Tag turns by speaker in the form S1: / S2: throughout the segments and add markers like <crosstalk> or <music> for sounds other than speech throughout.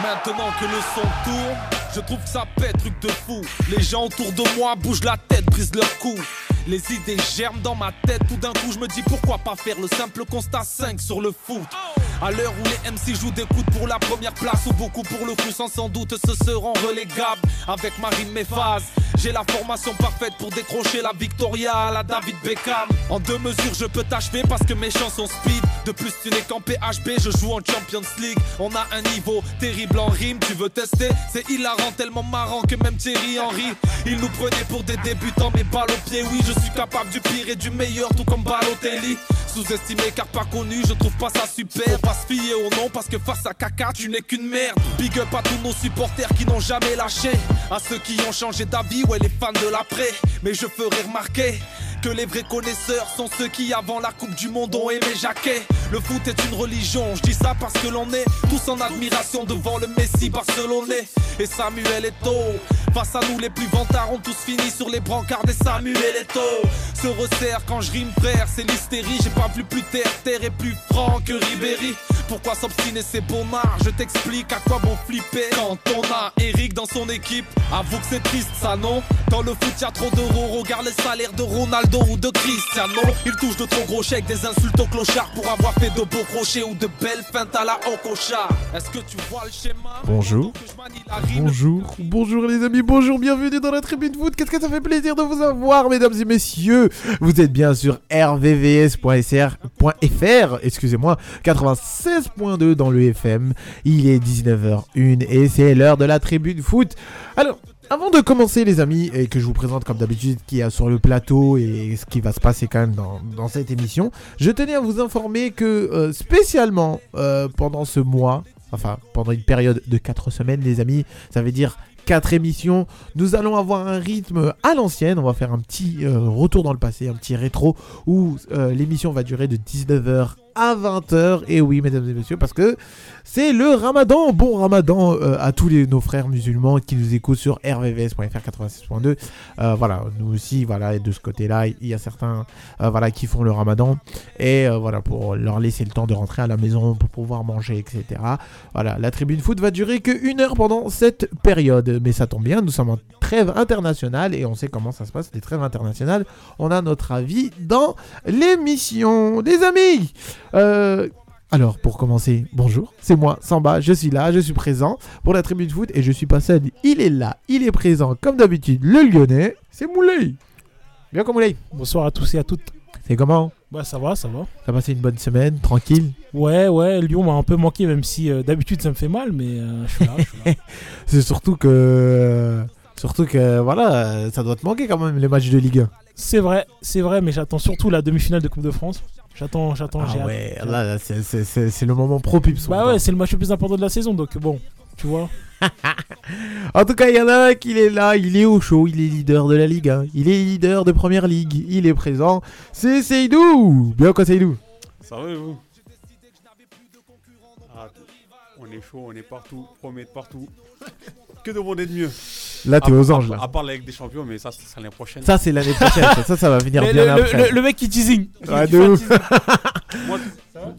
S1: Maintenant que le son tourne, je trouve que ça pète, truc de fou. Les gens autour de moi bougent la tête, brisent leur cou. Les idées germent dans ma tête, tout d'un coup je me dis pourquoi pas faire le simple constat 5 sur le foot. À l'heure où les MC jouent des coudes pour la première place ou beaucoup pour le coup sans sans doute se seront relégables avec Marine Méphase. J'ai la formation parfaite pour décrocher la Victoria à la David Beckham. En deux mesures je peux t'achever parce que mes chansons speed. De plus tu n'es qu'en PHB, je joue en Champions League. On a un niveau terrible en rime, tu veux tester C'est hilarant, tellement marrant que même Thierry Henry. Il nous prenait pour des débutants mais balle au pied, oui je suis capable du pire et du meilleur tout comme Balotelli. Sous-estimé car pas connu, je trouve pas ça super. Faut pas se fier au nom parce que face à caca, tu n'es qu'une merde. Big up à tous nos supporters qui n'ont jamais lâché. À ceux qui ont changé d'avis, ouais, les fans de l'après. Mais je ferai remarquer que les vrais connaisseurs sont ceux qui, avant la Coupe du Monde, ont aimé Jacquet. Le foot est une religion, je dis ça parce que l'on est tous en admiration devant le Messi barcelonais. Et Samuel Eto'o, face à nous, les plus vantards ont tous fini sur les brancards des Samuel Eto'o. Se resserre quand je rime, frère, c'est l'hystérie. J'ai pas vu plus terre, terre est plus franc que Ribéry. Pourquoi s'obstiner ces bonnards Je t'explique à quoi bon flipper Quand on a Eric dans son équipe Avoue que c'est triste ça non Dans le foot y'a trop d'euros Regarde les salaires de Ronaldo ou de Cristiano Ils touchent de trop gros chèques Des insultes aux clochards Pour avoir fait de beaux crochets Ou de belles feintes à la encochard Est-ce que tu vois le schéma Pendant
S2: Bonjour.
S1: que je manie la rime,
S2: Bonjour, bonjour les amis, bonjour, bienvenue dans la tribune foot. Qu'est-ce que ça fait plaisir de vous avoir, mesdames et messieurs. Vous êtes bien sur rvvs.sr.fr, excusez-moi, 96.2 dans le FM. Il est 19h01 et c'est l'heure de la tribune foot. Alors, avant de commencer, les amis, et que je vous présente comme d'habitude qui est sur le plateau et ce qui va se passer quand même dans, dans cette émission, je tenais à vous informer que euh, spécialement euh, pendant ce mois, enfin pendant une période de 4 semaines, les amis, ça veut dire 4 émissions, nous allons avoir un rythme à l'ancienne. On va faire un petit euh, retour dans le passé, un petit rétro où euh, l'émission va durer de 19h à 20h. Et oui, mesdames et messieurs, parce que c'est le ramadan. Bon ramadan euh, à tous les, nos frères musulmans qui nous écoutent sur rvvs.fr 86.2. Euh, voilà, nous aussi, voilà, et de ce côté-là, il y a certains euh, voilà, qui font le ramadan. Et euh, voilà, pour leur laisser le temps de rentrer à la maison, pour pouvoir manger, etc. Voilà, la tribune foot va durer que une heure pendant cette période. Mais ça tombe bien, nous sommes en trêve internationale et on sait comment ça se passe, les trêves internationales. On a notre avis dans l'émission. Les amis euh, alors, pour commencer, bonjour, c'est moi, Samba, je suis là, je suis présent pour la tribune foot et je suis pas seul, il est là, il est présent, comme d'habitude, le lyonnais, c'est Moulay Bien comme Moulay
S3: Bonsoir à tous et à toutes.
S2: C'est comment
S3: Bah ça va, ça va.
S2: T'as passé une bonne semaine, tranquille
S3: Ouais, ouais, Lyon m'a un peu manqué, même si euh, d'habitude ça me fait mal, mais euh, je suis là, je suis
S2: <laughs>
S3: là.
S2: C'est surtout que. Surtout que, voilà, euh, ça doit te manquer quand même les matchs de Ligue 1.
S3: C'est vrai, c'est vrai, mais j'attends surtout la demi-finale de Coupe de France. J'attends, j'attends, j'ai
S2: Ah
S3: hâte.
S2: ouais, là, là, c'est- c'est c'est- c'est le moment propice.
S3: Bah ouais, c'est le match le plus important de la saison, donc bon, tu vois.
S2: En tout cas, il y en a un qui est là, il est au chaud, il est leader de la Ligue 1, il est leader de Première Ligue, il est présent, c'est Seydou Bien quoi Seydou
S4: Ça va et vous Ah, On est chaud, on est partout, premier de partout. <laughs> Que demander de mieux
S2: Là, t'es
S3: Ah,
S4: À-
S2: aux anges,
S4: à-
S2: là.
S4: À part la Ligue des Champions, mais ça, ça sera l'année prochaine.
S2: Ça, c'est l'année prochaine, ça, ça, ça va venir
S3: Le,
S2: bien
S3: ah. le-
S2: après.
S3: le- le- le mec qui teasing.
S2: Ouais,
S3: Qui
S2: de
S3: fait un
S2: ouf.
S3: teasing.
S4: Moi,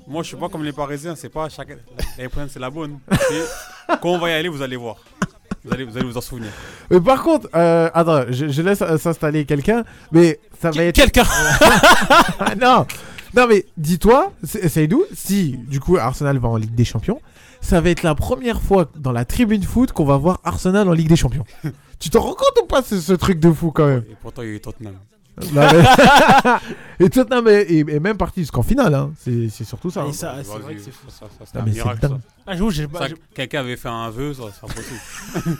S4: moi, je suis pas comme les Parisiens, c'est pas chaque. L'année prochaine, c'est la bonne. C'est- Quand on va y aller, vous allez voir. Vous allez vous, allez vous en souvenir.
S2: Mais par contre, euh, attends, je, je laisse euh, s'installer quelqu'un, mais ça va être...
S3: Quelqu'un.
S2: Ah, non Non, mais dis-toi, c'est- Seydou, si, du coup, Arsenal va en Ligue des Champions, ça va être la première fois dans la tribune foot qu'on va voir Arsenal en Ligue des Champions. tu t'en rends compte ou pas, ce- ce truc de fou, quand même
S4: Et pourtant, il y a eu Tottenham.
S2: Non, <laughs> mais- et Tottenham est, est- est même parti jusqu'en finale, hein. c'est, c'est surtout ça. hein.
S3: Et ça,
S4: Vas-y,
S3: Ah, c'est vrai que c'est fou.
S4: Ça, ça, c'était
S2: Non,
S4: un
S2: mais c'est
S4: miracle.
S2: dingue.
S4: ça.
S3: Ah, j'avoue, j'ai pas-
S4: Ça,
S3: j'ai-
S4: Quelqu'un avait fait un vœu, ça, c'est impossible.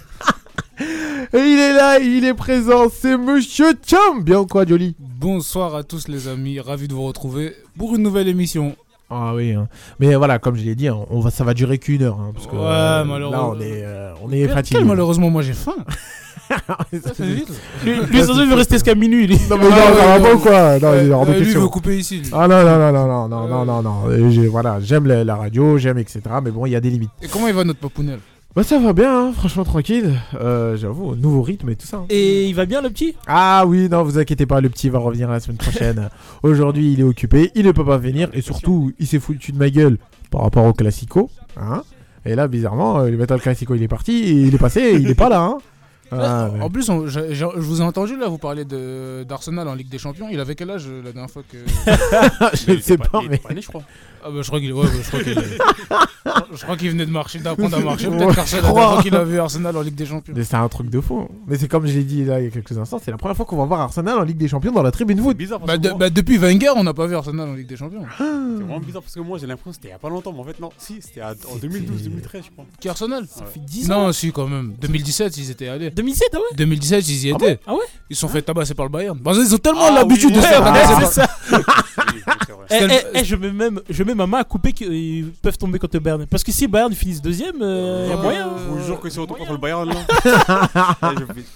S2: Et il est là, il est présent, c'est Monsieur Cham Bien ou quoi, Jolly
S5: Bonsoir à tous les amis, ravi de vous retrouver pour une nouvelle émission.
S2: Ah oui, hein. mais voilà, comme je l'ai dit, hein, on va, ça va durer qu'une heure. hein, parce que,
S5: Ouais,
S2: euh,
S5: malheureux-
S2: Là, on est, euh, on est
S5: Quel-
S2: fatigué. <laughs>
S5: quel malheureusement, moi j'ai faim. Ça fait vite.
S3: Lui, lui, sans doute, il veut rester jusqu'à minuit. lui.
S2: non, mais non,
S5: Ah, ouais,
S2: ça va
S5: ouais,
S2: pas ou
S5: ouais.
S2: quoi Non, il est hors
S5: Euh,
S2: de
S5: lui, il veut
S2: question.
S5: couper ici. lui.
S2: Ah non, non, non, non, non, non, non,
S5: Euh.
S2: non, non. Et j'ai- Voilà, j'aime la, la radio, j'aime, etc. Mais bon, il y a des limites.
S5: Et comment il va notre papounelle
S2: Bah, ça va bien, hein, franchement, tranquille. Euh, j'avoue, nouveau rythme et tout ça. hein.
S3: Et il va bien le petit
S2: Ah oui, non, vous inquiétez pas, le petit va revenir la semaine <laughs> prochaine. Aujourd'hui, il est occupé, il ne peut pas venir et surtout, il s'est foutu de ma gueule par rapport au Classico. Hein Et là, bizarrement, euh, le Metal Classico, il est parti, et il est passé, et il est pas là. <laughs> hein. Ah, ouais. <laughs>
S5: Euh, En plus, on- je, je- je vous ai entendu là, vous parler de- d'Arsenal en Ligue des Champions. Il avait quel âge euh, la dernière fois
S2: <laughs>
S5: que.
S2: <laughs> je ne sais pas,
S4: il est
S2: mais.
S4: pas né, je crois.
S5: Ah bah, je crois qu'il ouais, bah, je crois
S2: <laughs>
S5: qu'il- je crois qu'il venait de marcher, d'apprendre à marcher.
S2: Ouais,
S5: Peut-être
S2: je
S5: qu'Arsenal la
S2: crois.
S5: dernière fois qu'il a vu Arsenal en Ligue des Champions.
S2: mais c'est un truc de fou. Mais c'est comme je l'ai dit là il y a quelques instants, c'est la première fois qu'on va voir Arsenal en Ligue des Champions dans la tribune
S4: C'est
S2: foot.
S4: bizarre parce
S5: Bah,
S4: que
S5: de-
S4: moi-
S5: bah, depuis Wenger, on n'a pas vu Arsenal en Ligue des Champions.
S4: c'est vraiment bizarre parce que moi j'ai l'impression que c'était il y a pas longtemps, mais en fait non, si, c'était à- en 2012-2013 je crois.
S5: Qui Arsenal
S4: Ça fait
S3: 10 ans.
S5: Non, si quand même. 2017, ils étaient allés.
S3: 2007, ah ouais
S5: 2017, ils y
S2: Ah ouais
S5: étaient.
S3: Ah ouais
S5: Ils se sont fait tabasser par le Bayern. Bah, ils ont tellement
S4: Ah
S5: l'habitude
S4: oui,
S5: de
S4: ouais,
S5: se faire
S4: ouais,
S5: tabasser
S4: ouais,
S5: par-
S4: c'est Oui, oui, c'est vrai.
S3: Eh,
S5: C'était
S3: eh,
S5: le-
S3: eh, je mets même, je mets ma main à couper qu'ils peuvent tomber contre le Bayern. Parce que si Bayern finissent deuxième, euh, y a
S5: Euh,
S3: moyen.
S4: Je vous jure que si on tombe contre le Bayern là, eh,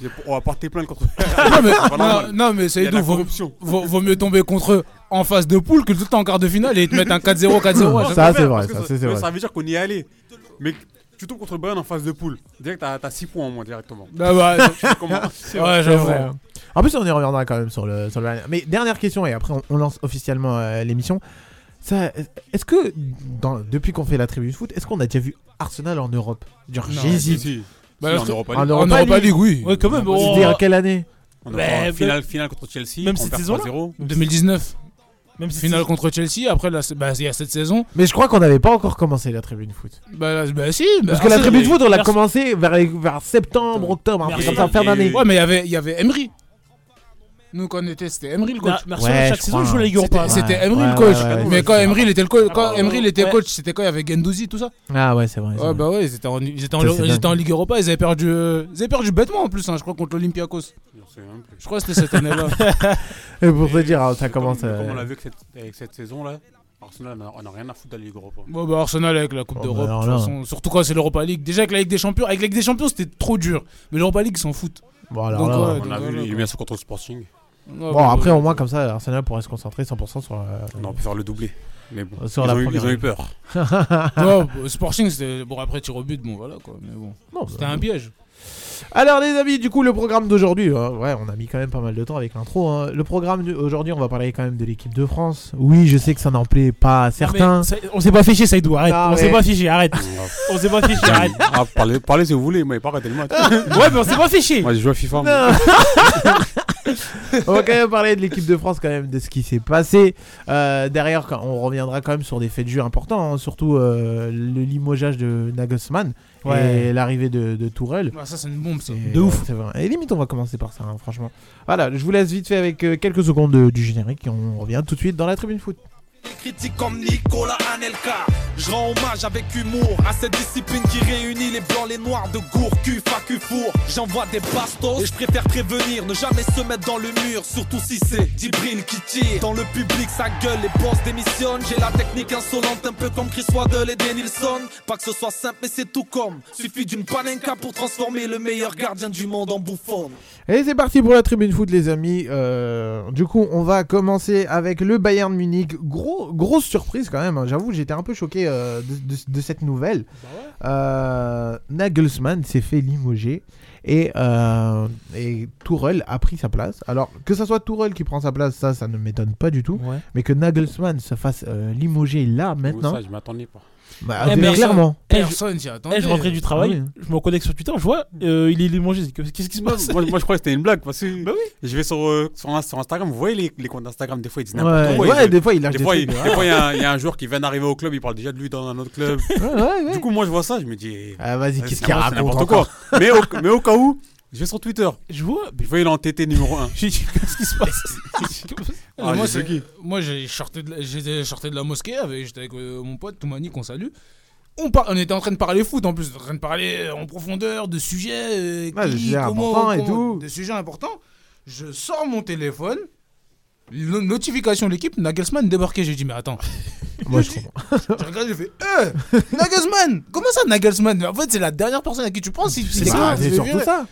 S4: je- je- on va porter plainte contre
S5: Non, mais-
S4: C'est pas normal.
S5: non, non, mais
S4: Il y
S5: c'est
S4: a de la
S5: tout. Vaut,
S4: corruption.
S5: vaut- vaut mieux tomber contre eux en phase de poule que tout le temps en quart de finale et ils te mettent un 4-0, 4-0. à chaque-
S2: Ça,
S4: Ouais,
S2: c'est vrai,
S4: parce que
S2: ça, c'est
S4: mais
S2: vrai.
S4: Ça veut dire qu'on y est allé. Mais tu tombes contre le Bayern en phase de poule. Direct, t'as- t'as 6 points en moins directement.
S5: Ah bah,
S4: Tu fais comment C'est vrai.
S5: ouais,
S2: C'est
S5: j'avoue. Bah,
S2: vrai. En plus, on y reviendra quand même sur le, sur le. Mais dernière question, et après, on, on lance officiellement euh, l'émission. Ça, Est-ce que, dans- depuis qu'on fait la tribune foot, est-ce qu'on a déjà vu Arsenal en Europe Genre,
S5: Non,
S2: j'hésite.
S4: Si, si.
S5: Bah,
S4: Si,
S5: là,
S4: en
S5: c'est-
S4: Europa
S2: en
S4: League.
S5: En
S2: Europa
S5: Europa
S2: League.
S5: League, oui.
S3: Ouais, quand même. oh,
S5: Bah,
S3: on-
S2: C'était à quelle année
S4: On
S3: Bah,
S4: a-
S3: bah-
S4: finale, finale contre Chelsea.
S3: Même
S4: on
S3: cette
S4: perd
S3: saison-là
S4: 3-0.
S5: 2019,
S3: Même si
S5: finale contre Chelsea. Après, là, c'est- bah, il y a cette saison.
S2: Mais je crois qu'on n'avait pas encore commencé la tribune foot.
S5: Bah, là, bah si. bah,
S2: Parce que la
S5: Arsenal-
S2: tribune foot, on l'a
S3: Merci.
S2: commencé vers, les- vers septembre,
S4: Attends.
S2: octobre, un truc
S4: Merci.
S2: comme ça, fin
S4: Il y a eu-
S2: d'année.
S5: Ouais, mais il y avait- il y avait Emery. Nous, quand on était, c'était Emery le coach.
S3: Mer- Merceau,
S2: Ouais,
S3: chaque
S2: je
S3: saison,
S2: crois,
S3: il joue la Ligue
S5: C'était-
S3: Europa.
S5: C'était
S2: Ouais,
S5: Emery
S2: ouais,
S5: le coach.
S2: ouais,
S4: ouais, ouais.
S5: mais quand Emery il était le coach, quand
S3: Ah,
S5: Emery il était
S3: ouais.
S5: coach, c'était quand il y avait Gendouzi tout ça.
S2: Ah ouais, c'est vrai. c'est
S5: Ouais,
S2: vrai.
S5: bah ouais, ils étaient en, ils étaient en,
S2: Ça, c'est
S5: ils étaient en
S2: dingue.
S5: Ligue Europa, ils avaient perdu, euh, ils avaient perdu bêtement en plus, hein, je crois contre l'Olympiakos.
S4: Je sais même plus.
S5: Je crois que c'était
S2: <laughs>
S5: cette année-là.
S2: Et pour te
S4: Et
S2: dire, ça
S4: comme-
S2: commence.
S4: Comme,
S2: euh,
S4: on l'a vu avec cette, avec cette saison-là, Arsenal on a rien à foutre de la Ligue Europa.
S5: bon, bah Arsenal avec la Coupe
S2: Oh,
S5: d'Europe,
S2: bah, alors
S5: de toute
S2: là.
S5: façon, surtout quand c'est l'Europa League. Déjà avec la Ligue des Champions, avec la Ligue des Champions c'était trop dur, mais l'Europa League ils s'en foutent.
S2: Bon, alors
S5: Donc,
S2: là,
S5: ouais,
S2: ouais.
S4: on
S5: donc
S4: a vu
S5: voilà,
S4: l'illumination contre le Sporting.
S5: Ouais,
S2: Bon,
S5: bah,
S2: après,
S5: ouais.
S2: au moins, comme ça, Arsenal pourrait se concentrer 100% sur. euh,
S4: Non, on peut faire le doublé. Mais bon,
S2: Sur
S4: ils,
S2: la
S4: ont eu,
S2: première
S4: ils ont eu
S2: ligue. <laughs>
S4: peur.
S5: <laughs> Ouais, bah, Sporting c'était bon après tir au but, bon voilà quoi, mais bon.
S2: Non,
S5: C'était
S2: bah,
S5: un piège.
S2: Alors les amis, du coup le programme d'aujourd'hui, euh, ouais, on a mis quand même pas mal de temps avec l'intro. hein. Le programme d'aujourd'hui, on va parler quand même de l'équipe de France. Oui, je sais que ça n'en plaît pas à certains.
S3: Mais ça- on s'est pas fiché, Saïdou, arrête.
S2: Ah,
S3: on s'est
S2: ouais.
S3: pas fiché, arrête.
S4: Ah,
S3: On s'est pas
S2: <laughs>
S3: fiché, arrête.
S4: parlez, parlez si vous voulez, moi, il pas raté le match.
S3: Ouais, mais on s'est pas fiché.
S4: Moi, j'ai joué à
S2: <laughs>
S4: FIFA. moi.
S2: Non. on va quand même parler de l'équipe de France, quand même, de ce qui s'est passé. Euh, derrière, quand- on reviendra quand même sur des faits de jeu importants, hein, surtout euh, le limogeage de Nagelsmann
S3: Ouais.
S2: et l'arrivée de, de Tourelle.
S5: Ah, ça c'est une bombe ça.
S2: Et,
S3: De
S2: ouais,
S3: ouf.
S2: c'est vrai. Et limite, on va commencer par ça, hein, franchement. Voilà, je vous laisse vite fait avec euh, quelques secondes de- du générique et on revient tout de suite dans la tribune foot.
S1: Des critiques comme Nicolas Anelka. Je rends hommage avec humour à cette discipline qui réunit les blancs, les noirs de gour, cul, facu, four. J'envoie des bastos et je préfère prévenir, ne jamais se mettre dans le mur, surtout si c'est Dibril qui tire. Dans le public, sa gueule, les boss démissionnent. J'ai la technique insolente, un peu comme Chris Waddle et Denilson. Pas que ce soit simple, mais c'est tout comme. Suffit d'une panenka pour transformer le meilleur gardien du monde en bouffon.
S2: Et c'est parti pour la tribune foot, les amis. Euh, du coup, on va commencer avec le Bayern Munich. Gros, grosse surprise quand même. hein. J'avoue, j'étais un peu choqué euh, de, de- de cette nouvelle.
S3: Bah
S2: Euh, Nagelsmann s'est fait limoger et, euh, et Tourelle a pris sa place. Alors que ça soit Tourelle qui prend sa place, ça, ça ne m'étonne pas du tout.
S3: Ouais.
S2: Mais que Nagelsmann se fasse euh, limoger là maintenant,
S4: Ça, je m'attendais pas.
S2: bah,
S3: Eh, mais-
S2: clairement.
S3: Eh, je-
S5: Personne s'y attendait.
S3: Eh, je rentrais du travail,
S2: Ah
S3: je me connecte sur Twitter, je vois, euh, il est limogé. Que- Qu'est-ce qui se
S4: Moi,
S3: passe
S4: <laughs> moi, je crois que c'était une blague parce que
S3: Bah
S4: je vais sur, euh, sur, Inst- sur Instagram, vous voyez les, les comptes Instagram, des fois ils disent
S2: Ouais,
S4: n'importe quoi.
S2: ouais,
S4: ils-
S2: des fois il lâche
S4: des
S2: des,
S4: fois, il
S2: trucs, hein.
S4: des fois, il y, a un- il y a un joueur qui vient d'arriver au club, il parle déjà de lui dans un autre club.
S2: ouais, ouais, ouais.
S4: <laughs> Du coup, moi je vois ça, je me dis, eh,
S2: Ah, vas-y,
S4: c'est
S2: qu'est-ce qu'il
S4: n'importe-
S2: raconte
S4: c'est n'importe
S2: encore
S4: quoi. mais, au, mais au cas où, je vais sur Twitter.
S3: Je vois, <laughs>
S4: Je vois il est en TT numéro 1.
S3: j'ai dit, qu'est-ce qui se passe
S4: Ah,
S5: moi,
S4: j'ai
S5: c'est-
S4: bugué.
S5: moi, j'ai sorti de la- j'étais sorti de la mosquée, avec- j'étais avec euh, mon pote Toumani qu'on salue. On, par- on était en train de parler foot en plus, en train de parler en profondeur de sujets, euh,
S2: Ouais, des
S5: qui,
S2: sujets
S5: comment,
S2: importants et
S5: comment-
S2: tout.
S5: des sujets importants. Je sors mon téléphone, no- notification de l'équipe, Nagelsmann débarqué. J'ai dit
S2: <laughs>
S5: mais attends,
S2: Moi, je comprends.
S5: je regarde, j'ai fait euh, Nagelsmann, comment ça Nagelsmann Mais en fait c'est la dernière personne à qui tu penses. Si tu
S2: C'est ça, c'est surtout ça.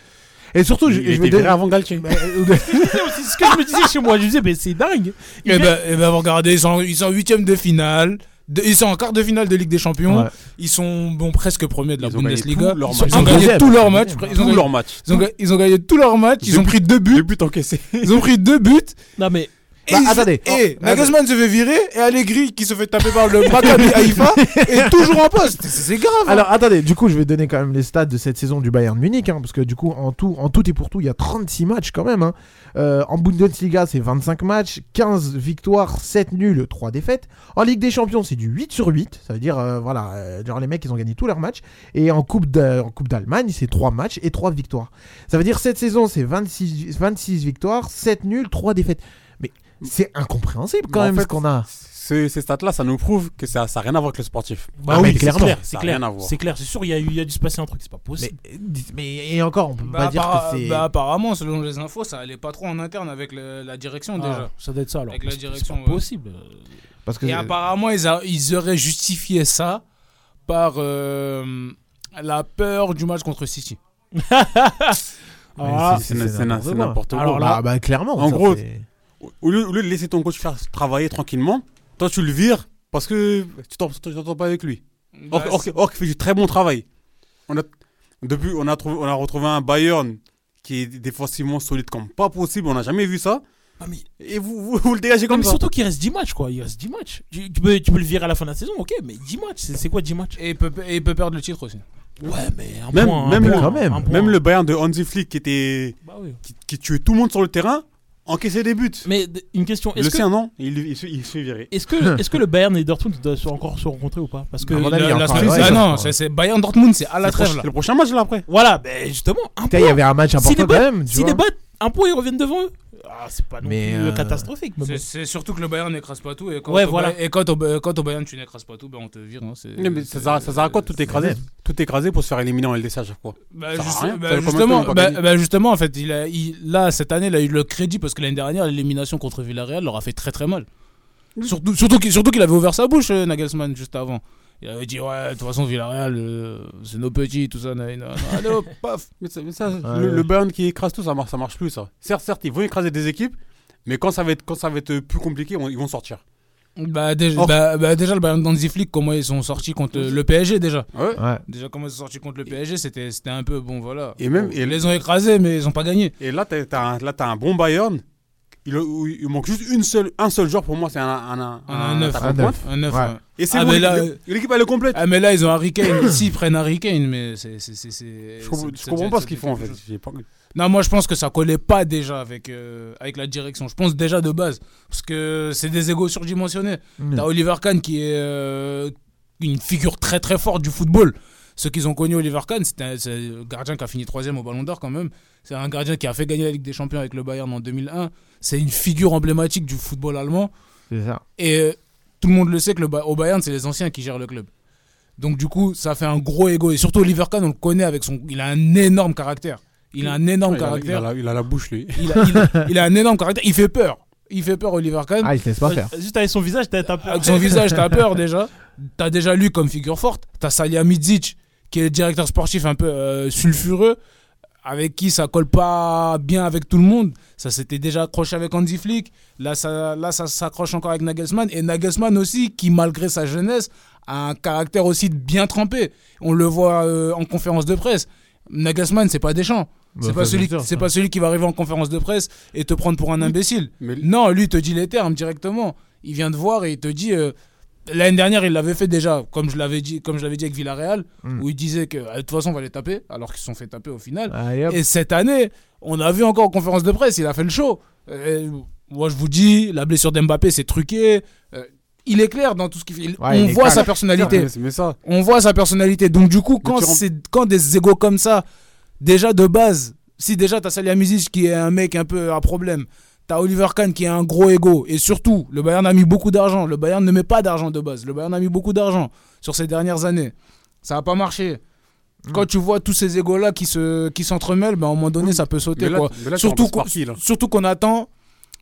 S2: Et surtout, je,
S4: Il
S2: je vais
S4: était
S2: donner
S4: viré avant Galtier.
S2: Mais, euh,
S3: C'est ce que je me disais chez moi, je me disais, mais c'est dingue. Il
S5: Et
S3: vient-
S5: ben, eh ben, vous regardez, ils sont, ils sont huitièmes de finale. de- ils sont en quart de finale de Ligue des Champions.
S2: Ouais.
S5: Ils sont bon, presque premiers de la
S4: Ils ont gagné
S5: Bundesliga.
S4: tous leurs
S5: Ils ont-
S2: Ils
S4: matchs.
S5: ils ont
S2: sont
S5: gagné
S2: deuxièmes.
S5: tous leurs matchs.
S2: Ils
S5: Ils ont
S4: Tout
S5: gagné-
S4: leur match.
S5: ils ont ga- ils ont gagné tous leurs matchs. Ils ont
S4: Deux
S5: pris
S4: Deux
S5: deux buts.
S4: buts encaissés.
S5: Ils ont pris deux buts.
S3: Non, mais
S5: Et,
S2: Bah,
S5: ils-
S2: attendez.
S5: et
S2: Oh,
S5: Nagelsmann se fait virer et Allegri qui se fait taper par le Maccabi Haïfa est toujours en poste. C'est c'est grave. hein.
S2: Alors attendez, du coup je vais donner quand même les stats de cette saison du Bayern Munich, hein, parce que du coup en tout, en tout et pour tout il y a 36 matchs quand même. hein. Euh, en Bundesliga c'est 25 matchs, 15 victoires, 7 nuls, 3 défaites. En Ligue des Champions c'est du 8 sur 8, ça veut dire euh, voilà, euh, genre les mecs ils ont gagné tous leurs matchs. Et en Coupe d'A- en Coupe d'Allemagne c'est 3 matchs et 3 victoires. Ça veut dire cette saison c'est 26, 26 victoires, 7 nuls, 3 défaites. Mais c'est incompréhensible quand
S4: Mais en
S2: même
S4: fait,
S2: ce qu'on a.
S4: Ce- ces stats-là, ça nous prouve que ça n'a rien à voir avec le sportif.
S2: Ah oui,
S3: mais
S2: clairement.
S3: bah C'est clair,
S4: Ça
S3: c'est
S4: a
S3: clair.
S4: rien à voir.
S3: C'est clair, c'est sûr, il y, a eu- il y a dû se passer un truc, c'est pas
S2: Mais, euh,
S3: possible.
S2: mais- et encore on peut pas
S5: Bah,
S2: dire
S5: appara-
S2: que c'est...
S5: bah, apparemment, selon les infos, ça allait pas trop en interne avec le- la direction
S3: Ah,
S5: déjà.
S3: Ça doit être ça alors.
S5: Avec la
S3: C'est-
S5: direction,
S3: C'est
S5: ouais.
S3: pas possible.
S2: parce que
S5: Et apparemment, ils, a- ils auraient justifié ça par euh, la peur du match contre City.
S3: Ah,
S2: c'est-
S4: C'est
S2: Ah, c'est
S4: c'est na-
S2: n'importe
S4: c'est
S2: quoi.
S4: n'importe quoi.
S3: Alors
S2: Alors
S3: là-
S2: là, bah, clairement.
S4: En
S2: ça,
S4: gros,
S2: c'est-
S4: Au- Au lieu, au lieu de laisser ton coach faire travailler tranquillement, toi tu le vires parce que tu t'en- tu t'entends pas avec lui. Or,
S5: Bah,
S4: or- or qu'il fait du très bon travail. On a, depuis, on a, trouvé, on a retrouvé un Bayern qui est défensivement solide comme pas possible. On n'a jamais vu ça.
S3: Ah, mais-
S4: Et vous, vous, vous le dégagez comme
S3: mais
S4: ça.
S3: surtout qu'il reste 10 matchs quoi, il reste 10 matchs. Tu, tu peux, tu peux le virer à la fin de la saison, ok, mais 10 matchs, c'est c'est quoi 10 matchs
S5: Et il peut, et il peut perdre le titre aussi.
S3: Ouais, mais un
S4: Même-
S3: point, un
S4: même
S3: point,
S4: le-
S2: quand même.
S3: un point.
S4: Même le Bayern de Hansi Flick qui, était,
S3: Bah oui.
S4: qui, qui tuait tout le monde sur le terrain, encaissait des buts.
S3: Mais d- une question,
S4: le
S3: est-ce que,
S4: sien, non il, il, se- il se fait virer.
S2: <laughs>
S3: est-ce que, est-ce que le Bayern et Dortmund doivent se- encore se rencontrer ou pas Parce que
S2: À mon
S3: la-
S2: avis,
S3: la-
S2: il y a encore-
S3: semaine-
S2: ouais,
S5: ah
S2: ça,
S5: non,
S2: ça,
S5: c'est- c'est Bayern Dortmund, c'est à
S4: C'est
S5: la
S4: le
S5: trêve
S4: proche-
S5: là.
S4: le prochain match là après.
S3: Voilà,
S5: Bah,
S3: ben justement, un
S2: Putain, il y
S3: point.
S2: avait un match important
S3: les
S2: quand
S3: battent-
S2: même. tu
S3: S'ils
S2: vois.
S3: les battent, un point, ils reviennent devant eux. Ah, c'est pas non
S2: Mais,
S3: plus
S2: euh,
S3: catastrophique. Mais
S5: C'est-
S3: bon.
S5: C'est surtout que le Bayern n'écrase pas tout. Et quand,
S3: Ouais,
S5: au,
S3: voilà.
S5: Bay- et quand, au, Bay- quand au Bayern tu n'écrases pas tout, ben on te vire. hein, c'est-
S4: Mais ça sert à- ça sert à quoi de tout écraser Tout écrasé pour se faire éliminer en LDC à chaque fois. Ça
S5: Bah,
S4: sert à
S5: juste-
S4: rien.
S5: bah,
S4: Ça veut
S5: justement,
S4: commenter, on va
S5: bah,
S4: gagner.
S5: bah, justement, en fait, il a, il- là, cette année, il a eu le crédit parce que l'année dernière, l'élimination contre Villarreal leur a fait très très mal. Surtout, surtout, qu'il- surtout qu'il avait ouvert sa bouche, euh, Nagelsmann, juste avant. Il avait dit, ouais, de toute façon, Villarreal, euh, c'est nos petits, tout ça. na-
S4: <laughs>
S5: na- na. Allez, hop, paf.
S4: Mais ça- mais ça,
S2: Ouais.
S4: le, le Bayern qui écrase tout, ça marche, ça marche plus ça. Certes, certes, ils vont écraser des équipes, mais quand ça va être, quand ça va être plus compliqué, on- ils vont sortir.
S5: Bah, déjà,
S4: Or-
S5: bah, bah, déjà, le Bayern d'Anzi Flick, comment ils sont sortis contre le PSG déjà
S4: Ouais.
S2: Ouais.
S5: Déjà, comment ils sont sortis contre le PSG, c'était c'était un peu bon, voilà.
S4: Et même-
S5: Bon,
S4: et-
S5: ils les ont écrasés, mais ils n'ont pas gagné.
S4: Et là, t'as t'as un, là, t'as un bon Bayern. Il, où il manque juste une seule, un seul joueur pour moi, c'est un, un, un,
S5: Un- un neuf.
S4: attaquant de
S2: Un
S4: pointe.
S2: neuf.
S5: Un neuf,
S2: Ouais.
S5: ouais.
S4: Et c'est
S5: Ah,
S4: bon,
S5: mais là,
S4: l'é-
S5: euh,
S4: l'équipe elle est complète.
S5: Ah mais là ils ont Harry Kane, <coughs> s'ils prennent Harry Kane mais c'est c'est c'est c'est
S4: Je comprends,
S5: c'est-
S4: je
S5: c'est-
S4: comprends
S5: c'est-
S4: pas ce
S5: c'est
S4: qu'ils font en fait.
S5: quelque chose.
S4: J'ai pas-
S5: Non moi je pense que ça collait pas déjà avec euh, avec la direction. Je pense déjà de base parce que c'est des égos surdimensionnés.
S2: Mm.
S5: T'as Oliver Kahn qui est euh, une figure très très forte du football. Ceux qu'ils ont connu Oliver Kahn, c'est un, c'est un gardien qui a fini troisième au Ballon d'Or quand même. C'est un gardien qui a fait gagner la Ligue des Champions avec le Bayern en 2001. C'est une figure emblématique du football allemand.
S2: C'est ça.
S5: Et euh, tout le monde le sait que le, Ba- au Bayern, c'est les anciens qui gèrent le club. Donc du coup, ça fait un gros ego. Et surtout, Oliver Kahn, on le connaît avec son... Il a un énorme caractère. Il a un énorme
S4: il, a, il a
S5: caractère.
S4: la, il a la bouche lui.
S5: Il a, il a- il a un énorme caractère. Il fait peur. Il fait peur, Oliver Kahn.
S2: Ah, il se laisse pas faire.
S3: Juste avec son visage, t'as un peu.
S5: Avec son visage, t'as peur déjà. T'as déjà lui comme figure forte. T'as Salihamidzic, qui est le directeur sportif un peu euh, sulfureux, avec qui ça colle pas bien avec tout le monde. Ça s'était déjà accroché avec Andy Flick. Là, ça, là, ça s'accroche encore avec Nagelsmann. Et Nagelsmann aussi, qui malgré sa jeunesse, a un caractère aussi bien trempé. On le voit euh, en conférence de presse. Nagelsmann, c'est pas Deschamps.
S2: Bah,
S5: C'est pas,
S2: ça,
S5: celui,
S2: bien sûr,
S5: c'est pas celui qui va arriver en conférence de presse et te prendre pour un imbécile.
S4: Mais
S5: Non, lui il te dit les termes directement. Il vient te voir et il te dit. euh, L'année dernière, il l'avait fait déjà, comme je l'avais dit, comme je l'avais dit avec Villarreal,
S2: Mm.
S5: où il disait que euh, de toute façon on va les taper, alors qu'ils se sont fait taper au final.
S2: Allez, hop.
S5: Et cette année, on a vu encore en conférence de presse, il a fait le show. Euh, moi, je vous dis, la blessure d'Mbappé, c'est truqué. Euh, il est clair dans tout ce qu'il fait. Il-
S2: Ouais,
S5: on
S2: il est
S5: voit
S2: clair.
S5: sa personnalité.
S4: mais, mais ça,
S5: On voit sa personnalité. Donc du coup, quand,
S4: tu rem-
S5: c'est, quand des égos comme ça, déjà de base, si déjà t'as Salihamidzic qui est un mec un peu à problème, t'as Oliver Kahn qui est un gros égo, et surtout, le Bayern a mis beaucoup d'argent. Le Bayern ne met pas d'argent de base. Le Bayern a mis beaucoup d'argent sur ces dernières années. Ça n'a pas marché.
S4: Hmm.
S5: Quand tu vois tous ces égos-là qui, se, qui s'entremêlent, ben, à un moment donné, ça peut sauter.
S4: mais là,
S5: quoi.
S4: mais là, tu
S5: Surtout
S4: remplaces
S5: qu'on-
S4: par qui, là
S5: Surtout qu'on attend.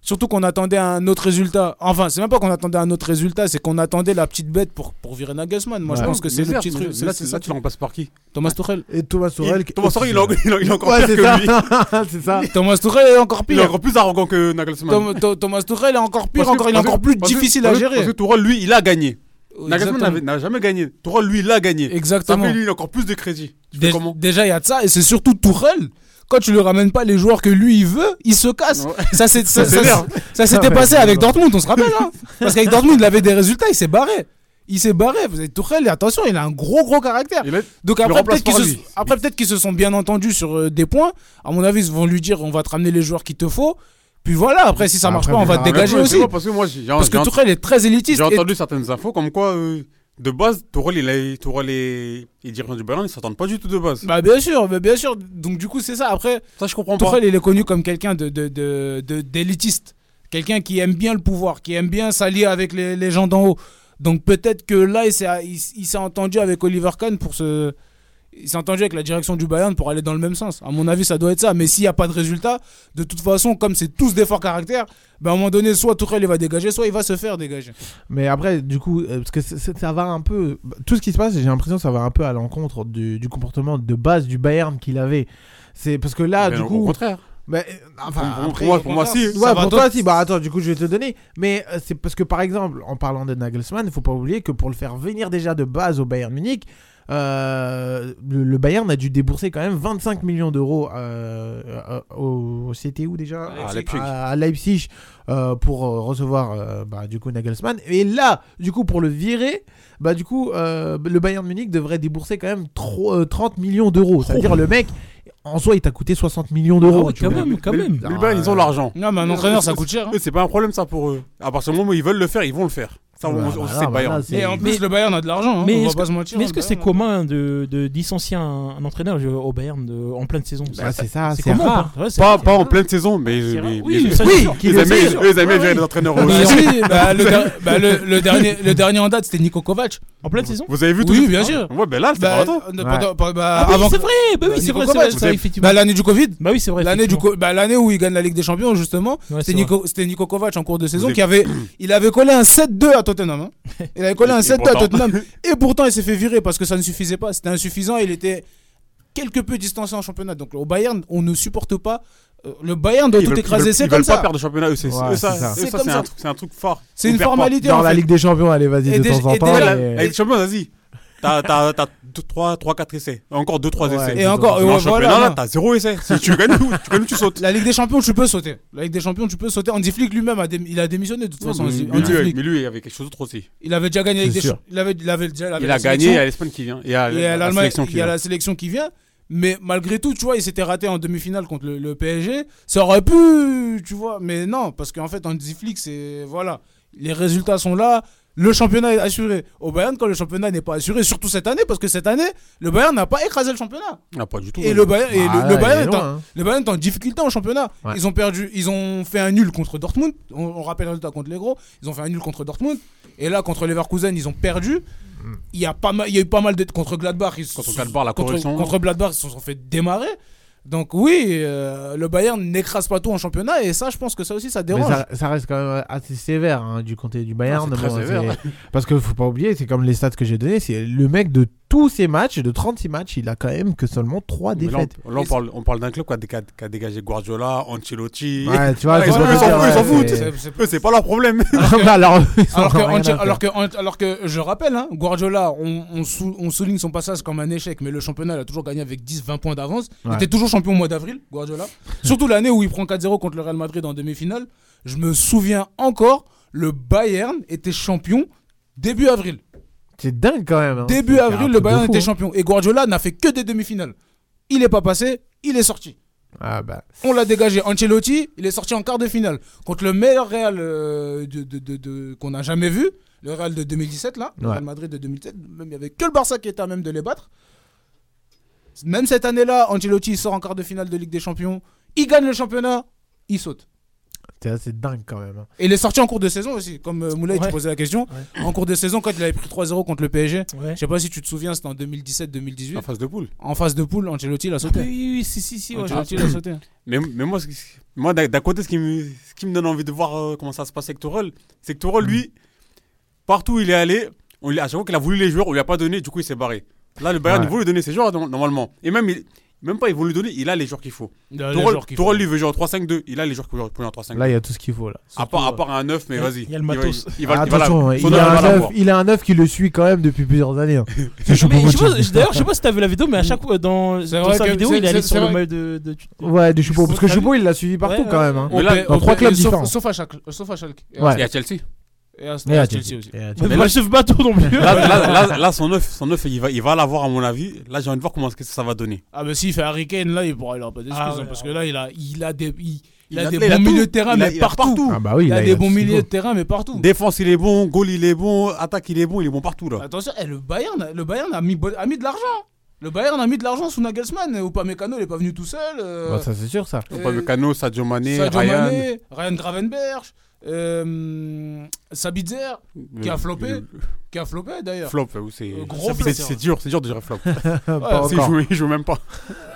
S5: Surtout qu'on attendait un autre résultat. Enfin, c'est même pas qu'on attendait un autre résultat, c'est qu'on attendait la petite bête pour, pour virer Nagelsmann. Moi, je
S2: Ouais.
S5: pense que c'est
S4: Mais
S5: le
S4: là,
S5: petit truc.
S4: mais
S5: c'est-
S4: Là,
S5: c'est
S4: tu- là,
S5: ça
S4: tu le
S5: qui-
S4: remplaces par qui
S5: Thomas Tuchel.
S2: Et Thomas Sorel. euh,
S4: Il- Thomas Sorel, il est en- il est il est encore
S2: Ouais,
S4: pire
S2: c'est
S4: que
S2: <laughs>
S4: lui.
S2: ça. C'est
S4: Ah.
S2: ça.
S5: Ah, Thomas Tuchel est encore
S4: Il est
S5: pire.
S4: encore plus arrogant que Nagelsmann.
S5: Tom- To- Thomas Tuchel est encore pire,
S4: Parce que-
S5: encore, il est
S4: parce que-
S5: encore plus
S4: parce que-
S5: difficile
S4: parce
S5: à
S4: que-
S5: gérer.
S4: Parce que Tourelle, lui, il a gagné.
S5: Exactement.
S4: Nagelsmann n'avait- n'a jamais gagné. Tourelle, lui, il a gagné. Ça
S5: Exactement.
S4: fait lui, il a encore plus de crédit. Je fais
S5: Dé-
S4: comment
S5: Déjà, il y a de ça, et c'est surtout Tourelle. Quand tu lui ramènes pas les joueurs que lui il veut, il se casse.
S4: Ouais.
S5: Ça s'est- ça- ça-
S2: s'énerve.
S5: ça s'était
S2: Ah ouais,
S5: passé
S2: c'est
S5: avec
S2: vrai.
S5: Dortmund, on se rappelle. Hein Parce qu'avec Dortmund, il avait des résultats, il s'est barré. Il s'est barré. Vous êtes Tourelle, attention, il a un gros gros caractère.
S4: Il est-
S5: Donc
S4: le
S5: après,
S4: remplace
S5: peut-être qu'ils
S4: par
S5: se,
S4: lui.
S5: après, peut-être qu'ils se sont bien entendus sur euh, des points. À mon avis, ils vont lui dire on va te ramener les joueurs qu'il te faut. Puis voilà, après, si ça
S4: Bah,
S5: marche
S2: Après,
S5: pas, on
S2: on
S5: va
S2: verra.
S5: te
S4: Mais
S5: dégager
S4: moi,
S5: aussi.
S4: c'est pas Parce que moi, j'ai j'ai-
S5: Parce que
S4: j'ai-
S5: Tourelle est très élitiste.
S4: j'ai
S5: et-
S4: entendu certaines infos comme quoi, euh, de base, Tourelle, il a- Tourelle et les dirigeants du Bayern, ils s'entendent pas du tout de base.
S5: Bah bien sûr, mais bien sûr. Donc du coup, c'est ça. Après,
S4: Ça, je comprends pas.
S5: Tourelle, il est connu comme quelqu'un de, de, de- de- d'élitiste. Quelqu'un qui aime bien le pouvoir, qui aime bien s'allier avec les, les gens d'en haut. Donc peut-être que là, il s'est, il, il s'est entendu avec Oliver Kahn pour se. Il s'est entendu avec la direction du Bayern pour aller dans le même sens. À mon avis, ça doit être ça. Mais s'il n'y a pas de résultat, de toute façon, comme c'est tous des forts caractères, bah, à un moment donné, soit Tourelle il va dégager, soit il va se faire dégager.
S2: Mais après, du coup, euh, parce que c'est- c'est- ça va un peu. bah, Tout ce qui se passe, j'ai l'impression que ça va un peu à l'encontre du, du comportement de base du Bayern qu'il avait. C'est parce que là,
S4: Mais
S2: du
S4: au-
S2: coup.
S4: Au contraire.
S2: bah, euh, enfin,
S4: Pour- pour
S2: après,
S4: moi- pour moi, si.
S2: Ouais,
S5: Ça va,
S2: pour
S5: toi-
S2: toi, si. Bah, attends, du coup, je vais te le donner. Mais euh, c'est parce que, par exemple, en parlant de Nagelsmann, il faut pas oublier que pour le faire venir déjà de base au Bayern Munich, euh, le, le Bayern a dû débourser quand même 25 millions d'euros euh, euh, au, c'était où déjà
S4: À Leipzig.
S2: À, à Leipzig euh, pour euh, recevoir euh, bah, du coup Nagelsmann. Et là, du coup, pour le virer, bah, du coup, euh, le Bayern Munich devrait débourser quand même tro- euh, 30 millions d'euros.
S4: Oh.
S2: C'est-à-dire le mec, en soi, il t'a coûté 60 millions d'euros.
S3: Ah ouais,
S2: tu
S3: quand
S2: vois.
S3: même, quand
S4: Mais-
S3: même.
S4: mais le Bayern, ils ont l'argent.
S5: Non, mais un entraîneur, ça coûte cher. hein.
S4: Eux, c'est pas un problème, ça, pour eux. À partir du moment où ils veulent le faire, ils vont le faire. Ça, on,
S2: Bah,
S4: on- hein.
S2: voilà,
S4: c'est le
S2: voilà,
S4: Bayern.
S2: c'est-
S5: Et en plus, le Bayern a de l'argent. hein,
S3: Mais
S5: on va
S3: est-ce
S5: pas
S3: que-
S5: se mentir.
S3: Mais est-ce
S5: le
S3: que c'est
S5: Bayern hein. a-
S3: commun de, de licencier un, un entraîneur je- au Bayern de- en pleine saison
S2: Bah, c'est ça,
S3: C'est
S2: c'est
S3: commun ou
S2: rare.
S3: pas Ouais, c'est
S4: Pas,
S3: rare.
S4: pas en pleine saison, mais.
S3: C'est
S4: mais-
S3: rare.
S4: mais-
S3: Oui,
S4: mais-
S3: ça, c'est
S2: Oui,
S3: sûr.
S2: qui-
S4: Ils aiment
S2: Oui,
S4: bien-
S2: sûr.
S4: eux, ils aiment bien
S3: Ouais,
S4: gérer
S3: ouais.
S4: les entraîneurs.
S5: Mais
S4: aussi.
S5: oui, <laughs> bah, le, der-
S4: <laughs>
S5: bah, le- le dernier, le dernier en date, c'était Nico Kovac.
S3: En pleine
S5: Bah,
S3: saison
S4: Vous avez vu
S5: Oui,
S4: tout
S5: bien sûr.
S4: Ouais, ben là, c'est
S5: Bah,
S4: pas toi.
S5: euh,
S2: Ouais.
S5: pendant- pendant- bah,
S3: Ah oui,
S5: avant-
S3: c'est vrai, bah
S5: Bah,
S3: oui, c'est
S5: Nico
S3: vrai, c'est
S5: Kovac,
S3: vrai,
S5: vous
S3: c'est vrai,
S5: avez-
S3: effectivement.
S5: bah, l'année du Covid,
S3: Bah oui, c'est vrai.
S5: l'année du
S3: effectivement.
S5: co- bah, l'année où il gagne la Ligue des Champions justement,
S3: Ouais, c'est
S5: c'était Nico, c'était Nico Kovac en cours de saison
S4: Vous
S5: qui
S4: <clears throat>
S5: avait, il avait collé un 7-2 à Tottenham.
S4: <laughs>
S5: hein. Il avait collé un
S4: Et
S5: 7-2 à
S4: pourtant.
S5: Tottenham
S4: <laughs>
S5: et pourtant il s'est fait virer parce que ça ne suffisait pas, c'était insuffisant, il était quelque peu distancé en championnat. Donc au Bayern, on ne supporte pas euh, le Bayern doit
S4: Ils
S5: tout
S4: veulent-
S5: écraser,
S4: ils
S5: c'est
S4: veulent-
S5: comme
S4: Ils veulent pas
S5: ça.
S4: perdre le championnat, eux, c'est
S2: Ouais,
S4: eux, ça.
S2: c'est ça.
S4: eux,
S5: C'est
S4: ça,
S5: comme
S4: C'est
S5: ça.
S4: un truc- c'est un truc phare.
S5: C'est
S4: Ils
S5: une
S4: perdent pas.
S5: formalité
S2: Dans
S5: en
S2: la
S5: fait.
S2: Ligue des Champions, allez, vas-y,
S5: Et
S2: de
S5: déjà-
S2: temps en
S5: et
S2: temps.
S5: déjà
S4: Ouais,
S5: la-
S2: mais-
S4: là, Avec Champions, vas-y. T'as 3-4 essais. Encore 2-3
S2: Ouais.
S4: essais.
S5: Et encore,
S4: Non,
S5: ouais,
S4: championnat,
S5: voilà.
S4: là, t'as 0 essai. Si tu gagnes, tu, gagnes, tu sautes.
S5: La Ligue des Champions, tu peux sauter. La Ligue des Champions, tu peux sauter. Andy Flick lui-même, a dém- il a démissionné de toute façon.
S4: mais,
S5: Andy,
S4: lui,
S5: Andy
S4: ouais,
S5: Flick.
S4: mais lui, il y avait quelque chose d'autre aussi.
S5: Il avait déjà gagné avec
S2: C'est
S5: des
S2: sûr.
S5: cha- il avait, il avait déjà, il avait
S4: Il
S5: la
S4: a gagné, il y
S5: sélection.
S4: a l'Espagne qui vient. Il y a
S5: Et à
S4: la
S5: l'Allemagne,
S4: sélection qui
S5: il y a
S4: vient.
S5: la sélection qui vient. Mais malgré tout, tu vois, il s'était raté en demi-finale contre le, le PSG. Ça aurait pu, tu vois. Mais non, parce qu'en fait, Andy Flick, c'est. Voilà. Les résultats sont là. Le championnat est assuré. Au Bayern, quand le championnat n'est pas assuré, surtout cette année, parce que cette année, le Bayern n'a pas écrasé le championnat.
S4: Ah, pas du tout.
S5: Et
S4: non.
S5: le Bayern, et le-
S2: Ah,
S5: le
S2: là, il
S5: Bayern
S2: est
S5: est
S2: loin,
S5: en-
S2: hein.
S5: le Bayern est en difficulté en championnat.
S2: Ouais.
S5: Ils ont perdu, ils ont fait un nul contre Dortmund. On, on rappelle le résultat contre les gros. Ils ont fait un nul contre Dortmund. Et là, contre Leverkusen, ils ont perdu. Il y a pas mal, il y a eu pas mal de contre Gladbach. Ils se
S4: Hmm. Contre
S5: sont-
S4: Gladbach, la
S5: contre-
S4: correction.
S5: contre Gladbach, ils se sont fait démarrer. Donc oui, euh, le Bayern n'écrase pas tout en championnat. Et ça, je pense que ça aussi, ça
S2: Mais
S5: dérange.
S2: ça, ça reste quand même assez sévère hein, du côté du Bayern.
S4: Ah, c'est très sévère.
S2: c'est- Parce que faut pas oublier, c'est comme les stats que j'ai donné, c'est le mec de tous ses matchs, de 36 matchs, il a quand même que seulement 3
S4: Mais là, on-
S2: défaites.
S4: Là, on parle, on parle d'un club qui a, dé- qui a- qui a dégagé Guardiola, Ancelotti.
S2: Ouais, tu vois,
S4: Ouais,
S2: c'est pas
S4: ils s'en
S2: dire,
S4: foutent, ils s'en
S2: ouais,
S4: foutent.
S2: c'est- <laughs>
S5: C'est- c'est-
S4: Eux, c'est pas leur problème.
S2: Bah, alors, ils en
S5: Alors que,
S2: ont rien à
S5: Ange-
S2: faire.
S5: alors, que, Ange- alors que je rappelle, hein, Guardiola, on, on sou- on souligne son passage comme un échec, mais le championnat, il a toujours gagné avec 10-20 points d'avance. Il
S2: Ouais.
S5: était toujours champion au mois d'avril,
S2: <laughs>
S5: Guardiola. Surtout l'année où il prend 4-0 contre le Real Madrid en demi-finale. Je me souviens encore, le Bayern était champion début avril.
S2: c'est dingue quand même. hein.
S5: Début
S2: C'est un
S5: avril,
S2: truc
S5: le
S2: de
S5: Bayern
S2: fou,
S5: était
S2: hein.
S5: champion. Et Guardiola n'a fait que des demi-finales. Il n'est pas passé, il est sorti.
S2: Ah bah.
S5: On l'a dégagé. Ancelotti, il est sorti en quart de finale contre le meilleur Real euh, de, de- de- de- qu'on n'a jamais vu, le Real de 2017 là, le
S2: Ouais.
S5: Real Madrid de 2017. Même il y avait que le Barça qui était à même de les battre. Même cette année-là, Ancelotti il sort en quart de finale de Ligue des Champions. Il gagne le championnat, il saute.
S2: C'est assez dingue quand même. hein.
S5: Et il est sorti en cours de saison aussi, comme euh, Moulay tu
S3: Ouais.
S5: posais la question. En cours de saison, quand il avait pris 3-0 contre le PSG,
S3: Ouais.
S5: je sais pas si tu te souviens, c'était en
S4: <laughs>
S5: 2017-2018.
S4: En phase de poule.
S5: En phase de poule, Ancelotti il a
S3: Oui,
S5: sauté.
S3: oui, oui, si, si, si. ouais, je-
S5: Ancelotti il a sauté.
S4: Mais, mais moi, ce qui- moi d'un d'un côté, ce qui, me, ce qui me donne envie de voir euh, comment ça se passe avec Tourelle, c'est que Tourelle, lui, partout où il est allé, on lui, à chaque fois qu'il a voulu les joueurs, on lui a pas donné, du coup, il s'est barré. Là, le Bayern,
S2: Ouais.
S4: il veut lui donner ses joueurs, no- normalement. Et même, il, Même pas, ils vont lui donner, il a les joueurs qu'il faut.
S5: Il a les
S4: Tourelle,
S5: joueurs qu'il faut.
S4: Tourelle, lui, veut jouer en 3-5-2. Il a les joueurs qu'il veut jouer en 3-5-2.
S2: Là, il y a tout ce qu'il faut. Là.
S4: à, part, à part un 9, mais
S3: il y a-
S4: vas-y.
S3: il y a le
S4: va-
S3: matos.
S4: Il va,
S2: Ah,
S4: il va
S2: attention,
S4: l'avoir.
S2: il,
S4: Son
S2: a
S4: homme
S2: un
S4: va
S2: neuf-
S4: l'avoir.
S2: il a un neuf qui le suit quand même depuis plusieurs années. hein. C'est
S3: Mais je sais pas,
S2: Choupo-Moting.
S3: D'ailleurs, je sais pas si t'as vu la vidéo, mais à chaque fois dans,
S5: C'est
S3: dans
S5: vrai
S3: sa
S5: que-
S3: vidéo,
S5: c'est-
S3: il est allé
S5: c'est-
S3: sur
S5: c'est
S3: le
S5: vrai.
S3: mail de. de- de-
S2: Ouais, de Choupo.
S3: Choupo,
S2: Parce que
S3: t'as vu
S2: Choupo, il l'a suivi partout
S3: Ouais,
S2: quand
S3: ouais.
S2: même. hein.
S4: Mais là,
S5: paie-
S2: dans
S5: on
S2: trois
S5: paie-
S2: clubs
S5: sauf-
S2: différents.
S5: Sauf à chaque, sauf à Schalke. Et à-
S2: Ouais.
S4: Et à Chelsea.
S5: Et à,
S2: Et
S5: et à
S2: à
S5: Chelsea aussi.
S2: Et à
S3: Mais
S4: Mais
S3: moi,
S4: là-
S3: je ne pas tout non plus. <laughs>
S4: Là, là, là, là, son 9, son 9 il va, il va l'avoir à mon avis. Là, j'ai envie de voir comment est-ce que ça va donner.
S5: Ah, mais s'il fait Harry Kane, là, il pourra, il aura pas d'excuses.
S3: Ah
S5: hein,
S3: ouais,
S5: parce
S3: ouais.
S5: que là, il a, il a des, il, il
S4: Il
S5: a
S4: a-
S5: des
S4: il a
S5: bons
S4: tout.
S5: milieux de terrain,
S4: Il a-
S5: mais
S4: il a
S5: partout.
S4: partout.
S2: Ah bah oui,
S5: Il
S2: là,
S5: a des
S2: tout
S5: bons
S2: ce qu'il
S5: milieux de
S2: faut.
S5: terrain, mais partout.
S4: Défense, il est bon. Goal, il est bon. Attaque, il est bon. Il est bon partout là.
S5: Attention, eh, le Bayern, a- le Bayern a mis, bo- a mis de l'argent. Le Bayern a mis de l'argent sous Nagelsmann. Ou pas Mécano, il est pas venu tout seul. euh,
S2: Bah, ça, c'est sûr, ça.
S5: euh,
S4: Upamecano, Sadio Mané,
S5: Sadio
S4: Ryan.
S5: Mané, Ryan Gravenberch, euh, Sabitzer, qui a flopé.
S4: Le-
S5: qui a flopé <laughs> d'ailleurs.
S4: euh, Flop, euh, c'est
S5: Euh, gros
S4: c'est-
S5: flop.
S4: c'est- c'est dur, c'est dur de gérer flop.
S2: Pas
S4: <laughs> S'il
S2: encore.
S4: joue, il joue même pas.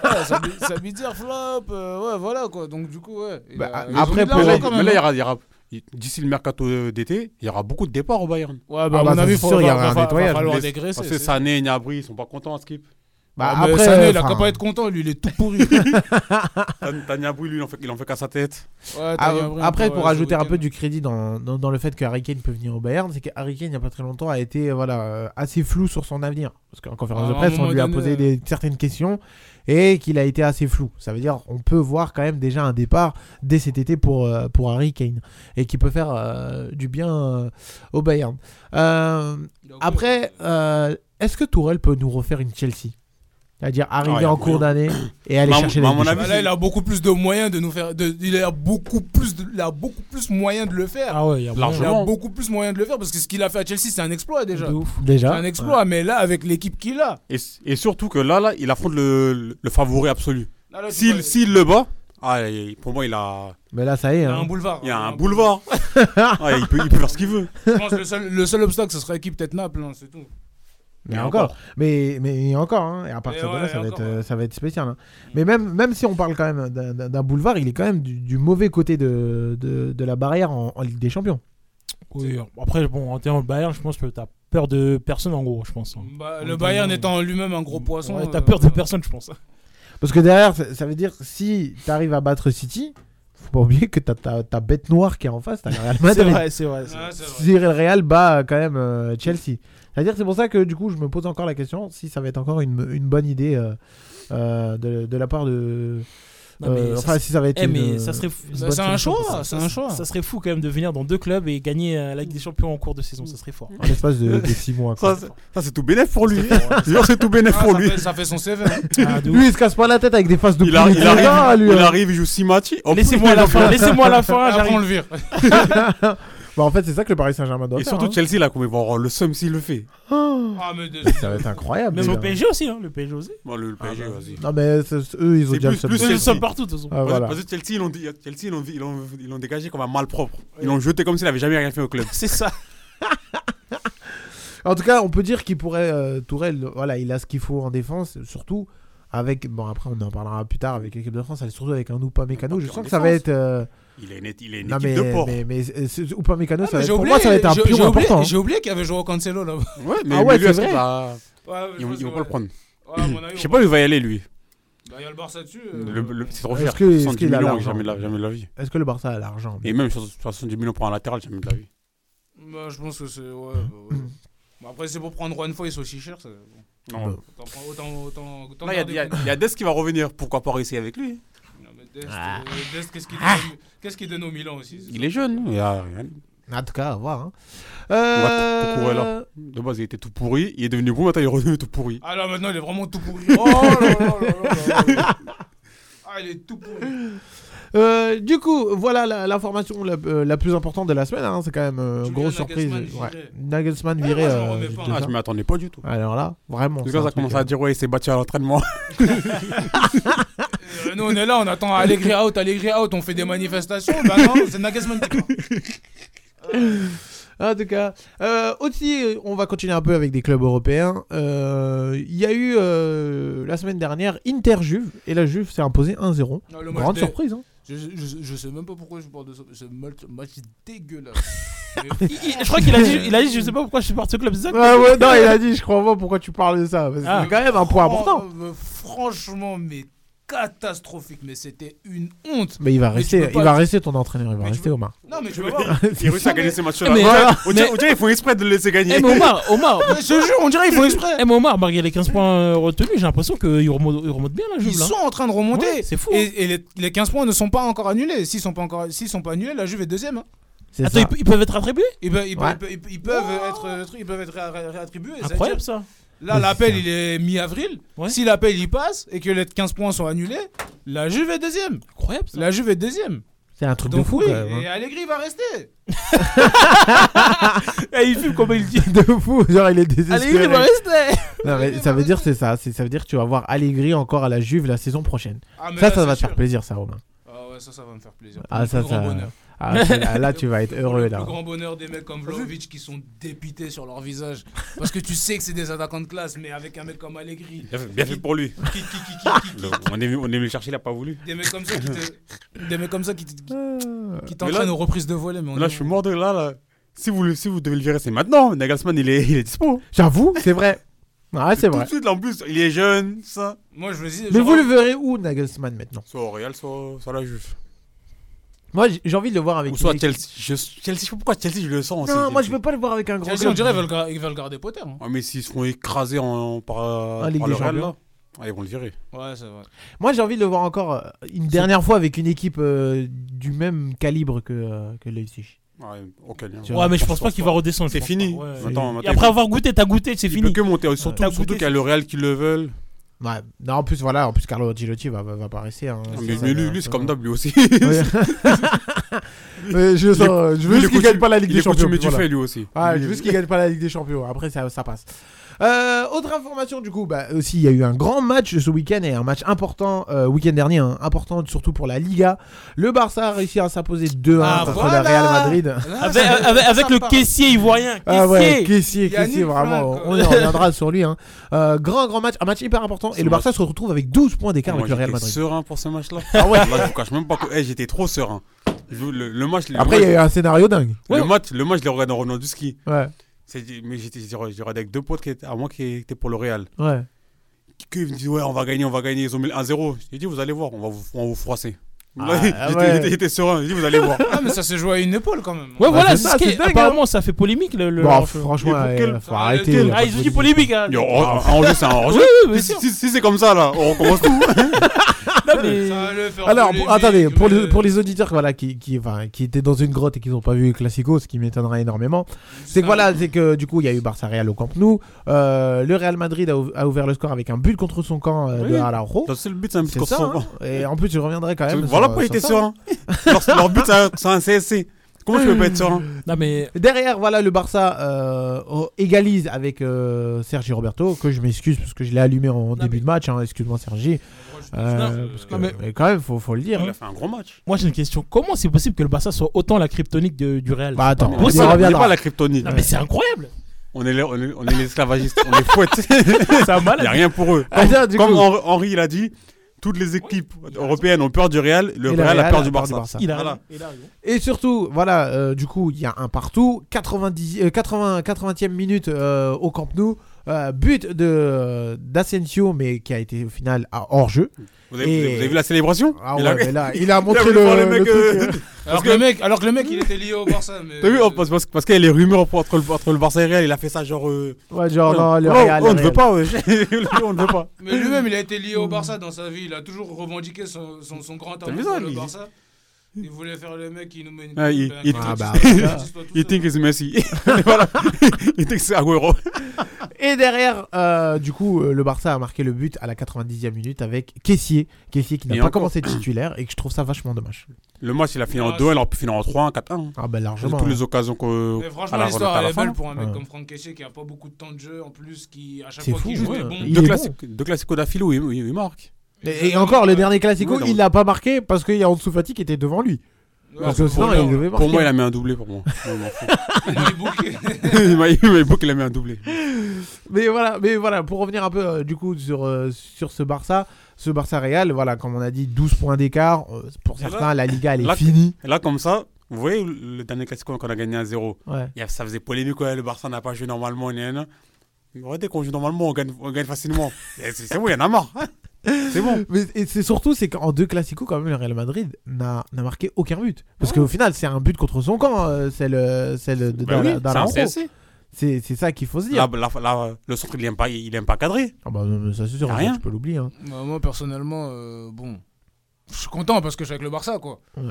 S5: Ouais, Sabi- Sabitzer flop, euh, ouais, voilà quoi. Donc du coup, ouais. il
S2: Bah,
S5: a-
S2: a-
S5: ils ont
S2: après,
S5: mis de
S4: Mais là,
S5: l'argent
S2: Ouais,
S4: il-
S5: quand
S4: mais
S5: même,
S4: là, il y
S5: hein.
S4: aura- il y aura- il- d'ici le mercato euh, d'été, il y aura beaucoup de départs au Bayern.
S5: Ouais, bah,
S2: Ah,
S5: à
S2: bah,
S5: mon avis,
S2: c'est
S5: faut-
S2: sûr, il y
S5: va-
S2: aura un
S5: va- va
S2: nettoyage,
S5: falloir
S4: Mais-
S5: dégraisser.
S4: Parce que
S5: c'est-
S4: Sané et Gnabry, ils sont pas contents à Skip.
S2: Bah,
S5: Ah, mais
S2: après,
S5: Sané, il a
S2: enfin,
S5: qu'à pas être content, lui, il est tout pourri. <laughs> ouais,
S4: T'as t'as Gnabry, lui, il en fait, il en fait qu'à sa tête.
S5: t'as
S2: Ah,
S5: bien pris un
S2: après,
S5: peu,
S2: pour
S5: ouais, ce
S2: ajouter un
S5: week-end.
S2: peu du crédit dans, dans, dans le fait que Harry Kane peut venir au Bayern, c'est que Harry Kane, il n'y a pas très longtemps, a été euh, voilà, euh, assez flou sur son avenir. Parce qu'en conférence
S5: À
S2: de
S5: un
S2: presse, on
S5: moment
S2: lui a
S5: donné,
S2: posé
S5: euh,
S2: des, certaines questions et qu'il a été assez flou. Ça veut dire on peut voir quand même déjà un départ dès cet été pour, euh, pour Harry Kane et qui peut faire euh, du bien euh, au Bayern. Euh,
S5: Donc,
S2: après, euh, est-ce que Tourelle peut nous refaire une Chelsea C'est-à-dire
S4: Ah, il y
S2: arriver
S4: a
S2: en cours
S4: moyen.
S2: d'année
S4: <coughs>
S2: et aller
S4: Mais à mon-
S2: chercher
S4: mais à
S2: la Ligue
S4: mon
S2: des
S5: euh, bah,
S4: avis,
S5: là, il a beaucoup plus de moyens de nous faire. de- il, a beaucoup plus de- il a beaucoup plus moyen de le faire.
S3: Ah ouais, il y a
S5: il
S4: Largement.
S5: a beaucoup plus moyen de le faire parce que ce qu'il a fait à Chelsea, c'est un exploit déjà.
S3: moyen de ouf.
S2: Champions.
S5: C'est
S2: Déjà.
S5: un exploit, mais là, avec l'équipe qu'il a.
S4: Et, et surtout que là, là, il affronte le, le- le favori absolu.
S5: là, là, tu vois,
S4: S'il s'il le bat, ah, il- pour moi, il a,
S2: Mais là, ça y est.
S5: Il y a
S2: hein.
S5: un boulevard.
S4: il a un
S5: <laughs>
S4: boulevard. Ah, il, peut, il peut faire ce qu'il veut.
S5: Je pense que le seul, le seul obstacle, ce serait l'équipe peut-être Naples, hein, c'est tout.
S2: Mais,
S4: Mais
S2: encore.
S4: encore.
S2: Mais, mais encore, hein. et à partir
S5: Mais
S2: de là,
S5: ouais,
S2: ça va, être,
S5: encore,
S2: euh,
S5: ouais.
S2: ça va être spécial. hein. Mais même, même si on parle quand même d'un- d'un d'un boulevard, il est quand même du, du mauvais côté de, de, de la barrière en, en Ligue des Champions.
S3: Oui, après, bon, en termes de Bayern, je pense que t'as peur de personne, en gros, je pense. hein.
S5: Bah,
S3: En
S5: le
S3: même
S5: Bayern
S3: temps,
S5: étant lui-même un gros poisson.
S3: Ouais,
S5: euh,
S3: t'as peur de personne, je pense.
S2: Parce que derrière, ça, ça veut dire si tu arrives à battre City, faut pas oublier que t'as ta, ta bête noire qui est en face, t'as le Real
S3: C'est
S2: Madrid.
S3: vrai, c'est vrai. c'est vrai.
S5: Ouais, Ah, c'est vrai.
S2: Si le Real bat quand même euh, Chelsea. C'est-à-dire que c'est pour ça que du coup, je me pose encore la question si ça va être encore une, une bonne idée euh, euh, de, de la part de.
S3: Non, mais
S2: euh,
S3: ça
S2: enfin, si ça va être.
S3: Eh, mais
S2: une- euh,
S3: ça serait fou.
S5: Ça,
S2: bonne
S5: C'est un
S2: solution pour
S5: choix, c'est un choix.
S3: Ça serait fou quand même de venir dans deux clubs et gagner euh, la Ligue des Champions en cours de saison, ça serait fort.
S2: En l'espace de, de 6 mois. quoi.
S4: Ça, c'est- ça, c'est tout bénéf pour lui. D'ailleurs, c'est tout bénéf
S5: Ah,
S4: pour
S5: ça
S4: lui.
S5: fait- Ça fait son CV. hein.
S3: Ah, de ouf.
S2: Lui, il se casse pas la tête avec des faces de
S4: Il, arri- il
S2: pourriture. Ah,
S4: arrive,
S2: lui,
S4: il
S2: hein.
S4: arrive, il joue 6 matchs. Oh,
S3: Laissez-moi la <laughs> fin, laissez-moi la fin,
S5: Après, on
S3: j'arrive.
S5: le vire.
S2: <laughs> Bah, en fait, c'est ça que le Paris Saint-Germain doit
S4: Et
S2: faire.
S4: surtout
S2: hein.
S4: Chelsea, là, comment ils vont avoir le seum s'il le fait.
S5: Ah, mais de-
S2: Ça va être incroyable.
S3: Même
S2: les
S3: le
S2: gars.
S3: PSG aussi, hein, le PSG aussi.
S4: Bon, le, le PSG, Ah, bah, vas-y.
S2: Non, mais c'est- c'est- eux, ils ont
S4: C'est
S2: déjà
S4: plus-
S2: le
S4: plus
S2: seum.
S3: Ils
S4: Chelsea.
S3: sont partout, de toute façon.
S2: Ah,
S4: Parce-
S2: voilà.
S4: Parce que Chelsea, ils l'ont dit- Chelsea, ils l'ont dit- ils l'ont- ils l'ont dégagé comme un malpropre. Ils l'ont jeté comme s'il n'avait jamais rien fait au club.
S3: C'est ça.
S2: En tout cas, on peut dire qu'il pourrait. euh, Tourelle, voilà, il a ce qu'il faut en défense. Surtout avec. Bon, après, on en parlera plus tard avec l'équipe de France. et Surtout avec un Upamecano.
S4: Pas
S2: Je
S4: que
S2: sens
S4: en
S2: que ça va
S4: défense.
S2: être. euh,
S4: Il est une, il est une
S2: Non,
S4: équipe
S2: mais,
S4: de porc.
S2: mais, mais euh, ce- ce Upamecano, ça va
S5: Ah, mais
S2: être-
S5: j'ai
S2: pour
S5: oublié-
S2: moi, ça va être un
S5: j'ai-
S2: pion
S5: j'ai oublié-
S2: important. hein.
S5: J'ai oublié qu'il y avait joué au Cancelo là.
S4: Ouais, mais,
S2: Ah ouais,
S4: mais lui,
S2: c'est
S4: à ce
S2: vrai.
S4: moment-là,
S5: Ouais,
S4: ils, vont- ils vont pas le prendre.
S5: Ouais, à mon avis,
S4: Je sais
S5: on-
S4: pas où il va y aller, lui.
S5: Bah, Il y a le Barça dessus. euh,
S4: Le, le, c'est trop
S2: Est-ce
S4: cher.
S2: que- est-ce
S4: 70
S2: qu'il a
S4: millions,
S2: l'argent
S4: jamais de la, jamais de la vie.
S2: Est-ce que le Barça a l'argent
S4: Et même sur- sur 70 millions pour un latéral, jamais de la vie.
S5: bah, Je pense que c'est. Ouais, bah, ouais. Bah, Après, c'est pour prendre Juanfo, ils sont aussi chers. ça- bon.
S4: Non.
S5: Autant prendre- Autant. Autant. autant
S4: Là, il y a- il y, a-
S5: garder-
S4: il y a Dest qui va revenir. Pourquoi pas réussir avec lui
S5: Non, mais Dest, euh, Dest, qu'est-ce qu'il donne- qu'est-ce qu'il donne au Milan aussi c'est-
S4: Ah. Il est jeune. Il y a rien.
S2: En tout cas, à voir. hein.
S4: va
S2: Euh,
S4: courir là. De base, il était tout pourri. Il est devenu bon. Maintenant, il est redevenu tout pourri.
S5: Ah là maintenant il est vraiment tout pourri. Oh là là là là là là. Ah il est tout pourri.
S2: Euh, du coup, voilà la- l'information la, euh, la plus importante de la semaine. hein. C'est quand même euh,
S5: Julian
S2: grosse surprise.
S5: Nagelsmann
S2: Ouais.
S5: viré.
S2: Nagelsmann
S5: Ah,
S2: viré.
S5: moi, je m'en
S2: euh,
S5: remets pas.
S2: de
S4: <laughs> Ah,
S2: ça.
S4: je m'y attendais pas du tout.
S2: Alors là, vraiment.
S4: Parce
S2: c'est
S4: que là,
S2: un
S4: ça
S2: truc,
S4: commence
S2: euh,
S4: à dire ouais, il s'est battu à l'entraînement.
S5: Euh, nous on est là, on attend Allegri out, Allegri out, on fait des manifestations. Bah non, c'est Nagelsmann qui part.
S2: En tout cas, euh, aussi, euh, on va continuer un peu avec des clubs européens. Euh, Il y a eu euh, la semaine dernière Inter-Juve et la Juve s'est imposée 1-0.
S5: Non, le match
S2: Grande
S5: dé-
S2: surprise.
S5: <laughs>
S2: hein.
S5: Je, je- je sais même pas pourquoi je parle de ça. Ce match, match dégueulasse. Mais-
S3: Il- il- Je crois qu'il a dit, il a dit, je sais pas pourquoi je supporte ce club, c'est ça
S2: Ouais, ouais, non, il a dit, je crois pas pourquoi tu parles de ça. parce que
S3: Ah.
S2: C'est quand même un point important.
S5: Oh, euh, franchement, mais catastrophique, mais c'était une honte.
S2: Mais il va
S5: Mais tu
S2: rester,
S5: peux pas-
S2: il va rester ton entraîneur, il va
S5: Mais tu
S2: rester Omar. <laughs>
S5: Non, mais tu
S4: Il
S5: peux
S3: <laughs>
S5: pas.
S4: <laughs> il réussit à gagner ce match-là.
S3: Mais-
S4: Voilà.
S5: mais-
S4: On dirait- on dirait qu'ils font exprès de le laisser gagner.
S3: Eh mais Omar, Omar, <laughs>
S5: Je te jure, on dirait qu'ils font exprès.
S3: eh, mais Omar, malgré les 15 points euh, retenus, j'ai l'impression qu'ils remontent, ils remontent bien la
S5: Ils
S3: Juve. là.
S5: sont en train de remonter.
S3: hein. Ouais, c'est fou, hein.
S5: Et, et les, les 15 points ne sont pas encore annulés. S'ils sont pas encore, s'ils sont pas annulés, la Juve est deuxième. hein.
S2: C'est
S3: Attends,
S2: ça.
S3: ils, pe- ils peuvent être attribués
S5: Ils, peuvent- ils peuvent-
S2: Ouais.
S5: ils peuvent- ils peuvent- ils peuvent être, euh, truc- ils peuvent être ré- ré- réattribués.
S3: Incroyable ça.
S5: Là,
S2: Ouais,
S5: l'appel,
S2: c'est
S5: il est mi-avril.
S3: Ouais.
S5: Si l'appel il passe et que les 15 points sont annulés, la Juve est deuxième.
S3: Incroyable
S5: <laughs>
S3: ça.
S5: La Juve est deuxième.
S2: C'est un truc de
S5: Donc
S2: fou
S5: oui,
S2: quand même.
S5: et
S2: hein.
S5: Allegri va rester.
S3: Eh, il fume comment il dit.
S2: <laughs> De fou, genre il est
S3: Allez,
S2: désespéré.
S3: il va rester.
S2: Non, mais ça veut dire c'est ça, c'est- ça veut dire que tu vas voir Allegri encore à la Juve la saison prochaine.
S5: Ah, mais
S2: ça,
S5: là,
S2: ça va te
S5: c'est
S2: faire
S5: sûr.
S2: plaisir, ça, Romain.
S5: Ah ouais, ça, ça va me faire plaisir.
S2: Ah,
S5: Le
S2: ça,
S5: grand
S2: ça.
S5: bonheur.
S2: Ah, ça,
S5: <laughs>
S2: là, là, tu vas être heureux
S5: le
S2: là.
S5: plus grand bonheur des mecs comme Vlahovic qui sont dépités sur leur visage. Parce que tu sais que c'est des attaquants de classe, mais avec un mec comme Allegri,
S4: Bien fait- Bien fait pour lui.
S5: qui- qui- qui- qui- qui- qui-
S4: Le- On est venu on est venu le chercher, il a pas voulu.
S5: des mecs comme ça qui te- des mecs comme ça qui te- qui-
S2: Euh,
S5: qui
S4: Mais
S5: t'entraînent
S4: là-
S5: aux reprises de volet. Mais on
S4: Là,
S5: est-
S4: je suis mort de là. là. Si vous, le- si vous devez le virer, c'est maintenant. Nagelsmann, il est, il est dispo.
S2: J'avoue, c'est vrai. Ah, c'est
S4: tout
S2: vrai.
S4: de suite, là, en plus, il est jeune, ça.
S5: Moi, je me dis.
S2: Mais
S5: je-
S2: vous le verrez où, Nagelsmann, maintenant
S4: Soit au Real, soit, soit à la Juve.
S2: Moi, j'ai- j'ai envie de le voir avec.
S4: Ou soit
S2: une équipe-
S4: Chelsea. Je, Chelsea, je sais pas pourquoi Chelsea, je le sens. hein,
S2: Non,
S4: aussi,
S2: moi, je
S4: Chelsea.
S2: veux pas le voir avec un grand
S5: Chelsea,
S2: club.
S5: on dirait qu'ils veulent gar- ils veulent garder Potter. hein.
S4: Ouais, mais s'ils se font écraser en, en- par, euh,
S2: En Ligue
S4: par
S2: des
S4: le Real,
S2: Champions.
S4: là, ah, ils vont le virer.
S5: Ouais, c'est vrai.
S2: Moi, j'ai envie de le voir encore euh, une dernière fois avec une équipe euh, du même calibre que, euh, que Leipzig.
S4: Ouais, ok, bien.
S2: Tu vois,
S3: Ouais, mais je pense pas qu'il va redescendre. je
S4: C'est
S3: pense
S4: fini.
S3: pas, ouais.
S4: Attends,
S3: Et
S4: attends,
S3: après
S4: il-
S3: avoir goûté, t'as goûté, c'est
S4: il
S3: fini.
S4: peut que monter. Surtout,
S3: T'as
S4: surtout
S3: goûté,
S4: qu'il y a le Real qui le veulent.
S2: Ouais. Non, en plus, voilà, en plus, Carlo Ancelotti va, va, va pas rester. hein.
S4: Ah,
S2: C'est
S4: mais
S2: ça,
S4: mais
S2: là,
S4: lui, lui, c'est
S2: ça.
S4: comme d'hab, lui aussi.
S2: Ouais.
S4: <laughs>
S2: Ouais, je, sens,
S4: Il est-
S2: euh, je veux
S4: <laughs> Il est
S2: juste qu'il
S4: coutume-
S2: gagne pas la Ligue
S4: il
S2: des
S4: est
S2: Champions.
S4: coutume du
S2: voilà.
S4: fait, lui aussi.
S2: Ah,
S4: Lui,
S2: je veux juste qu'il gagne pas la Ligue des Champions. Après, ça, ça passe. Euh, autre information du coup, bah, aussi il y a eu un grand match ce week-end et un match important euh, week-end dernier, hein, important surtout pour la Liga. Le Barça a réussi à s'imposer 2-1
S5: Ah,
S2: contre
S5: voilà
S2: le Real Madrid.
S5: Là,
S3: Avec,
S5: ça-
S3: avec, avec
S5: ça
S3: le
S5: part.
S3: caissier ivoirien.
S2: Ah ouais,
S3: Caissier.
S2: Kessié,
S5: Yannick
S2: Kessié, vraiment,
S5: Franck.
S2: on y reviendra sur lui. Hein. Euh, grand, grand match, un match hyper important. Et le Barça se retrouve avec 12 points d'écart
S4: Ah, Moi,
S2: avec le Real
S4: j'étais
S2: Madrid.
S4: serein pour ce match-là.
S2: Ah ouais.
S4: Là, je vous cache même pas que eh, j'étais trop serein. Je- Le, le match, le,
S2: Après, il y a
S4: match,
S2: eu un scénario dingue.
S4: le, match, le match, je l'ai regardé en revenant du ski.
S2: Ouais,
S4: C'est- Mais j'étais j'ai regardé avec deux potes qui étaient, à moi qui étaient pour le Real.
S2: ouais.
S4: Que ils me disent, ouais, on va gagner, on va gagner. Ils ont mis le 1-0. J'ai dit, vous allez voir, on va vous, on va vous froisser. Là,
S2: Ah,
S4: j'étais-
S2: ouais.
S4: j'étais- J'étais serein. J'ai dit, vous allez
S2: <laughs>
S4: voir.
S5: Ah, mais ça se joue à une épaule quand même.
S3: Ouais, voilà,
S2: c'est
S3: c'est
S2: ça,
S3: ce qui
S2: c'est
S3: est-
S2: dingue, hein.
S3: apparemment ça fait polémique le. le-
S2: Bon,
S3: le-
S2: franchement,
S4: mais pour
S2: euh,
S4: quel-
S2: faut arrêter. il y a
S3: Ah,
S2: pas
S3: ils
S2: de
S3: ont dit
S2: politique.
S3: polémique. hein.
S4: Il y a un un enjeu, c'est un enjeu.
S3: Oui, oui, bien
S4: Si,
S3: sûr.
S4: si- si oh, c'est comme ça, là, on recommence
S2: <laughs>
S4: tout.
S3: Non, mais-
S5: Ça va le faire
S2: Alors,
S5: polémique,
S2: pour- Ah,
S4: euh,
S2: attendez, pour
S5: mais-
S2: les, pour les auditeurs voilà, qui, qui, enfin, qui étaient dans une grotte et qui n'ont pas vu le Classico, ce qui m'étonnera énormément, c'est que voilà, c'est que du coup, il y a eu Barça-Real au Camp Nou. Euh, le Real Madrid a, ou- a ouvert le score avec un but contre son camp euh, de
S4: Oui.
S2: Araujo.
S4: Le seul but, c'est un but
S2: C'est
S4: qu'on
S2: ça.
S4: sent pas.
S2: hein. Et en plus, je reviendrai quand même. sur-
S4: Voilà pourquoi il
S2: sur
S4: était
S2: ça. hein.
S4: serein. <laughs> leur, leur but, c'est un- c'est un CSC. Comment je peux pas
S2: <laughs>
S4: être serein
S3: Non, mais.
S2: Derrière, voilà, le Barça euh, oh, égalise avec euh, Sergi Roberto, que je m'excuse parce que je l'ai allumé en début
S3: mais-
S2: de match. hein, Excuse-moi, Sergi. Euh, parce que-
S3: non, mais-
S2: mais quand même, faut, faut le dire.
S4: Il a fait un gros match.
S3: Moi j'ai une question. Comment c'est possible que le Barça soit autant la kryptonique de- du Real
S2: Bah, attends,
S4: Mais
S2: on
S4: on
S2: y
S4: n'est pas- on n'est
S2: reviendra.
S4: pas à la kryptonite.
S3: Non, mais c'est incroyable.
S4: On est les- on est on est les esclavagistes, on les fouette.
S2: <laughs>
S4: Il
S3: C'est un
S4: n'y a
S3: malade.
S4: rien pour eux.
S2: Ah, tiens, du
S4: Comme
S2: coup-
S4: Hen- Henri l'a dit, toutes les équipes européennes ont peur du Real, le
S2: Et le
S4: Real a peur du
S2: peur du
S4: Barça.
S2: Barça.
S3: Il a
S4: Voilà.
S3: raison, il a raison.
S2: Et surtout, voilà, euh, du coup, il y a un partout. 90, euh, 80, 80e minute euh, au Camp Nou. euh, but de d'Asensio, mais qui a été au final à hors-jeu.
S4: Vous avez,
S2: Et-
S4: vous avez vu la célébration
S2: Ah
S4: <laughs> Il
S2: ouais,
S4: a-
S2: mais là, il a montré
S4: voulu
S2: le,
S4: voir les
S2: le
S4: mecs,
S2: truc,
S4: euh,
S2: euh,
S5: Alors que, le mec, alors que le mec, il était lié au Barça. mais-
S4: <laughs> T'as vu oh, Parce, parce- parce qu'il y a les rumeurs entre, entre le, entre le Barça et le Real, il a fait ça genre. euh,
S2: ouais, genre,
S4: oh,
S2: non, le
S4: oh,
S2: Real, le
S4: on ne veut
S2: Real.
S4: pas, ouais. <laughs> Le- on ne veut pas.
S5: Mais lui-même, il a été lié au Barça dans sa vie. Il a toujours revendiqué son, son, son grand amour
S4: vu
S5: pour
S4: ça,
S5: le
S4: lui
S5: Barça. Il voulait faire le mec qui nous met une.
S4: Ah, il-
S5: un-
S4: il-
S5: un-
S2: Ah, bah,
S5: un-
S4: Il think it's Messi. <laughs> Voilà. Il think c'est Agüero.
S2: Et derrière, euh, du coup, euh, le Barça a marqué le but à la 90e minute avec Kessier. Kessier qui n'a
S4: Et
S2: pas
S4: encore-
S2: commencé de titulaire et que je trouve ça vachement dommage.
S4: Le match, il a fini en
S5: Ah,
S4: 2, il aurait pu finir en 3, en 4-1.
S2: Ah, ben
S4: J'ai
S2: largement.
S4: toutes
S2: hein.
S4: les occasions qu'on.
S5: Mais
S4: à
S5: franchement,
S4: la- à
S5: l'histoire,
S4: la
S5: elle est
S4: fin.
S5: belle pour un mec
S2: Ouais.
S5: comme Franck Kessie qui a pas beaucoup de temps de jeu en plus, qui à chaque
S2: C'est
S5: fois
S2: fou,
S5: qu'il joue
S2: ouais.
S5: est bon.
S2: Il
S4: Deux
S2: est
S4: classiques- deux classiques d'affilée où il- où il marque.
S2: Et, et encore, le dernier Classico,
S4: Ouais, non.
S2: il l'a pas marqué parce qu'il y a Ansu Fati qui était devant lui.
S5: Ouais,
S2: Parce que
S5: c'est
S2: sinon,
S5: bon,
S2: il devait marquer.
S4: Pour moi, il a mis un doublé pour moi. Moi, je m'en fous.
S5: <laughs>
S4: <laughs>
S5: il est bouqué.
S4: il m'a il m'a- il a mis un doublé.
S2: Mais voilà, mais voilà, pour revenir un peu euh, du coup sur, euh, sur ce Barça, ce Barça Real, voilà, comme on a dit, 12 points d'écart. Euh, pour
S4: Et là-
S2: certains, la Liga, elle est
S4: là-
S2: finie.
S4: Et là, comme ça, vous voyez le dernier classico qu'on a gagné à 0.
S2: Ouais.
S4: Il y a- Ça faisait polémique, ouais, le Barça n'a pas joué
S5: <laughs>
S4: normalement. gna, gna. Mais ouais, dès qu'on joue normalement, on gagne, on gagne facilement. Et C'est c'est bon, il y en a marre. hein. C'est bon.
S2: Mais et c'est surtout c'est qu'en deux classicos quand même le Real Madrid n'a n'a marqué aucun but parce qu'au final c'est un but contre son camp euh, celle celle de
S4: Bah
S2: dans
S4: oui,
S2: la- dans la
S4: c'est un Ah.
S2: rencontre.
S4: CSC.
S2: c'est c'est ça qu'il faut se dire.
S4: Là, là,
S5: hein.
S4: là, le centre, il aime pas, il aime pas cadrer.
S2: Ah bah non, mais ça c'est sûr
S4: Y a rien.
S2: tu peux l'oublier hein.
S5: Moi, Bah, moi, personnellement, euh, bon, je suis content parce que je suis avec le Barça, quoi.
S2: Ouais.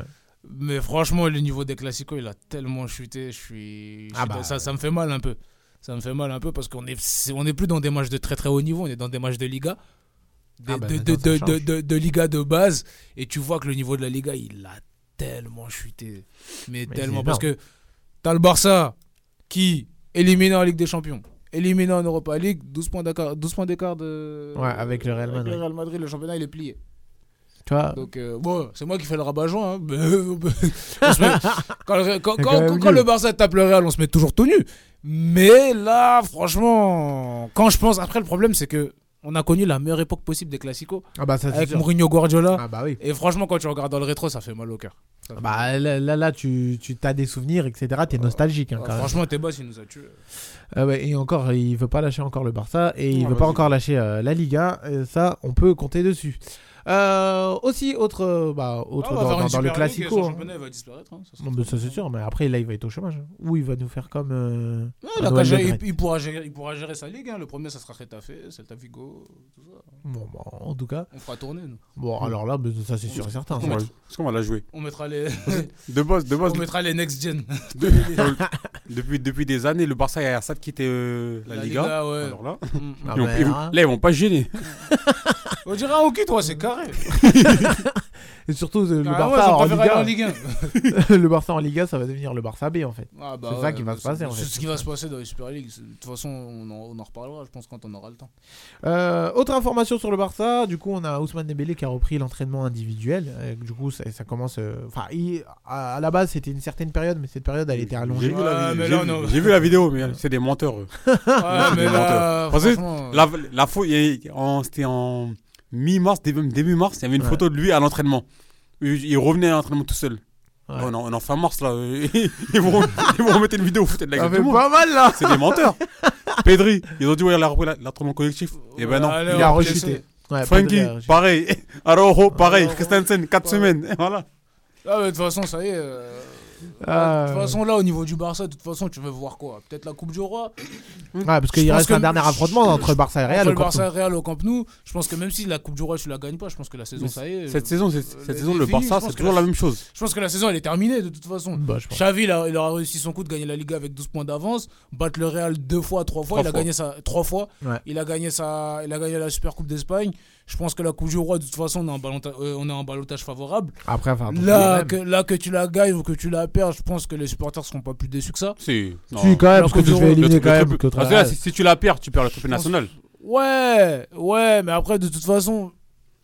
S5: Mais franchement, le niveau des Classicos, il a tellement chuté. Je suis, je
S2: Ah
S5: suis-
S2: bah.
S5: ça, ça me fait mal un peu. Ça me fait mal un peu parce qu'on est, c'est- on est plus dans des matchs de très très haut niveau. On est dans des matchs de Liga, de,
S2: Ah bah,
S5: de-
S2: maintenant,
S5: de-
S2: ça
S5: de-
S2: change.
S5: de- de- de Liga de base. Et tu vois que le niveau de la Liga, il a tellement chuté, mais,
S2: c'est
S5: tellement
S2: énorme.
S5: parce que t'as le Barça qui éliminé en Ligue des Champions, éliminé en Europa League, 12 points d'écart, 12 points d'écart de.
S2: Ouais, avec le Real Madrid.
S5: Le Real Madrid, le championnat, il est plié.
S2: Tu vois
S5: Donc, euh, bon, c'est moi qui fais le rabat-joie. hein. <laughs> On se met- quand, le- quand-
S2: C'est quand
S5: quand-
S2: même
S5: quand-
S2: mieux.
S5: quand le Barça tape le Real, on se met toujours tout nu. Mais là, franchement, quand je pense. Après, le problème, c'est que on a connu la meilleure époque possible des Classicos
S2: Ah bah ça c'est
S5: avec
S2: sûr.
S5: Mourinho Guardiola.
S2: Ah bah oui.
S5: Et franchement, quand tu regardes dans le rétro, ça fait mal au cœur. Ça fait mal.
S2: Bah là, là, là, tu, tu as des souvenirs, etc. T'es nostalgique, hein,
S5: Ah,
S2: quand même.
S5: franchement, tes boss, il nous a tués.
S2: Ah ouais, et encore, il veut pas lâcher encore le Barça et il
S4: Ah,
S2: veut pas
S4: vas-y.
S2: encore lâcher euh, la Liga. Et ça, on peut compter dessus. Euh, aussi, autre, euh, bah, autre
S5: Ah, on va
S2: dans, dans-
S5: faire une
S2: dans le
S5: Super League,
S2: classico.
S5: son
S2: hein.
S5: championnat, il va disparaître, hein, ça sera
S2: Non, mais ça
S5: très
S2: c'est
S5: bien.
S2: sûr, mais après là il va être au chômage. hein. Ou il va nous faire comme. euh,
S5: Non,
S2: à
S5: il a
S2: Noël
S5: qu'à gérer-
S2: Le
S5: il,
S2: Graët.
S5: il pourra gérer, il pourra gérer sa ligue. hein. Le premier, ça sera Retafe, Celta Vigo. tout ça.
S2: Bon, bah, en tout cas.
S5: On fera tourner. nous.
S2: Bon, alors là, mais ça c'est sûr et certain.
S5: On va-
S4: Est-ce qu'on va la jouer
S5: On
S2: <laughs>
S5: mettra les,
S4: De boss, de boss.
S5: on mettra les next gen.
S4: de- <laughs> depuis, depuis des années, le Barça et ça quitter euh, la, Liga.
S5: ouais.
S4: Alors là,
S5: Mm.
S2: Ah,
S4: ils vont-
S2: bah,
S4: ils vont-
S2: hein.
S4: là, ils vont pas se gêner.
S5: On dirait un hockey, toi, c'est carré.
S2: Et surtout, euh, le
S5: Ah ouais,
S2: Barça,
S5: ça
S2: en
S5: préfère aller en
S2: Liga,
S5: Ligue
S2: <laughs>
S5: 1.
S2: le Barça en Liga, ça va devenir le Barça B en fait.
S5: Ah bah
S2: C'est ça qui va se passer, en fait.
S5: C'est ce qui va se passer dans les Super League. C'est- De toute façon, on en, on en reparlera, je pense, quand on aura le temps.
S2: Euh, autre information sur le Barça, du coup on a Ousmane Dembélé qui a repris l'entraînement individuel. Euh, du coup ça, ça commence, euh, enfin il- à, à la base c'était une certaine période, mais cette période elle était
S4: J'ai
S2: allongée.
S4: vu,
S5: Ouais,
S4: la,
S5: mais
S4: vidéo,
S5: là,
S4: j'ai
S5: on
S4: vu-
S5: a-
S4: j'ai vu la vidéo, mais c'est des menteurs. eux.
S2: Ah,
S5: Ouais, mais
S4: mais
S5: là,
S4: Parce que
S5: franchement, euh,
S4: La, la faute, il y a- en- c'était en mi-mars, début, début mars, il y avait une
S2: Ouais.
S4: photo de lui à l'entraînement. Il il revenait à l'entraînement tout seul.
S2: Ouais.
S4: Oh, non, on est en fin mars là. <laughs> Ils vont, ils vont remettre une vidéo, vous foutez de la
S2: Ça
S4: gueule
S2: fait
S4: tout le monde.
S2: pas mal là
S4: C'est des menteurs. Pedri, ils ont dit ouais, il a repris la- l'entraînement collectif. Et ben non.
S5: Allez,
S2: Il a
S5: on va te
S2: rechuté.
S5: laisser.
S2: Ouais,
S4: Frankie,
S2: Pedri a rechuté.
S4: pareil. <laughs> Araujo, pareil.
S5: Araujo,
S4: Christensen, 4
S5: pareil.
S4: semaines. Et voilà.
S5: Ah, mais de toute façon, ça y est. euh,
S2: Ah,
S5: De toute façon, là, au niveau du Barça, de toute façon, tu veux voir quoi Peut-être la Coupe du Roi
S2: Ouais, parce qu'il
S5: Je pense
S2: reste
S5: que-
S2: un dernier affrontement entre Barça et
S5: Entre
S2: Real. au
S5: le
S2: Camp Nou.
S5: Barça Real au Camp Nou. Je pense que même si la Coupe du Roi, tu la gagnes pas, je pense que la saison,
S4: Mais
S5: ça y est.
S4: Cette
S5: euh,
S4: saison, c'est-
S5: le-
S4: cette saison,
S5: les
S4: le
S5: filles, je
S4: Barça,
S5: pense
S4: c'est
S5: que
S4: toujours
S5: la-
S4: la même chose.
S5: Je pense que la saison, elle est terminée, de toute façon.
S2: Bah, je pense.
S5: Xavi, il, a- il aura réussi son coup de gagner la Liga avec 12 points d'avance, battre le Real deux fois, trois fois,
S4: Trois
S5: il a
S4: fois.
S5: gagné ça trois fois.
S2: Ouais.
S5: Il a gagné ça, il a gagné la Super Coupe d'Espagne. Je pense que la Coupe du Roi, de toute façon, on a un ballota- euh, on a un balotage favorable.
S2: Après, enfin, attention,
S5: Là
S2: Ah, quand
S5: que,
S2: même.
S5: là que tu la gagnes ou que tu la perds, je pense que les supporters seront pas plus déçus que ça.
S4: Si, non.
S2: Si, quand même, parce que
S5: Coupe
S2: tu te
S5: du Roi,
S2: fais
S5: le
S2: éliminer
S4: Le
S2: quand même.
S4: triple-
S2: contre
S4: parce que là,
S2: Real.
S4: si, si tu la perds, tu perds le trophée national.
S5: Ouais, ouais, mais après de toute façon,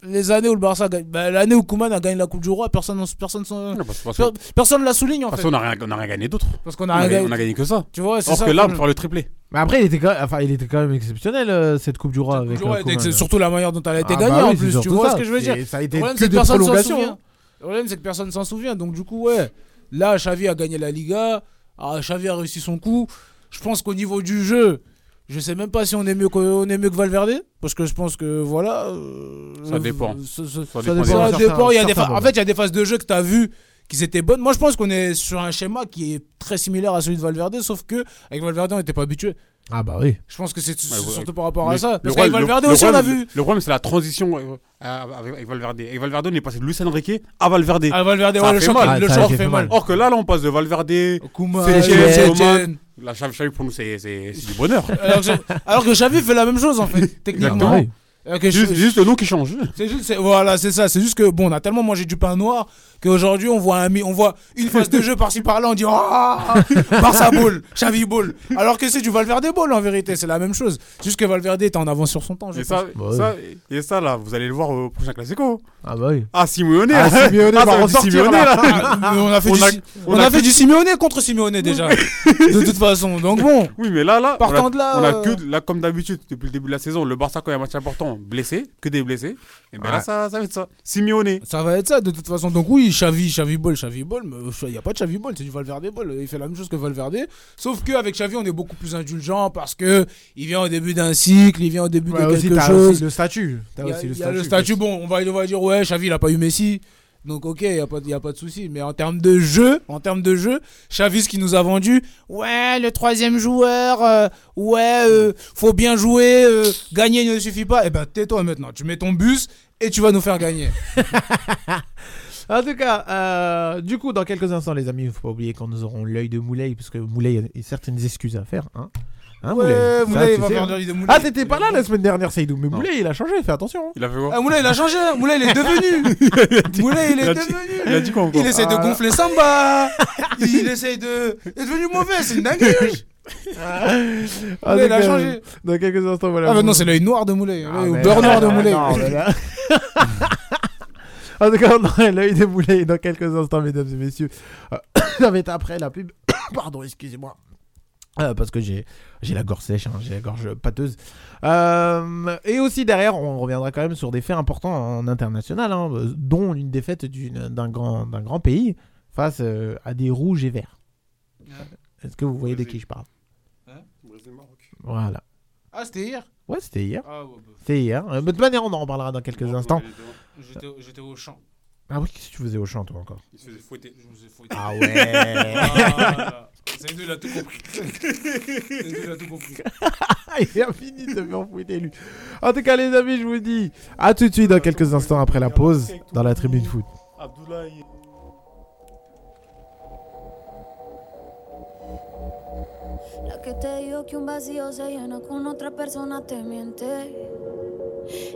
S5: les années où le Barça gagne, bah, l'année où Koeman a gagné la Coupe du Roi, personne n'en- personne
S4: Non,
S5: s'en-
S4: Parce parce que
S5: per- personne la souligne en
S4: parce
S5: fait.
S4: qu'on n'a rien on n'a rien gagné d'autre.
S5: Parce qu'on
S4: On
S5: a
S4: a
S5: rien
S4: gagné- on
S5: gagné.
S4: a gagné que ça.
S5: Tu vois, c'est
S4: Or
S5: ça.
S4: que là,
S5: le
S4: pour
S5: problème.
S4: faire le triplé.
S2: Mais après, il était quand même, enfin, il était quand même exceptionnel euh, cette Coupe du Roi avec.
S5: Ouais,
S2: euh,
S5: et c'est
S2: Coman.
S5: surtout la manière dont elle a été
S2: Ah,
S5: gagnée
S2: bah oui,
S5: en
S2: c'est
S5: plus, tu
S2: surtout
S5: vois
S2: ça.
S5: ce que je veux dire
S2: Et Ça a
S5: Le
S2: été
S5: problème,
S2: que
S5: c'est que
S2: des
S5: personne s'en souvient.
S2: prolongations. hein.
S5: Le problème, c'est que personne s'en souvient. Donc, du coup, ouais, là, Xavi a gagné la Liga. Ah, Xavi a réussi son coup. Je pense qu'au niveau du jeu, je sais même pas si on est mieux que, on est mieux que Valverde. Parce que je pense que, voilà. euh,
S4: Ça dépend.
S5: ce- ce-
S4: Ça
S2: Ça
S4: dépend des-
S5: ça
S2: certains-
S5: dépend. Il y a des
S2: certains
S5: phases- en
S2: moments.
S5: fait, il y a des phases de jeu que tu as vues qui étaient bonnes. Moi, je pense qu'on est sur un schéma qui est très similaire à celui de Valverde. Sauf que, avec Valverde, on n'était pas habitué.
S2: Ah bah oui.
S5: Je pense que c'est c'est
S4: Ouais, ouais.
S5: surtout par rapport à
S4: Mais
S5: ça.
S4: le
S5: Parce qu'avec
S4: problème- le-
S5: Valverde
S4: le
S5: aussi, on a
S4: problème,
S5: vu.
S4: Le problème, c'est la transition euh, euh, avec, avec Valverde. Avec Valverde, on est passé de Lucien Enrique à Valverde.
S5: Ah, Valverde,
S4: Ça
S5: ouais,
S4: a
S5: le
S4: fait
S5: choc,
S4: mal.
S5: le
S2: Ça a
S5: choc
S2: fait
S5: fait
S2: mal.
S5: mal.
S4: Or que là, là, on passe de Valverde.
S5: Kouma,
S4: C'est
S5: Etienne,
S4: Etienne,
S5: Etienne.
S4: Coman. La Xavi, Xavi, pour nous, c'est c'est- c'est du
S5: <laughs>
S4: bonheur.
S5: Alors que, alors que Xavi fait la même chose
S4: <laughs>
S5: en fait,
S4: Exactement.
S5: techniquement. Alors que
S4: C'est juste,
S5: je- Ah,
S4: c'est juste le nom qui change.
S5: c'est juste- c'est- voilà, c'est ça. C'est juste que bon, on a tellement mangé du pain noir qu'aujourd'hui on voit un, mi- on voit une phase de jeu par-ci par-là, on dit ah, <laughs> Barça ball, Xavi ball. Alors que c'est du Valverde ball en vérité, c'est la même chose. C'est Juste que Valverde est en avance sur son temps. Je
S4: Et
S5: pense.
S4: ça,
S2: Bah ouais.
S4: ça- et ça, là, vous allez le voir au prochain Classico.
S2: Ah bah oui.
S4: Ah, Simeone.
S2: Ah,
S4: là.
S2: Simeone
S4: <laughs> Ah,
S5: bah,
S2: va
S4: ça du
S2: ressortir,
S4: Simeone,
S2: là.
S4: là.
S5: Ah, mais on a fait
S4: On
S5: du,
S4: a-
S5: Si-
S4: on
S5: on
S4: a
S5: a fait du Simeone contre Simeone déjà. de toute façon, donc bon.
S4: Oui, mais là, là, on a,
S5: Partant de là,
S4: on a
S5: euh,
S4: que, de- là, comme d'habitude, depuis le début de la saison, le Barça, quand il y a un match important, vraiment blessés, que des blessés, et bien
S2: Ouais.
S4: là, ça, ça va être ça. Simeone.
S5: Ça va être ça de toute façon. Donc oui, Xavi, Xavi Ball, Xavi Ball, mais il n'y a pas de Xavi Ball, c'est du Valverde Ball. Il fait la même chose que Valverde, sauf qu'avec Xavi, on est beaucoup plus indulgent parce que il vient au début d'un cycle, il vient au début
S2: Ouais,
S5: de
S2: aussi,
S5: quelque
S2: t'as
S5: chose.
S2: aussi le statut. T'as
S5: Il y a,
S2: aussi le
S5: il y a
S2: statut.
S5: le statut, bon, on va, on va dire, ouais, Xavi, il a pas eu Messi. Donc, ok, il n'y a, pas de- y a pas de souci. Mais en termes de jeu, en termes de jeu, Xavi, ce qu'il nous a vendu, ouais, le troisième joueur, euh, ouais, euh, faut bien jouer, euh, gagner ne suffit pas. Eh ben, tais-toi maintenant. Tu mets ton bus et tu vas nous faire gagner.
S2: En tout cas, euh, du coup, dans quelques instants, les amis, il ne faut pas oublier quand nous aurons l'œil de Moulay, parce que Moulay a certaines excuses à faire. Hein, Hein, Moulay
S5: ouais,
S2: Ça,
S5: Moulay,
S2: tu
S5: il va
S2: sais,
S5: faire
S2: hein.
S5: de- de Moulay.
S2: Ah, t'étais pas là la semaine dernière, Seydou, mais
S4: Non.
S2: Moulay, il a changé, fais attention. hein.
S4: Il a fait quoi
S5: Ah, Moulay, il a changé. hein. Moulay, il
S2: <laughs>
S5: est devenu. Moulay, il
S4: il
S5: est
S4: a dit- Il
S5: devenu.
S4: a dit quoi encore
S5: Il
S2: ah.
S5: essaie de gonfler Samba. Il essaie de. Il est devenu mauvais, c'est une dinguerie.
S2: Ah,
S5: Moulay, il a
S2: donc, euh,
S5: changé.
S2: Dans quelques instants, voilà.
S5: Ah,
S2: Moulay.
S5: maintenant, c'est l'œil noir de Moulay.
S2: Ah,
S5: l'œil au
S2: mais-
S5: beurre noir de
S2: ah,
S5: Moulay.
S2: non, mais là- <laughs> en tout cas, on aura l'œil de Moulay dans quelques instants, mesdames et messieurs. <coughs> Euh, ça va être après la pub. <coughs> Pardon, excusez-moi. Euh, parce que j'ai j'ai la gorge sèche, hein, j'ai la gorge pâteuse. Euh, et aussi derrière, on reviendra quand même sur des faits importants en international, hein, euh, dont une défaite d'une- d'un grand, d'un grand pays face euh, à des rouges et verts. Est-ce que vous voyez de qui je parle Voilà.
S5: Ah, c'était hier
S2: Ouais, c'était hier.
S5: Ah, ouais,
S2: C'était hier. Euh, mais de toute manière, on en reparlera dans quelques instants.
S5: j'étais au champ.
S2: Ah oui, qu'est-ce que tu faisais au champ, toi, encore
S4: Il se faisait fouetter.
S5: Je me suis fouetté.
S2: Ah
S5: <laughs>
S2: ouais
S5: C'est il a tout
S4: <laughs>
S5: compris. C'est il a tout compris.
S2: <laughs> Il a fini de me fouetter, lui. En tout cas, les amis, je vous dis à tout de
S5: Ah,
S2: suite dans quelques instants après la pause dans la tribune foot.
S4: Abdoulaye.
S6: La que te digo que un vacío se llena con otra persona te miente.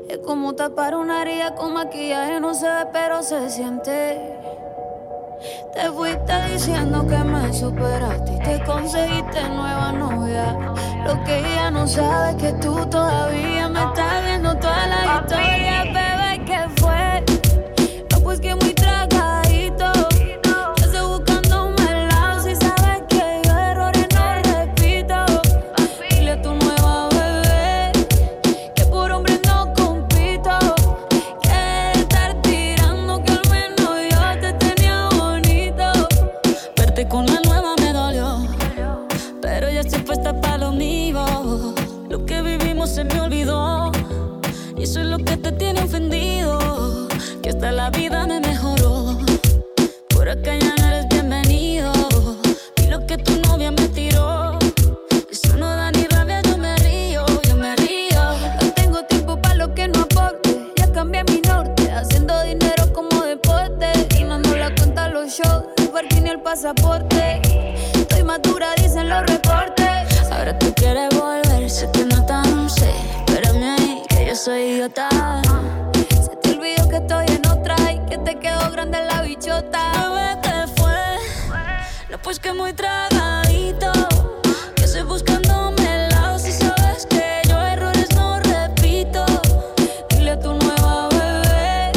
S6: Es como tapar una herida con maquillaje, no se ve, pero se siente. Te fuiste diciendo que me superaste y te conseguiste nueva novia. Lo que ella no sabe es que tú todavía me estás viendo toda la historia, bebé, que fue. No, pues que muy tragadito. Yo estoy buscándome el lado. Si sabes que yo errores no repito. Dile a tu nueva bebé que por hombre no compito. Que estar tirando que al menos yo te tenía bonito. Verte con la nueva me dolió. Pero ya estoy puesta para lo mío. Lo que vivimos se me olvidó. Y eso es lo que te tiene ofendido. Que hasta la vida me mejoró. Por acá ya no eres bienvenido. Y lo que tu novia me tiró. Eso no da ni rabia, yo me río, yo me río. No tengo tiempo para lo que no aporte. Ya cambié mi norte, haciendo dinero como deporte. Y no nos la cuenta a los shows, el parking y el pasaporte. Estoy madura, dicen los reportes. Ahora tú quieres volver, sé que no tan sé. Espérame ahí, que yo soy idiota. Se te olvidó que estoy en otra y que te quedó grande la bichota. Bebé, te fue. No, pues que muy tragadito. Yo estoy buscándome el lado. Si sabes que yo errores no repito. Dile a tu nueva bebé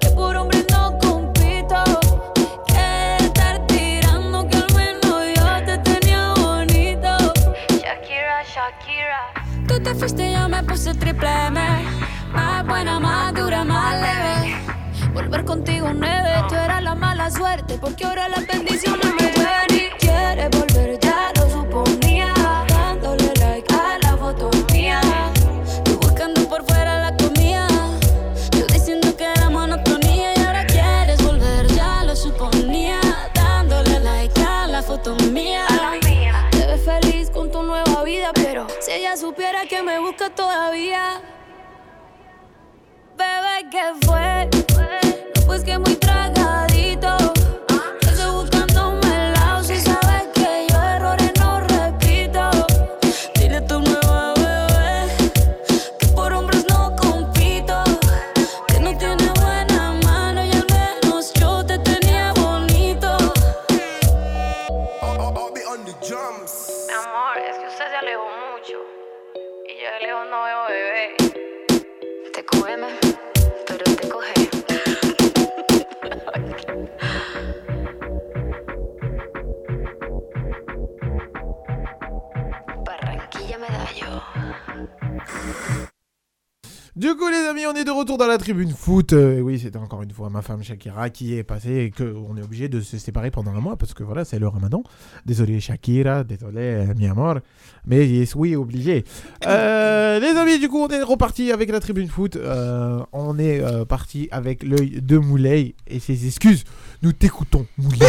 S6: que por hombre no compito. Que estar tirando que al menos yo te tenía bonito. Shakira, Shakira. Tú te fuiste, yo me puse triple M. Más buena, más dura, más leve. Volver contigo nueve, tú eras la mala suerte Porque ahora las bendiciones me llueven Y quieres volver, ya lo suponía Dándole like a la foto mía Tú buscando por fuera la comida Yo diciendo que era monotonía Y ahora quieres volver, ya lo suponía Dándole like a la foto mía Te ves feliz con tu nueva vida Pero si ella supiera que me busca todavía Bebé, que fue? No, pues que muy tragadito. Yo estoy buscándome el lado. Si sabes que yo errores no repito. Dile a tu nueva bebé que por hombres no compito. Que no tiene buena mano y al menos yo te tenía bonito.
S7: Mi amor, es que usted se alejó mucho. Y yo de lejos no veo bebé. Te cogeme, pero te coge.
S2: Du coup, les amis, on est de retour dans la tribune foot. Euh, oui, c'était encore une fois ma femme Shakira qui est passée et qu'on est obligé de se séparer pendant un mois parce que voilà, c'est le ramadan. Désolé Shakira, désolé euh, mi amor, mais yes, oui, obligé. Euh,
S4: <laughs>
S2: les amis, du coup, on est reparti avec la tribune foot. Euh, on est euh, parti avec l'œil de Moulay et ses excuses. Nous t'écoutons, Moulay.
S4: <laughs>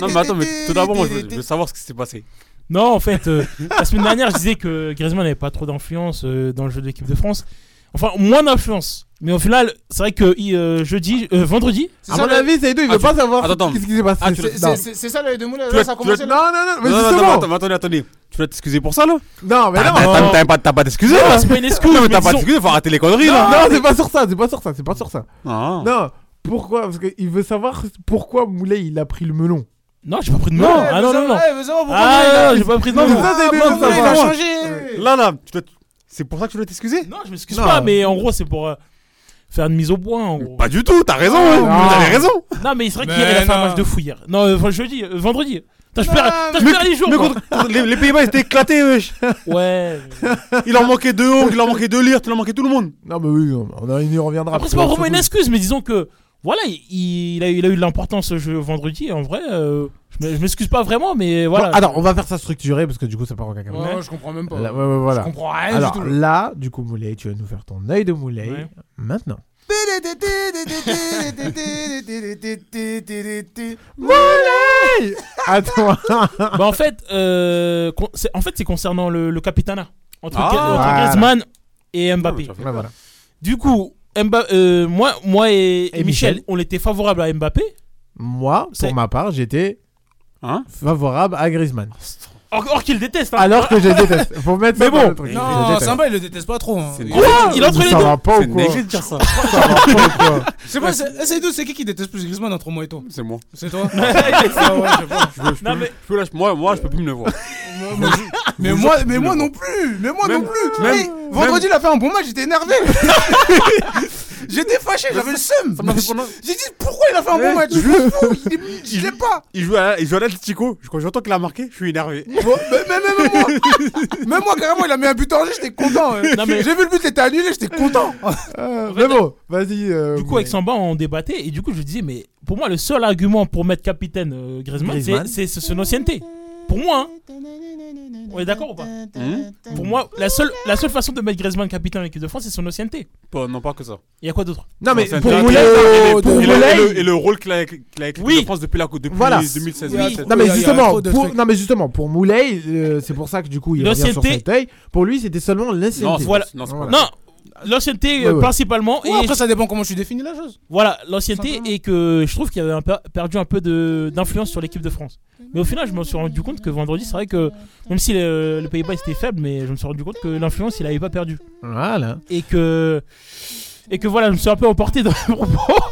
S4: Non, mais attends, mais tout d'abord, moi, je veux- je veux savoir ce qui s'est passé.
S3: Non, en fait, euh, la semaine dernière, je disais que Griezmann n'avait pas trop d'influence euh, dans le jeu de l'équipe de France. Enfin, moins d'influence. Mais au final, c'est vrai que il- euh, jeudi, euh, vendredi,
S2: À mon avis, c'est tout, il veut pas savoir
S4: Ah, attends, attends.
S2: qu'est-ce qui s'est passé.
S4: Ah, tu-
S2: C'est-
S4: tu-
S2: non.
S4: Non.
S8: C'est c'est ça l'œil de moule,
S4: Tu vas-
S8: là, ça a
S4: tu vas-
S8: commencé là
S2: non, non, non, mais
S4: Non, non,
S2: justement.
S4: attends, mais attendez, attendez. Tu vas t'excuser pour ça là
S2: Non, mais non.
S4: T'as- t'as- T'as pas, t'as pas d'excuser là
S3: c'est pas une excuse.
S4: Ah Non, mais
S3: mais
S4: t'as pas
S3: disons-
S4: d'excuser, faut arrêter les conneries
S2: Non,
S4: là
S2: non, c'est pas sur ça, c'est pas sur ça, c'est pas sur ça.
S4: Non
S2: Non, pourquoi Parce qu'il veut savoir pourquoi Moulay il a pris le melon.
S3: Non, j'ai pas pris de non. Ah non, non, non. Ah non, j'ai pas pris de
S2: Non, mais
S3: non.
S2: ça, c'est des gens, ça,
S4: Moulay, il
S2: vraiment.
S4: Là, là, tu dois- c'est pour ça que tu dois t'excuser
S3: Non, je m'excuse
S2: Non.
S3: pas, mais en gros, c'est pour euh, faire une mise au point. En gros.
S4: Pas du tout, t'as raison, hein,
S2: Non.
S4: vous avez raison
S3: Non, mais c'est vrai
S5: Mais
S3: qu'il a fait un
S5: non.
S3: match de fou hier. Non, euh, enfin, jeudi, euh, vendredi. Putain, je perds putain, je perds les jours.
S4: Mais
S3: quoi.
S4: contre- les, les Pays-Bas ils étaient éclatés, wesh
S3: Ouais.
S4: Il leur manquait deux Hong, il leur manquait deux Lire, il leur manquait tout le monde
S2: Non, mais oui, on- on y reviendra.
S3: Après, c'est pas vraiment une
S2: Surtout-
S3: excuse, mais disons que voilà, il, il a, il a eu de l'importance ce jeu vendredi. Et en vrai, euh, je m'- je m'excuse pas vraiment, mais
S2: Bon,
S3: voilà.
S2: Attends, on va faire ça structuré parce que du coup, ça part en cacahuète.
S8: Ouais, je comprends même pas.
S2: Là, ouais, ouais, voilà.
S8: Je comprends
S5: Ah,
S8: rien du
S4: <laughs>
S2: Alors
S8: tout.
S2: là, du coup, Moulay, tu vas nous faire ton œil de Moulay
S3: Ouais.
S2: maintenant. Moulay À toi
S3: bah, en fait, euh, con- c'est, en fait, c'est concernant le, le capitana entre,
S4: Ah,
S3: Gri- entre
S2: voilà. Ah,
S3: Griezmann et Mbappé.
S4: Ouais,
S2: Ouais, voilà.
S3: du coup, Mba- euh, moi, moi et,
S2: Et
S3: et Michel,
S2: Michel.
S3: on était favorable à Mbappé.
S2: Moi, pour
S3: C'est-
S2: ma part, j'étais
S4: Hein
S2: favorable à Griezmann.
S3: Or, or qu'il déteste. hein.
S2: Alors que je déteste. Faut mettre ça
S3: Mais
S2: dans
S3: bon.
S2: le truc. Je
S5: Non,
S2: déteste.
S5: Samba, il le déteste pas trop. hein.
S4: C'est
S5: Il-
S4: négligé.
S3: il est entre les
S2: Ça
S3: deux.
S2: va pas ou
S4: C'est
S2: quoi
S4: négligé de dire ça
S2: Ça va pas ou quoi
S5: Je sais pas, c'est c'est nous, c'est qui qui déteste plus Griezmann entre moi et toi
S4: C'est moi. <laughs>
S5: C'est toi Ah ouais, je sais pas.
S4: Je peux- je
S3: Non,
S4: peux-
S3: mais-
S4: je peux lâcher- Moi, moi, je peux plus me le voir.
S5: Moi, moi, je- Mais moi, mais moi non plus, mais moi
S4: Même-
S5: non plus.
S4: même-
S5: Hey, vendredi, il a fait un bon match,
S4: <laughs>
S5: j'étais énervé. <laughs> j'étais fâché, j'avais le seum.
S4: Ça m'a fait pendant-
S5: <laughs> J'ai dit pourquoi il a fait un bon match Je m'en fous,
S4: <laughs>
S5: il est- Je l'aime pas.
S4: Il joue à il joue à l'Atlético, quand j'entends qu'il a marqué, je suis énervé.
S5: Bon, mais- mais- mais- mais
S4: <laughs>
S5: moi, même moi carrément, il a mis un but en jeu, j'étais content. hein.
S3: Non, mais-
S5: J'ai vu le but, était annulé, j'étais content.
S2: Euh, Mais bon, vas-y. euh,
S3: Du coup,
S2: Moulay.
S3: avec Samba, on débattait et du coup, je disais, mais pour moi, le seul argument pour mettre capitaine euh, Griezmann, c'est-
S2: Griezmann.
S3: c'est c'est son ancienneté. Pour moi, hein. on est d'accord ou pas
S4: Hein?
S3: Pour moi, la seule, la seule façon de mettre Griezmann capitaine en équipe de France, c'est son ancienneté.
S4: Pas- Non, pas que ça.
S3: Il y a quoi d'autre
S2: Non, mais
S4: Non, c'est
S2: pour
S4: intéressant.
S2: Moulay.
S4: Et les-
S2: pour
S4: et le- et le-
S2: Moulay-
S4: Et le rôle qu'il a qu'il a avec
S3: Oui.
S4: l'équipe de France depuis la Coupe depuis
S2: Voilà.
S4: 2016.
S5: Oui.
S4: 2017.
S2: Non mais,
S5: Il y a- il y a
S2: justement,
S5: trop de
S2: pour,
S5: trucs.
S2: non mais justement, pour Moulay, euh, c'est pour ça que du coup il revient sur
S3: L'ancienneté.
S2: cet œil. Pour lui, c'était seulement l'ancienneté.
S4: Non, c'est-
S3: Voilà.
S4: non, c'est pas-
S2: Voilà.
S3: Non L'ancienneté,
S2: Ouais,
S3: euh,
S2: ouais.
S3: principalement.
S5: Ouais,
S3: et
S5: après, ça dépend comment tu définis la chose.
S3: voilà, l'ancienneté
S5: Simplement.
S3: et que je trouve qu'il avait un peu- perdu un peu de- d'influence sur l'équipe de France. Mais au final, je me suis rendu compte que vendredi, c'est vrai que même si le, le Pays-Bas était faible, mais je me suis rendu compte que l'influence, il avait pas perdu.
S2: Voilà.
S3: et que et que voilà je me suis un peu emporté dans le <laughs> propos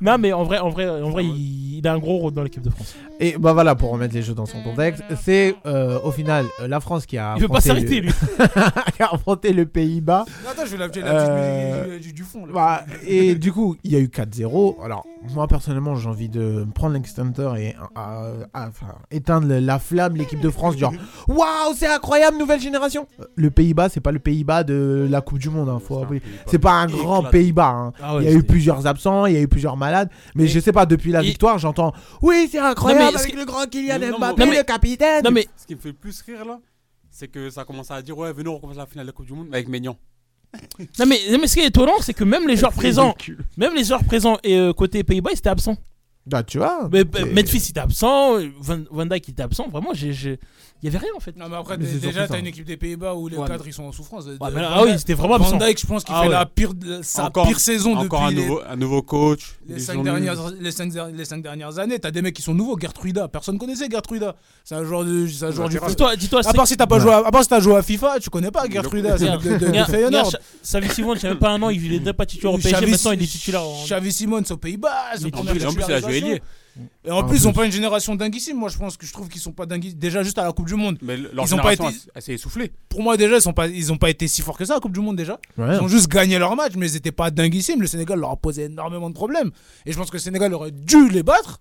S3: non mais en vrai en vrai en vrai il, il a un gros rôle dans l'équipe de France
S2: Et bah voilà, pour remettre les jeux dans son contexte, c'est euh, au final euh, la France qui a
S3: il veut pas
S2: affronté le-
S3: s'arrêter lui
S2: <laughs> qui a affronté le Pays-Bas.
S5: Attends, je vais la petite
S2: Euh,
S5: musique du- du fond. là.
S2: Bah, et du coup, il y a eu 4-0. Alors, moi personnellement, j'ai envie de prendre l'extincteur et euh, euh, enfin, éteindre la flamme l'équipe de France. Genre, waouh, c'est incroyable, nouvelle génération. Euh, Le Pays-Bas, c'est pas le Pays-Bas de la Coupe du Monde. hein, faut avouer. C'est pas un grand
S4: Éclaté.
S2: Pays-Bas. hein.
S3: Ah
S2: Il
S3: ouais,
S2: y a eu
S3: c'était-
S2: plusieurs absents, il y a eu plusieurs malades, mais
S3: Et-
S2: je sais pas, depuis la
S3: et-
S2: victoire, j'entends Oui, c'est
S3: Non,
S2: incroyable
S3: mais ce
S2: avec
S3: qui-
S2: le grand Kylian
S4: Non, mais-
S2: Mbappé,
S4: non,
S3: mais-
S2: le capitaine
S3: non mais
S4: Ce qui me fait le plus rire là, c'est que ça commence à dire ouais, venez on recommence la finale de la Coupe du Monde avec Maignan.
S3: non mais, non, mais ce qui est étonnant c'est que même les joueurs présents même les joueurs présents et euh, côté Pays-Bas ils étaient absents
S2: Bah, tu vois
S3: mais,
S2: c'est-
S3: mais Memphis était absent Van, Van Dijk était absent vraiment j'ai j'ai- il y avait rien en fait
S5: Non, mais après,
S2: Mais c'est
S5: t'es- déjà,
S2: surtout ça.
S5: t'as une équipe des Pays-Bas où les
S3: Ouais,
S5: cadres ils sont en souffrance. Euh,
S3: Ouais, mais là- ah oui c'était vraiment
S5: Van
S3: absent
S5: Dijk, je pense qu'il
S3: Ah
S5: fait
S3: ouais.
S5: la pire, sa
S4: Encore-
S5: pire saison
S4: Encore un
S5: depuis les-
S4: nouveau, un nouveau coach.
S5: les,
S4: des gens
S5: cinq
S4: nuls.
S5: dernières, les, cinq, dernières- les cinq dernières années. T'as des mecs qui sont nouveaux. Gertruida, personne connaissait Gertruida. C'est un joueur, de, c'est un joueur du foot.
S3: dis-toi dis-toi
S5: À
S3: c'est-
S5: part si t'as pas
S2: Ouais.
S5: joué, à, à part si t'as joué à FIFA, tu connais pas Gertruida. C'est le
S3: Regarde,
S5: mec de, de, de
S3: regarde,
S5: Feyenoord.
S3: regarde, Xavi Simon, il y a même pas un an, il n'était pas titulaire au PSG,
S5: Xavi-
S3: maintenant il est titulaire. en-
S5: Xavi Simons aux Pays-Bas.
S3: Il est
S5: son
S4: En
S5: premier
S4: plus, en plus, il a joué ailier.
S5: Et en
S2: En
S5: plus, ils ont
S2: plus.
S5: pas une génération dinguissime. Moi, je pense que je trouve qu'ils sont pas dinguisses. Déjà, juste à la Coupe du Monde.
S4: Mais le- leur
S5: Ils ont pas
S4: génération,
S5: été-
S4: elle s'est essoufflée.
S5: Pour moi, déjà, ils sont pas, ils ont pas été si forts que ça à la Coupe du Monde déjà.
S2: Ouais.
S5: Ils ont juste gagné leur match, mais ils n'étaient pas dinguissimes. Le Sénégal leur a posé énormément de problèmes. Et je pense que le Sénégal aurait dû les battre.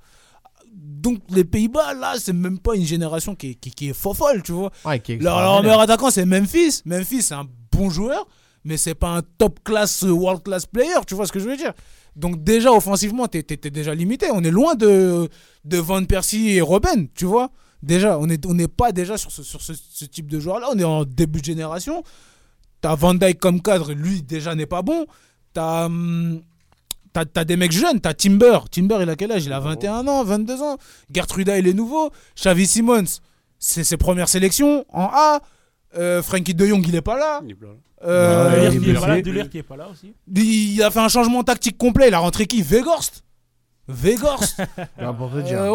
S5: Donc les Pays-Bas, là, c'est même pas une génération qui est, qui, qui est fofolle, tu vois.
S2: Ouais, qui est
S5: Leur, leur meilleur attaquant, c'est Memphis. Memphis, c'est un bon joueur. mais c'est pas un top class, euh, world class player, tu vois ce que je veux dire. Donc déjà, offensivement, t'es t'es- t'es déjà limité. On est loin de, de Van Persie et Robben, tu vois. Déjà, on n'est on n'est pas déjà sur ce, sur ce, ce type de joueur-là. On est en début de génération. T'as Van Dyke comme cadre, lui déjà n'est pas bon. T'as hum, t'as- t'as des mecs jeunes, t'as Timber. Timber, il a quel âge Il a 21 ans, 22 ans. Gertruda, il est nouveau. Xavi Simons, c'est ses premières sélections en A. Euh, Frankie De Jong, il est pas
S3: Ah.
S5: là.
S4: Il est pas là.
S5: Euh,
S2: Ouais,
S3: Delire qui est pas là,
S2: blessé.
S3: Delire qui est pas là aussi.
S5: il a fait un changement tactique complet. Il a rentré qui Vegorst Vegorst Euh,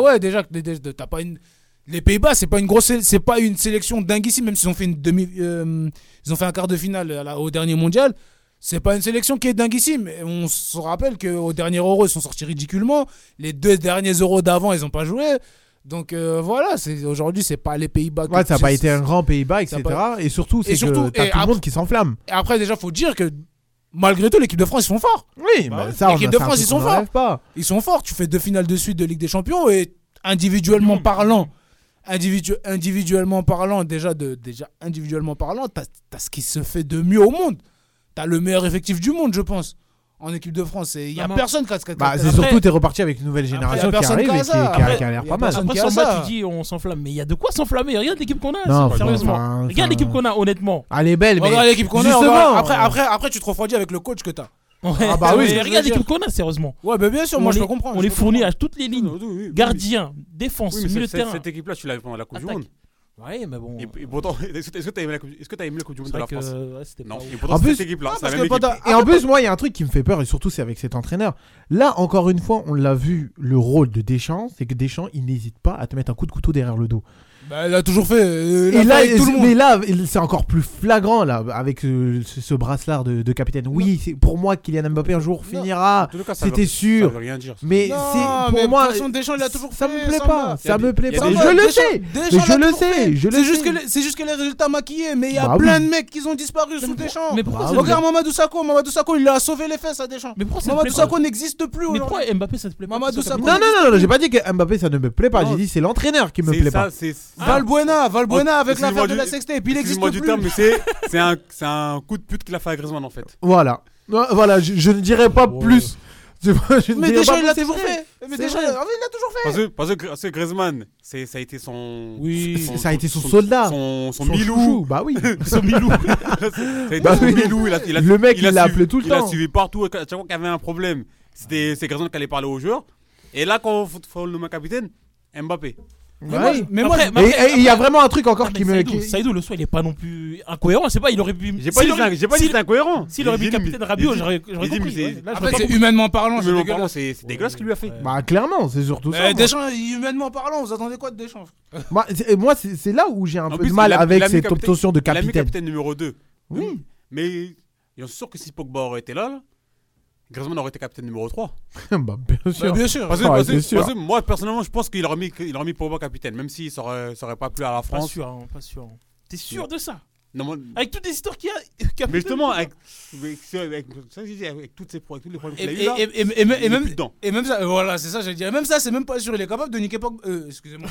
S5: Ouais, déjà, que- déjà, t'as pas une. Les Pays-Bas, c'est pas une grosse, sé- c'est pas une sélection dingue ici, même s'ils ont fait une demi, euh, ils ont fait un quart de finale à la- au dernier mondial. C'est pas une sélection qui est dingue ici, mais on se rappelle qu'au dernier Euro, ils sont sortis ridiculement. Les deux derniers Euros d'avant, ils ont pas joué. Donc euh, voilà, c'est aujourd'hui, c'est pas les Pays-Bas. que
S2: Ouais, ça n'a
S5: tu-
S2: pas été hein. un grand Pays-Bas,
S5: ça
S2: etc.
S5: a pas-
S2: Et surtout, c'est que
S5: surtout,
S2: t'as
S5: et
S2: tout le monde
S5: après-
S2: qui s'enflamme.
S5: Et après, déjà, faut dire que malgré tout, l'équipe de France, ils sont forts.
S2: Oui,
S5: Bah
S2: bah,
S5: ouais.
S2: ça, on
S5: L'équipe
S2: a-
S5: de
S2: c'est un
S5: France,
S2: truc
S5: ils sont Bah,
S2: qu'on n'enlève pas.
S5: ils sont forts. Tu fais deux finales de suite de Ligue des Champions et
S3: Mm.
S5: individuellement parlant, individu- individuellement parlant, déjà, de, déjà individuellement parlant, t'as as ce qui se fait de mieux au monde. T'as le meilleur effectif du monde, je pense, en équipe de France. Et il y
S3: Non,
S5: a
S3: mais-
S5: personne qui a ce qui a-
S2: Bah,
S5: qui a-
S2: c'est
S3: Après-
S2: surtout, t'es reparti avec une nouvelle génération qui
S5: personne
S2: arrive
S5: qui a
S2: et qui,
S5: ça.
S2: qui a,
S5: Après,
S2: qui a l'air
S5: y a
S2: pas mal.
S5: personne.
S3: Après
S5: Qui a
S3: sur le
S5: ça
S3: match, tu dis on s'enflamme, mais il y a de quoi s'enflammer. Regarde l'équipe qu'on a,
S2: Non,
S3: c'est- sérieusement.
S2: enfin,
S3: Regarde l'équipe qu'on a, honnêtement.
S2: Ah, Elle est belle, mais.
S5: Regarde l'équipe qu'on a. on va-
S2: Justement.
S5: Après, après, après, tu te refroidis avec le coach que t'as.
S3: Ouais,
S2: bah oui,
S3: mais
S2: je veux
S3: regarde
S5: dire.
S3: l'équipe qu'on a, sérieusement.
S5: Ouais, bah, bien sûr,
S3: On
S5: moi je
S3: les-
S5: peux comprendre.
S3: On
S5: je
S3: les
S5: peux
S3: fournit
S5: comprendre.
S3: à toutes les
S4: Oui,
S3: lignes.
S4: oui, oui.
S3: Gardien, défense,
S4: Oui, mais
S3: milieu de
S4: cette-
S3: terrain.
S4: Cette équipe-là, tu l'avais pendant la Coupe du
S3: Attaque.
S4: Monde.
S3: Ouais, mais bon.
S4: Et, et pourtant, est-ce que tu as aimé, la coupe- est-ce que t'as aimé la Coupe du Monde
S3: c'est
S4: de
S3: vrai
S4: la
S3: que,
S4: France
S3: ouais, c'était
S4: Non,
S3: pas ouf.
S4: et pourtant,
S2: En plus-
S4: cette équipe-là,
S5: Ah,
S4: c'est la
S5: parce
S4: même
S5: que
S4: équipe.
S5: pendant-
S2: Et en plus, moi, il y a un truc qui me fait peur, et surtout, c'est avec cet entraîneur. Là, encore une fois, on l'a vu, le rôle de Deschamps, c'est que Deschamps, il n'hésite pas à te mettre un coup de couteau derrière le dos.
S5: Bah, elle a toujours fait. euh, elle
S2: Et
S5: a fait
S2: là,
S5: avec tout le monde.
S2: mais là, c'est encore plus flagrant, là, avec euh, ce, ce brassard de, de capitaine. Oui, c'est pour moi, Kylian Mbappé, un jour,
S4: En
S2: finira.
S4: tout cas, ça veut-
S2: C'était
S4: Ça
S2: sûr.
S4: veut rien dire. ça.
S2: Mais
S5: Non,
S2: c'est
S5: mais
S2: pour moi.
S5: de toute façon, Deschamps, il a toujours
S2: ça
S5: fait,
S2: me plaît
S5: ça
S2: pas.
S5: va.
S4: Il y
S2: Ça
S4: a
S2: me
S4: des-
S2: plaît
S4: il y a
S2: pas.
S4: des
S2: Je
S5: gens-
S2: le
S5: des
S2: sais.
S5: gens- des
S2: Mais
S5: gens
S2: je
S5: l'ont
S2: le
S5: toujours
S2: sais.
S5: fait.
S2: Je le
S5: C'est juste
S2: sais.
S5: que les- c'est juste que les résultats maquillés, mais il y a
S2: Bah oui.
S5: plein de mecs qui ont disparu sous Deschamps.
S3: Mais pourquoi
S2: Bah
S3: ça
S2: oui.
S3: te plaît-
S5: Regarde Mamadou Sakho, Mamadou Sakho, il a sauvé les fesses à Deschamps.
S3: Mais pourquoi ça te
S5: Mamadou
S3: plaît pas
S5: Sakho n'existe plus
S3: Mais
S5: aujourd'hui.
S3: pourquoi Mbappé ça te plaît pas
S5: Mamadou
S3: Pourquoi ça te
S5: Sakho.
S2: Non, non, non, non, j'ai pas dit que Mbappé, ça ne me plaît pas.
S4: Non.
S2: J'ai dit, c'est l'entraîneur qui me
S4: C'est
S2: plaît
S4: ça,
S2: pas.
S4: c'est. Ah.
S5: Valbuena, Valbuena avec
S4: excuse-moi
S5: l'affaire de
S4: du-
S5: la sextape, il existe
S4: Excuse-moi
S5: plus.
S4: du terme, mais c'est c'est un, c'est un coup de pute qu'il a fait à Griezmann en fait.
S2: Voilà. Euh, Voilà, je, je ne dirais pas plus. <laughs> Tu vois, je ne
S5: mais
S2: dirais
S5: Deschamps,
S2: pas
S5: il l'a
S2: plus,
S5: toujours
S2: c'est vrai.
S5: fait. Mais
S2: C'est
S5: Deschamps,
S2: vrai.
S5: il a- en fait, il l'a toujours fait.
S4: Parce que, parce que, parce que Griezmann, c'est- ça a été son.
S5: Oui.
S2: Ça a été son soldat.
S4: Son, son
S2: Son chouchou,
S4: Milou.
S2: Bah oui.
S4: <laughs> Son Milou. Ça a été
S2: Bah
S4: son
S2: oui.
S4: Milou. Il a, il a-
S2: Le mec, il l'a
S4: suivi-
S2: appelé tout le
S4: Il
S2: temps.
S4: a suivi partout. À chaque fois qu'il y avait un problème, c'était- c'est Griezmann qui allait parler aux joueurs. Et là, quand on faut- faut le nommer capitaine, Mbappé.
S5: Mais
S2: Ouais.
S5: moi, mais moi,
S3: Après-
S5: je-
S2: Et- Et il y a vraiment un truc
S3: Ah,
S2: encore qui me.
S3: Saïdou,
S2: qui-
S3: Saïdou, le soir, il est pas non plus incohérent. C'est pas, il aurait pu.
S4: J'ai pas
S3: s'il
S4: dit
S3: aurait-
S4: que j'ai pas dit
S3: s'il-
S4: que c'était incohérent.
S3: S'il aurait
S4: J'ai
S3: pu
S4: dit-
S3: capitaine
S4: j'ai
S3: Rabiot,
S4: dit-
S3: j'aurais
S4: j'ai
S3: j'aurais
S4: dit, mais
S3: compris.
S4: c'est-
S3: ouais. Là, je
S5: après,
S3: l'aurais
S5: c'est
S3: compris.
S5: humainement parlant, c'est
S4: Mais vraiment,
S5: dégueulasse.
S4: c'est c'est dégueulasse ce qu'il lui a fait.
S3: Ouais.
S2: Bah clairement, c'est surtout ça.
S5: Mais
S2: moi.
S5: Deschamps, humainement parlant, vous attendez quoi de Deschamps
S2: Moi, c'est- et moi, c'est c'est là où j'ai un
S4: En
S2: peu
S4: plus,
S2: de mal
S4: il a-
S2: avec
S4: il a mis
S2: cette
S4: capitaine-
S2: obtention de
S4: Il a mis
S2: capitaine.
S4: capitaine numéro 2.
S2: Oui.
S4: Mais j'en suis sûr que si Pogba aurait été là, là, Griezmann aurait été capitaine numéro 3.
S2: <laughs> Bah, bien sûr.
S5: Bien sûr.
S4: Parce que,
S2: Ah,
S4: parce que-
S2: bien sûr.
S4: parce que moi, personnellement, je pense qu'il aurait mis, il aurait mis Pogba capitaine, même si ça aurait, ça aurait pas plu à la
S3: Pas
S4: France.
S3: sûr, hein, pas sûr. T'es sûr de ça
S4: Non, moi-
S3: Avec toutes les histoires qu'il y a. capitaine-
S4: mais justement, avec, avec, avec- ça, je dis, avec toutes ces pro- avec tous les problèmes
S5: Et,
S4: qu'il a
S5: et-
S4: eu là,
S5: et- et- et- et
S4: il est
S5: même,
S4: plus dedans.
S5: et même ça, euh, voilà, c'est ça, j'allais dire. Et Même ça, c'est même pas sûr. Il est capable de niquer Pogba. euh, excusez-moi.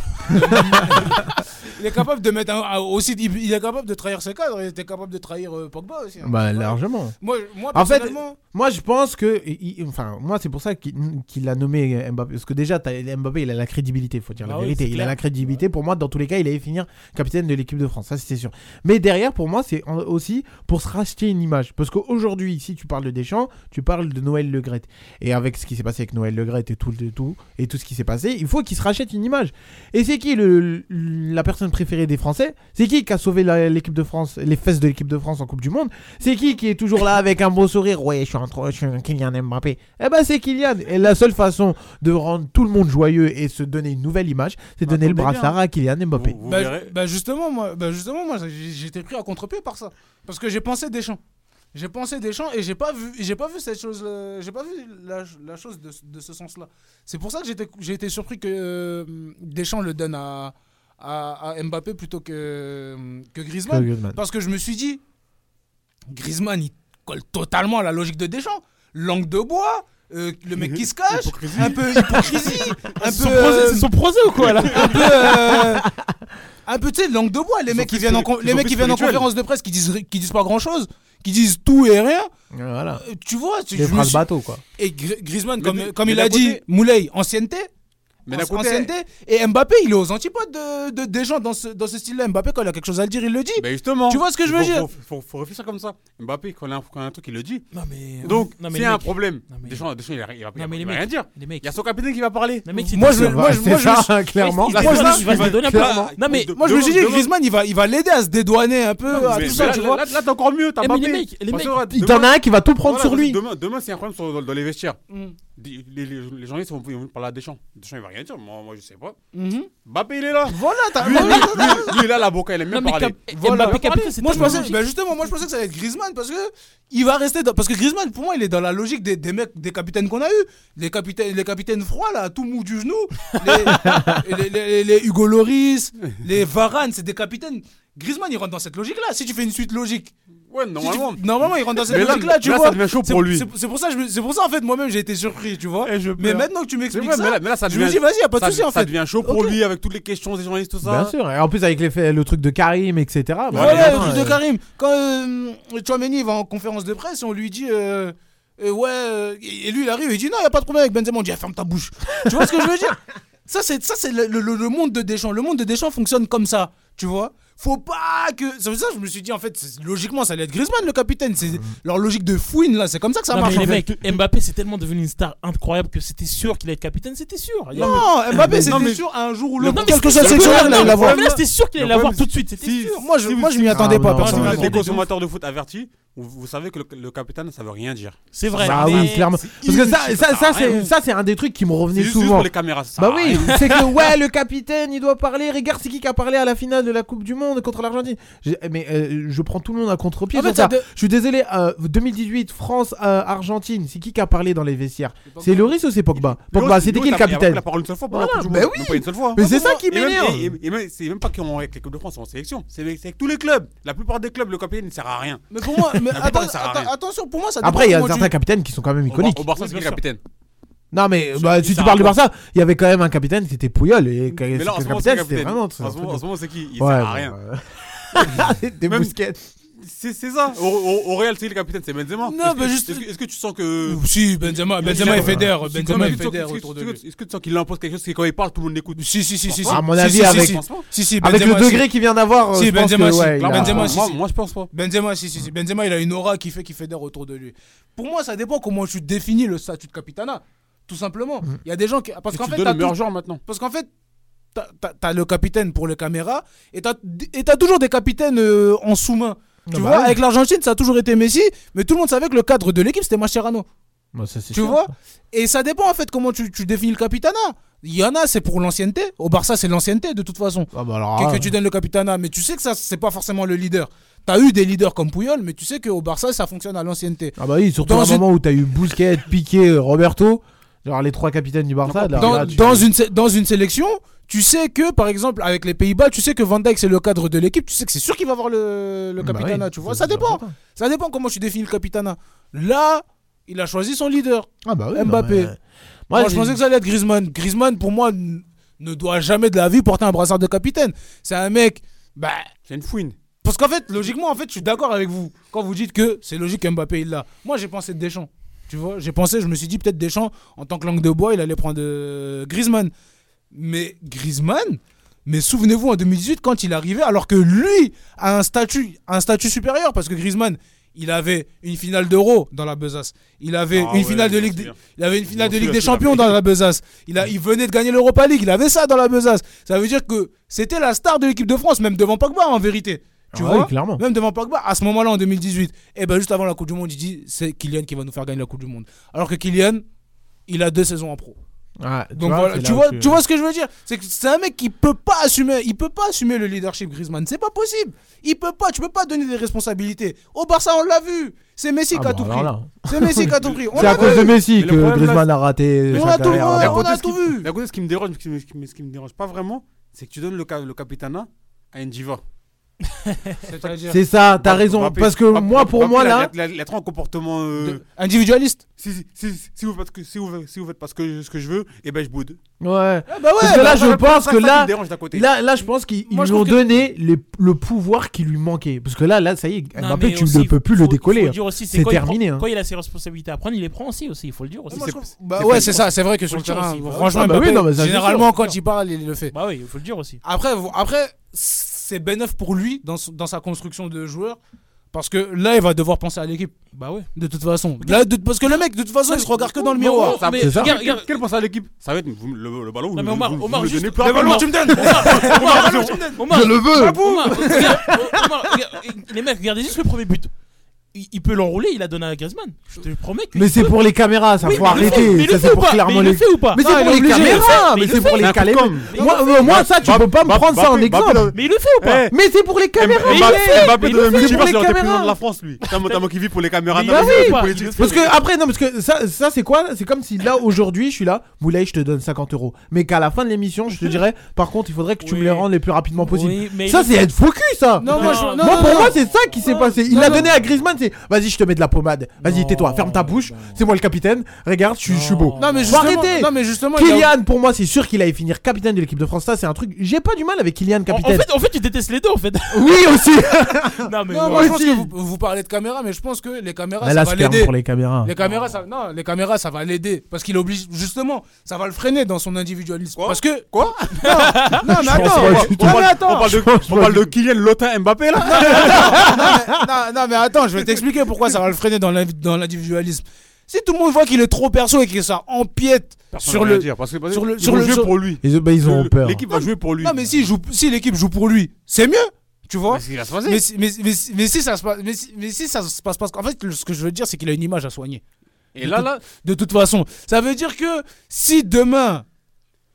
S5: il est capable de mettre un, un- aussi. Il, il est capable de trahir ses cadres. Il était capable de trahir euh, Pogba aussi. hein.
S2: Bah
S5: Voilà.
S2: largement.
S5: Moi, moi
S2: En fait,
S5: personnellement,
S2: Moi, je pense que, il- il- enfin, moi, c'est pour ça qu'il qu'il a nommé Mbappé, parce que déjà, t'as- Mbappé, il a la crédibilité, faut dire
S3: Bah
S2: la
S3: oui,
S2: vérité.
S3: c'est
S2: il a
S3: clair.
S2: la crédibilité. Pour moi, dans tous les cas, il allait finir capitaine de l'équipe de France, ça c'était sûr. Mais derrière, pour moi, c'est en- aussi pour se racheter une image, parce qu'aujourd'hui, si tu parles de Deschamps, tu parles de Noël Le Graët. et avec ce qui s'est passé avec Noël Le Graët et tout, le- tout et tout ce qui s'est passé, il faut qu'il se rachète une image. Et c'est qui le, le- la personne préférée des Français C'est qui qui a sauvé la- l'équipe de France, les fesses de l'équipe de France en Coupe du Monde C'est qui qui est toujours là avec un beau sourire Ouais, je suis un, tro- je suis un Kylian Mbappé. Eh ben, c'est Kylian. Et la seule façon de rendre tout le monde joyeux et se donner une nouvelle image, c'est de
S4: Bah,
S2: donner le
S4: attendez
S2: brassard à Kylian Mbappé.
S4: Vous, vous
S5: bah,
S4: verrez.
S5: bah, justement, moi, bah justement, moi, j'ai- j'étais pris à contre-pied par ça, parce que j'ai pensé Deschamps. J'ai pensé Deschamps et j'ai pas vu, j'ai pas vu cette chose, euh, j'ai pas vu la, la chose de, ce- de ce sens-là. C'est pour ça que j'étais, j'ai été surpris que euh, Deschamps le donne à, à, à Mbappé plutôt que que Griezmann.
S2: Griezmann.
S5: Parce que je me suis dit, Griezmann, il colle totalement à la logique de Deschamps. Langue de bois, euh, le mec qui se cache,
S4: Hypocrisie.
S5: un peu
S4: <laughs>
S5: hypocrisie, un
S3: C'est son
S5: peu.
S3: prosé-
S5: euh,
S3: C'est son prosé ou quoi là
S5: un peu.
S4: <laughs>
S5: euh, un peu, tu sais, langue de bois. Les
S4: Ils
S5: mecs
S4: ont
S5: qui
S4: plus
S5: viennent en, con-
S4: spiri- ils
S5: les
S4: ont
S5: mecs
S4: plus
S5: qui viennent en
S4: spirituel.
S5: conférence de presse qui disent, qui disent pas grand chose, qui disent tout et rien.
S2: Voilà.
S5: Euh, Tu vois, tu-
S2: Des
S5: je me
S2: phrases
S5: suis-
S2: bateau, quoi.
S5: Et Gri- Griezmann,
S4: Mais
S5: comme,
S4: de-
S5: comme
S4: mais
S5: il
S4: d'un
S5: a dit,
S4: côté-
S5: Moulay, ancienneté.
S4: Mais
S5: Anci-
S4: d'un côté-
S5: Bah, ancienneté. Et Mbappé, il est aux antipodes de, de- des gens dans ce, dans ce style-là. Mbappé, quand il a quelque chose à le dire, il le dit.
S4: Ben justement.
S5: Tu vois ce que je veux
S4: Faut-
S5: dire
S4: faut, faut, faut réfléchir comme ça. Mbappé, quand il y a un, quand il y a un truc, il le dit.
S3: Non, mais.
S4: Donc,
S3: non, mais
S4: s'il y
S3: les
S4: a un
S3: mecs-
S4: problème,
S3: Non, mais-
S4: Deschamps, Deschamps, il va- il va il va
S3: Non, mais les
S4: rien
S3: mecs.
S4: dire.
S3: Les mecs.
S4: Il y a son capitaine qui va parler.
S3: Les mecs, ils-
S5: Moi, je
S2: C'est
S5: me- moi, je- moi, je me suis-
S2: ça, clairement.
S3: ils-
S5: Là,
S3: ils-
S5: moi, je
S3: ils-
S5: me
S3: ils-
S5: suis-
S3: ils vont se donner un peu-
S4: clairement.
S3: Non, mais.
S4: De-
S5: Moi, je me suis dit,
S4: Demain-
S5: Griezmann, il va, il va l'aider à se dédouaner un peu, à
S4: Mais
S5: tout ça,
S4: là,
S5: tu
S4: là,
S5: vois.
S4: là, là, t'es encore mieux, t'as
S3: Eh, mais les
S4: Mbappé.
S3: mecs, les
S4: Parce que,
S3: mecs,
S2: <laughs>
S4: regarde,
S2: Il y
S4: demain-
S2: en a un qui va tout prendre
S4: voilà,
S2: sur lui.
S4: Demain, demain s'il y a un problème sur- dans, dans les vestiaires,
S5: Mm.
S4: les, les, les- les journalistes vont, ils vont parler à Deschamps. Deschamps, il va rien dire. Moi, moi je sais pas.
S5: Mhm.
S4: Mbappé, il est là.
S5: Voilà, t'as-
S4: Lui, lui, lui, lui, il a la boca, il aime
S3: Non,
S4: bien
S3: mais
S4: parler.
S3: Cap-
S5: Voilà.
S3: Mbappé capitaine, c'est
S5: Moi je
S3: tellement
S5: pensais,
S3: logique.
S5: bah, justement, moi je pensais que ça allait être Griezmann parce que il va rester dans- parce que Griezmann pour moi il est dans la logique des, des mecs des capitaines qu'on a eu, les capitaines les capitaines froids là, tout mou du genou, les,
S4: <laughs>
S5: les, les- les Hugo Loris, les Varane, c'est des capitaines. Griezmann il rentre dans cette logique là. Si tu fais une suite logique,
S4: Ouais,
S5: si tu-
S4: normalement.
S5: normalement il rentre dans cette
S4: Mais là-
S5: logique là, tu
S4: là, ça
S5: vois.
S4: devient chaud
S5: C'est-
S4: pour lui.
S5: c'est- C'est pour ça, je me- c'est pour ça en fait moi-même j'ai été surpris, tu vois.
S4: Eh, je
S5: mais
S4: pleure.
S5: maintenant que tu
S4: C'est
S5: m'expliques
S4: vrai,
S5: ça,
S4: mais là, mais là, ça
S5: je me
S4: devient.
S5: dis vas-y y a pas de
S4: ça-
S5: souci en
S4: ça
S5: fait.
S4: devient chaud pour
S5: Ok.
S4: lui avec toutes les questions des journalistes, tout
S2: Bien
S4: ça.
S2: sûr. Et en plus, avec les faits- le truc de Karim, etc. bah,
S5: Voilà,
S2: maintenant,
S5: le truc de
S2: euh,
S5: Karim. Quand euh, Chouameni va en conférence de presse, on lui dit. euh, euh, ouais, euh, et et lui il arrive, il dit non, il n'y a pas de problème avec Benzema. On dit ah, ferme ta bouche. <laughs> tu vois ce que je veux dire Ça, c'est ça, c'est le, le- le monde de Deschamps. Le monde de Deschamps fonctionne comme ça, tu vois Faut pas que. C'est pour ça que je me suis dit, en fait, c'est- logiquement, ça allait être Griezmann le capitaine. C'est leur logique de fouine là, c'est comme ça que ça
S3: Non,
S5: marche.
S3: mais les
S5: en fait.
S3: mecs, Mbappé c'est tellement devenu une star incroyable que c'était sûr qu'il allait être capitaine, c'était sûr. Il y a-
S5: Non, Mbappé, c'était
S4: Non, mais-
S5: sûr un jour ou
S4: Non,
S5: l'autre.
S4: mais
S5: Quel que soit le
S3: c'était sûr,
S5: sélectionneur, il
S3: non,
S5: allait
S3: mais
S5: l'avoir.
S3: là, c'était sûr qu'il allait
S4: Le problème,
S3: l'avoir tout de suite, c'était
S4: si-
S3: sûr.
S5: Moi, je, moi, je m'y attendais
S2: Ah,
S5: pas.
S2: non,
S4: Quand
S5: personne.
S4: vous
S2: non,
S4: êtes
S2: non,
S4: des
S2: de
S4: consommateurs de foot avertis, vous, vous savez que le, le capitaine, ça veut rien dire.
S3: C'est vrai.
S2: Bah
S3: mais
S2: oui, clairement. Parce que ça, ça, ça, c'est, ça, c'est un des trucs qui me
S4: C'est
S2: revenait
S4: juste, juste
S2: souvent.
S4: pour les Ah, caméras. ça
S2: Bah
S4: sert à
S2: oui,
S4: rien.
S2: c'est
S4: <laughs>
S2: que ouais, le capitaine, il doit parler. Regarde, c'est qui qui a parlé à la finale de la Coupe du Monde contre l'Argentine. J'ai- Mais euh, je prends tout le monde à contre-pied.
S5: En fait,
S2: sur
S5: ça
S2: ça.
S5: de-
S2: Je suis désolé. euh, 2018, France, euh, Argentine, c'est qui qui a parlé dans les vestiaires C'est Loris ou c'est Pogba Pogba,
S4: Loris-
S2: c'était qui
S4: Loris
S2: le
S4: a- il a pris
S2: capitaine
S4: La parole une seule fois. pour
S2: Voilà,
S4: la Coupe du
S2: bah
S4: Monde.
S2: oui.
S4: Même pas une seule fois.
S2: Mais c'est ça qui
S4: Et même-
S2: m'énerve.
S4: et- et- et même- C'est même pas qu'on avec l'équipe de France, c'est en sélection. C'est avec c'est avec tous les clubs. La plupart des clubs, le capitaine ne sert à rien.
S5: Mais pour moi, mais
S4: La plupart,
S5: atten-
S4: ça sert à
S5: atten-
S4: rien.
S5: attention, pour moi, ça
S2: Après, il y a
S5: dépend comment
S2: certains capitaines qui sont quand même
S4: Au Bar-
S2: iconiques.
S4: Au Barça, c'est
S3: Oui,
S4: qui
S3: bien
S4: le
S3: sûr.
S4: capitaine
S2: Non, mais bah, si
S4: c'est
S2: tu
S4: un
S2: parles du
S4: bon-
S2: Barça, il y avait quand même un capitaine, c'était Pouyol. Et que-
S4: Mais là, en
S2: que
S4: ce
S2: le
S4: moment,
S2: capitaine,
S4: c'est
S2: c'était
S4: le capitaine.
S2: vraiment.
S4: En
S2: c'est
S4: ce
S2: un truc
S4: moment, en ce moment, c'est qui Il
S2: de-
S4: sert à
S2: Ouais,
S4: rien.
S2: bon, ouais. <laughs> Des
S4: Même-
S2: Busquets.
S4: C'est c'est ça. Au- Au au Real, c'est qui le capitaine C'est Benzema.
S5: Non,
S4: Est-ce que-
S5: mais juste-
S4: Est-ce que- est-ce que tu sens que.
S5: Euh, Si, Benzema, Benzema et Federer, Benzema et Federer
S4: Est-ce que-
S5: autour de
S4: est-ce que-
S5: lui.
S4: Est-ce que tu sens qu'il impose quelque chose Parce que quand il parle, tout le monde l'écoute
S5: Si, si, si, si. si.
S2: Ah, À mon
S5: Si,
S2: avis,
S5: si, si,
S2: avec-
S5: si.
S4: Franchement.
S5: Si, si,
S2: Avec le
S5: Benzema, si.
S2: degré qu'il vient d'avoir, euh,
S5: Si,
S2: je pense
S5: Benzema,
S2: que,
S5: si.
S2: ouais, il a-
S5: Clairement, Benzema,
S4: Moi,
S5: si,
S4: moi,
S5: si.
S4: moi, je pense pas.
S5: Benzema, si, si, si. Benzema, il a une aura qui fait qu'il Federer autour de lui. Pour moi, ça dépend comment tu définis le statut de capitana. Tout simplement.
S2: Mm.
S5: Il y a des gens qui. Parce
S4: Tu
S5: qu'en
S4: te
S5: fait,
S4: donnes
S5: t'as
S4: le meilleur
S5: tout-
S4: joueur maintenant.
S5: parce qu'en fait, t'as- t'as- t'as le capitaine pour les caméras et t'as et t'as toujours des capitaines euh, en sous-main. Tu
S2: Ah bah
S5: vois,
S2: oui.
S5: avec l'Argentine, ça a toujours été Messi, mais tout le monde savait que le cadre de l'équipe, c'était Mascherano.
S2: Bah, ça, c'est
S5: Tu
S2: sûr.
S5: vois Et ça dépend en fait comment tu, tu définis le capitana. Il y en a, c'est pour l'ancienneté. Au Barça, c'est l'ancienneté de toute façon.
S2: Ah bah alors,
S5: Que,
S2: ah,
S5: que tu donnes le capitana, mais tu sais que ça, c'est pas forcément le leader. T'as eu des leaders comme Puyol, mais tu sais qu'au Barça, ça fonctionne à l'ancienneté.
S2: ah bah oui, surtout
S5: Dans
S2: à un
S5: une-
S2: moment où t'as eu Busquets, Piqué, euh, Roberto, genre les trois capitaines du Barça. là,
S5: Dans,
S2: là, Ah, tu-
S5: dans une, sé- dans une sélection, tu sais que, par exemple, avec les Pays-Bas, tu sais que Van Dijk, c'est le cadre de l'équipe. Tu sais que c'est sûr qu'il va avoir le, le
S2: Bah
S5: capitana,
S2: oui,
S5: tu vois.
S2: c'est
S5: Ça
S2: sûr,
S5: dépend.
S2: certain.
S5: Ça dépend comment tu définis le capitana. Là, il a choisi son leader.
S2: Ah bah oui, non,
S5: Mbappé.
S2: mais-
S5: Moi, je
S2: j'ai-
S5: pensais que ça allait être Griezmann. Griezmann, pour moi, n- ne doit jamais de la vie porter un brassard de capitaine. C'est un mec. Bah,
S4: C'est une fouine.
S5: parce qu'en fait, logiquement, en fait, je suis d'accord avec vous quand vous dites que c'est logique Mbappé il l'a. Moi, j'ai pensé de Deschamps. Tu vois, j'ai pensé, je me suis dit peut-être Deschamps en tant que langue de bois, il allait prendre euh, Griezmann. Mais Griezmann, mais souvenez-vous en 2018 quand il arrivait, alors que lui a un statut, un statut supérieur parce que Griezmann, il avait une finale d'Euro dans la besace. Il avait
S4: Ah
S5: une
S4: ouais,
S5: finale de
S4: je m'en
S5: Ligue, des-
S4: souviens.
S5: il avait une finale
S4: m'en
S5: de Ligue
S4: souviens,
S5: des
S4: celui-là.
S5: Champions dans la besace. Il a, il venait de gagner l'Europa League, il avait ça dans la besace. Ça veut dire que c'était la star de l'équipe de France, même devant Pogba en vérité. Tu
S2: Ah
S5: vois,
S2: oui, clairement.
S5: même devant Pogba, à ce moment-là en 2018, et ben juste avant la Coupe du Monde, il dit c'est Kylian qui va nous faire gagner la Coupe du Monde. Alors que Kylian, il a deux saisons en pro.
S2: Ah, tu
S5: Donc
S2: vois,
S5: voilà,
S2: c'est
S5: tu
S2: là
S5: vois,
S2: où tu-
S5: tu vois ce que je veux dire C'est que c'est un mec qui peut pas assumer, il peut pas assumer le leadership Griezmann, c'est pas possible. Il peut pas, tu peux pas donner des responsabilités. Au Barça, on l'a vu. C'est Messi
S2: Ah
S5: qui a
S2: bah
S5: tout pris.
S2: alors là.
S5: C'est Messi qui a tout
S2: <laughs>
S5: pris. On
S2: C'est à
S5: l'a
S2: cause de
S5: vu.
S2: Messi
S4: Mais le
S2: que
S4: problème, là,
S2: Griezmann a raté.
S5: On
S2: sa
S5: a tout
S2: carrière
S5: vu,
S2: là-bas.
S5: on a
S4: Raconte ce
S5: tout
S4: qui-
S5: vu.
S4: D'un côté, ce qui me dérange, ce qui me, ce qui me- ce qui me dérange pas vraiment, c'est que tu donnes le, ca- le capitana à Ndiva.
S5: C'est-à-dire
S2: C'est ça, t'as
S4: Bah,
S2: raison.
S4: rappelez-
S2: Parce que
S4: rappelez-
S2: moi, pour
S4: rappelez
S2: moi,
S4: la-
S2: là.
S4: la- la- Il y a trop un comportement. euh,
S5: individualiste.
S4: Si, si, si, si vous faites, que- si, vous, si vous faites pas ce que, ce que je veux, et ben je boude. bah,
S2: Ouais.
S5: Ah, bah
S2: Parce que là, je pense que
S4: Ça
S2: là.
S4: me dérange d'un côté.
S2: Là, là, je pense qu'ils ils
S5: Moi,
S2: lui
S5: je
S2: ont
S5: trouve que-
S2: donné les- le pouvoir qui lui manquait. Parce que là, là, ça y est,
S3: Non,
S2: Mbappé,
S3: mais
S2: tu
S3: aussi,
S2: ne peux plus
S3: faut-
S2: le
S3: faut
S2: décoller. hein.
S3: dire aussi,
S2: C'est
S3: quand il prend-
S2: terminé, hein.
S3: Quand il a ses responsabilités à prendre, il les prend aussi, aussi il faut le dire aussi.
S4: Moi, je trouve-
S5: Bah
S4: C'est pas
S5: ouais,
S4: une
S5: c'est ça, c'est vrai que sur le
S3: Faut le dire
S5: terrain,
S3: aussi, voilà.
S5: franchement,
S2: Ah bah oui,
S5: Mbappé,
S2: non, mais ça, c'est
S5: généralement
S2: sûr.
S5: quand il parle, il le fait.
S3: Bah oui, il faut le dire aussi.
S5: Après, vous- après c'est ben neuf pour lui dans, son- dans sa construction de joueur. Parce que là, il va devoir penser à l'équipe,
S3: Bah ouais.
S5: de toute façon. Là, de- parce que le mec, de toute façon, il se regarde que dans le miroir.
S3: Non, mais
S2: c'est ça.
S3: regarde, regarde.
S4: Quel pense à l'équipe Ça va être vous- le, le ballon.
S3: Non, mais
S4: vous-
S3: Omar,
S4: vous- vous
S3: Omar,
S4: me
S3: juste-
S4: donnez plus
S3: le ballon,
S4: <laughs> Omar.
S3: tu
S4: me donnes
S3: Omar, Omar,
S2: le veux
S3: Omar, regarde, Omar, regarde, les mecs, regardez juste le premier but. Il, il peut l'enrouler, il a donné à Griezmann. Je te promets que.
S2: Mais c'est pour les caméras, ça,
S3: Oui,
S2: faut
S3: mais il le fait- mais
S2: arrêter.
S3: il le
S2: Ça,
S3: fait
S2: c'est
S3: ou
S2: pour
S3: pas
S2: clairement
S3: Mais il
S2: les.
S3: le fait ou pas
S2: Mais
S3: Non,
S2: c'est pour
S3: il est
S2: les
S3: obligé, il le fait,
S2: caméras
S3: mais
S2: Mais
S3: il
S2: c'est
S3: le
S2: pour
S3: fait.
S2: les caméras
S3: Mais
S2: Moi,
S3: il le
S2: euh,
S3: fait.
S2: moi, ça, tu
S4: Mbappé-
S2: peux pas me prendre ça en
S4: Mbappé-
S2: exemple
S4: Mbappé-
S3: Mais il le fait ou pas
S4: Eh,
S2: Mais c'est pour les caméras
S3: Mais il le fait.
S4: Mbappé Mbappé
S2: Mais il
S4: de
S2: le fait pour
S4: multivers,
S2: les
S4: il aurait été président
S2: caméras.
S4: de la France, lui. T'as mon- t'as mon qui vit pour les caméras.
S3: Mais
S4: t'as
S3: il le
S4: mon qui
S3: fait
S4: vit
S3: pas,
S4: pour les
S3: il le
S4: politiques.
S3: fait.
S2: Parce que après, non, parce que ça, ça c'est quoi C'est comme si là, aujourd'hui, je suis là, Moulay, je te donne 50 euros. Mais qu'à la fin de l'émission, je te dirais, par contre, il faudrait que tu me
S3: Oui.
S2: les rendes le plus rapidement possible.
S3: Oui, mais
S2: ça,
S3: il-
S2: c'est être focus, ça
S5: Non,
S3: moi,
S5: moi,
S3: je- non,
S2: moi, pour moi, c'est ça qui s'est passé. Il
S5: Non,
S2: l'a
S5: non.
S2: donné à Griezmann, c'est vas-y, je te mets de la pommade. Vas-y,
S3: Non,
S2: tais-toi, ferme ta bouche. C'est moi le capitaine. Regarde, je suis je suis beau.
S5: Non, mais
S2: Faut
S5: justement,
S2: arrêter.
S5: non, mais justement, il a-
S2: Kylian, pour moi, c'est sûr qu'il allait finir capitaine de l'équipe de France. Ça, c'est un truc. J'ai pas du mal avec Kylian,
S3: En, en
S2: capitaine.
S3: fait, en fait, tu détestes les deux en fait.
S2: Oui, aussi.
S3: non, mais.
S5: Non,
S3: ouais.
S5: moi, je pense
S2: aussi.
S5: que vous, vous parlez de caméra, mais je pense que les caméras,
S2: Mais
S5: ça
S2: là,
S5: va
S2: c'est clairement
S5: l'aider.
S2: pour les caméras.
S5: Les caméras, ça, non, les caméras, ça va l'aider parce qu'il oblige justement, ça va le freiner dans son individualisme.
S4: Quoi
S5: parce que
S4: Quoi
S5: non, mais
S2: pense
S5: attends,
S2: pas
S5: on
S2: du
S5: va-
S2: tout.
S5: on va-
S2: mais
S4: On parle de-
S2: pense
S4: on
S2: pas
S4: parle
S2: du
S4: de Kylian Lotin Mbappé, là
S5: non, non, mais attends, je vais t'expliquer pourquoi ça va le freiner dans l'invi- dans l'individualisme. Si tout le monde voit qu'il est trop perso et que ça empiète sur le, sur le- sur
S4: Sur
S5: le-
S4: le jeu
S5: sur-
S4: pour lui.
S2: Ils, bah, ils ont
S4: Le-
S2: peur.
S4: L'équipe va jouer pour lui.
S5: non mais si joue, si l'équipe joue pour lui, c'est mieux, tu vois.
S4: Mais c'est ce qui va se passer.
S5: Mais si, mais, mais si- mais si ça se passe, mais si, mais si ça se passe pas, en fait, le- ce que je veux dire, c'est qu'il a une image à soigner.
S4: Et là, là,
S5: De toute façon, ça veut dire que si demain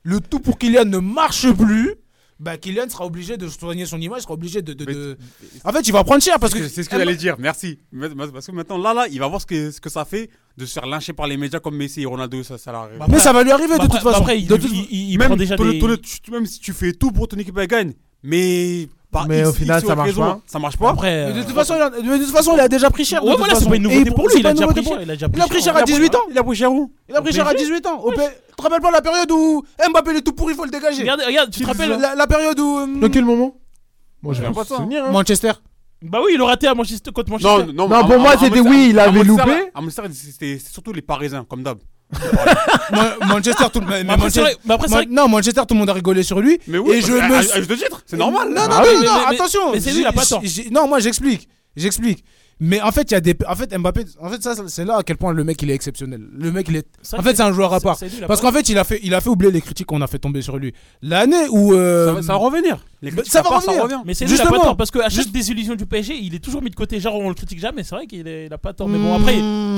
S5: le tout pour Kylian ne marche plus, bah Kylian sera obligé de soigner son image, sera obligé de. de-
S4: Mais-
S5: de- En fait, il va prendre cher parce que
S4: c'est ce que j'allais dire. Merci. Mais- mais- Parce que maintenant, là, là, il va voir ce que, ce que ça fait de se faire lyncher par les médias comme Messi et Ronaldo. Ça, ça l'arrive.
S5: Mais ça va lui arriver
S3: Bah,
S5: de
S3: après-
S5: toute façon.
S3: Après, il,
S5: De toute-
S3: il- il- il
S4: même,
S3: prend déjà
S4: ton-
S3: des.
S4: ton- tu- même si tu fais tout pour ton équipe, elle gagne. Mais par
S2: Mais
S4: X,
S2: au final,
S4: X
S2: ça marche
S4: raison,
S2: pas.
S4: Ça marche pas.
S3: Après.
S5: Mais de
S3: euh,
S5: toute façon, il a, mais de toute façon, il a déjà pris cher. de
S3: Ouais,
S5: toute
S3: voilà, c'est
S5: façon.
S3: pas une
S5: Et
S3: nouveauté
S5: pour-
S3: pour
S5: c'est
S3: lui. Il
S5: pas
S3: a
S5: une
S3: déjà
S5: nouveauté
S3: pris
S5: pour
S3: cher.
S5: lui.
S3: Il a déjà
S5: Il a pris cher à 18 ans.
S4: Il a pris cher où
S5: Il a pris cher à 18 ans. Au P- Tu te rappelles pas la période où Mbappé il est tout pourri, il faut le dégager.
S3: Regarde, regarde, tu te
S5: Tu
S3: rappelles
S5: la, la période où euh,
S2: Dans quel moment Moi, j'ai
S4: Je
S2: un
S4: vois pas ça.
S2: souvenir. hein.
S5: Manchester.
S3: Bah oui, il a raté à Manchester contre Manchester.
S2: Non, pour moi, c'était oui, il avait loupé.
S4: À Manchester, c'était c'était surtout les Parisiens, comme d'hab.
S5: Man- Manchester, tout le mais- mais
S3: Mais après, c'est
S5: Manchester-
S3: vrai- mais après, c'est
S5: Man-
S3: vrai que-
S5: Non, Manchester, tout le monde a rigolé sur lui.
S4: Mais oui,
S5: et je
S4: à-
S5: me
S4: à-
S5: suis-
S4: à juste de titre, c'est normal.
S5: Non, non,
S2: Bah oui,
S5: non,
S3: Ah, mais-
S5: non,
S3: mais-
S5: attention.
S3: mais c'est lui, il a pas
S5: J'ai-
S3: tort.
S5: j'ai- Non, moi, j'explique. J'explique. Mais en fait, il y a des. En fait, Mbappé. En fait, ça, c'est là à quel point le mec, il est exceptionnel. Le mec, il est.
S3: C'est vrai
S5: En
S3: que
S5: fait, c'est un joueur à part.
S3: c'est- c'est lui, il a
S5: Parce
S3: pas-
S5: qu'en fait, il a fait, il a fait oublier les critiques qu'on a fait tomber sur lui. L'année où. euh,
S4: Ça va- ça va revenir. Les
S5: bah,
S4: critiques
S5: ça
S4: à
S5: va
S4: part,
S5: revenir.
S4: revient.
S3: Mais c'est lui, il a pas
S5: Justement.
S3: tort parce qu'à chaque
S5: Juste-
S3: désillusion du PSG, il est toujours mis de côté. Genre, on le critique jamais, c'est vrai qu'il est- il a pas tort. Mais
S5: Hmm,
S3: bon, après,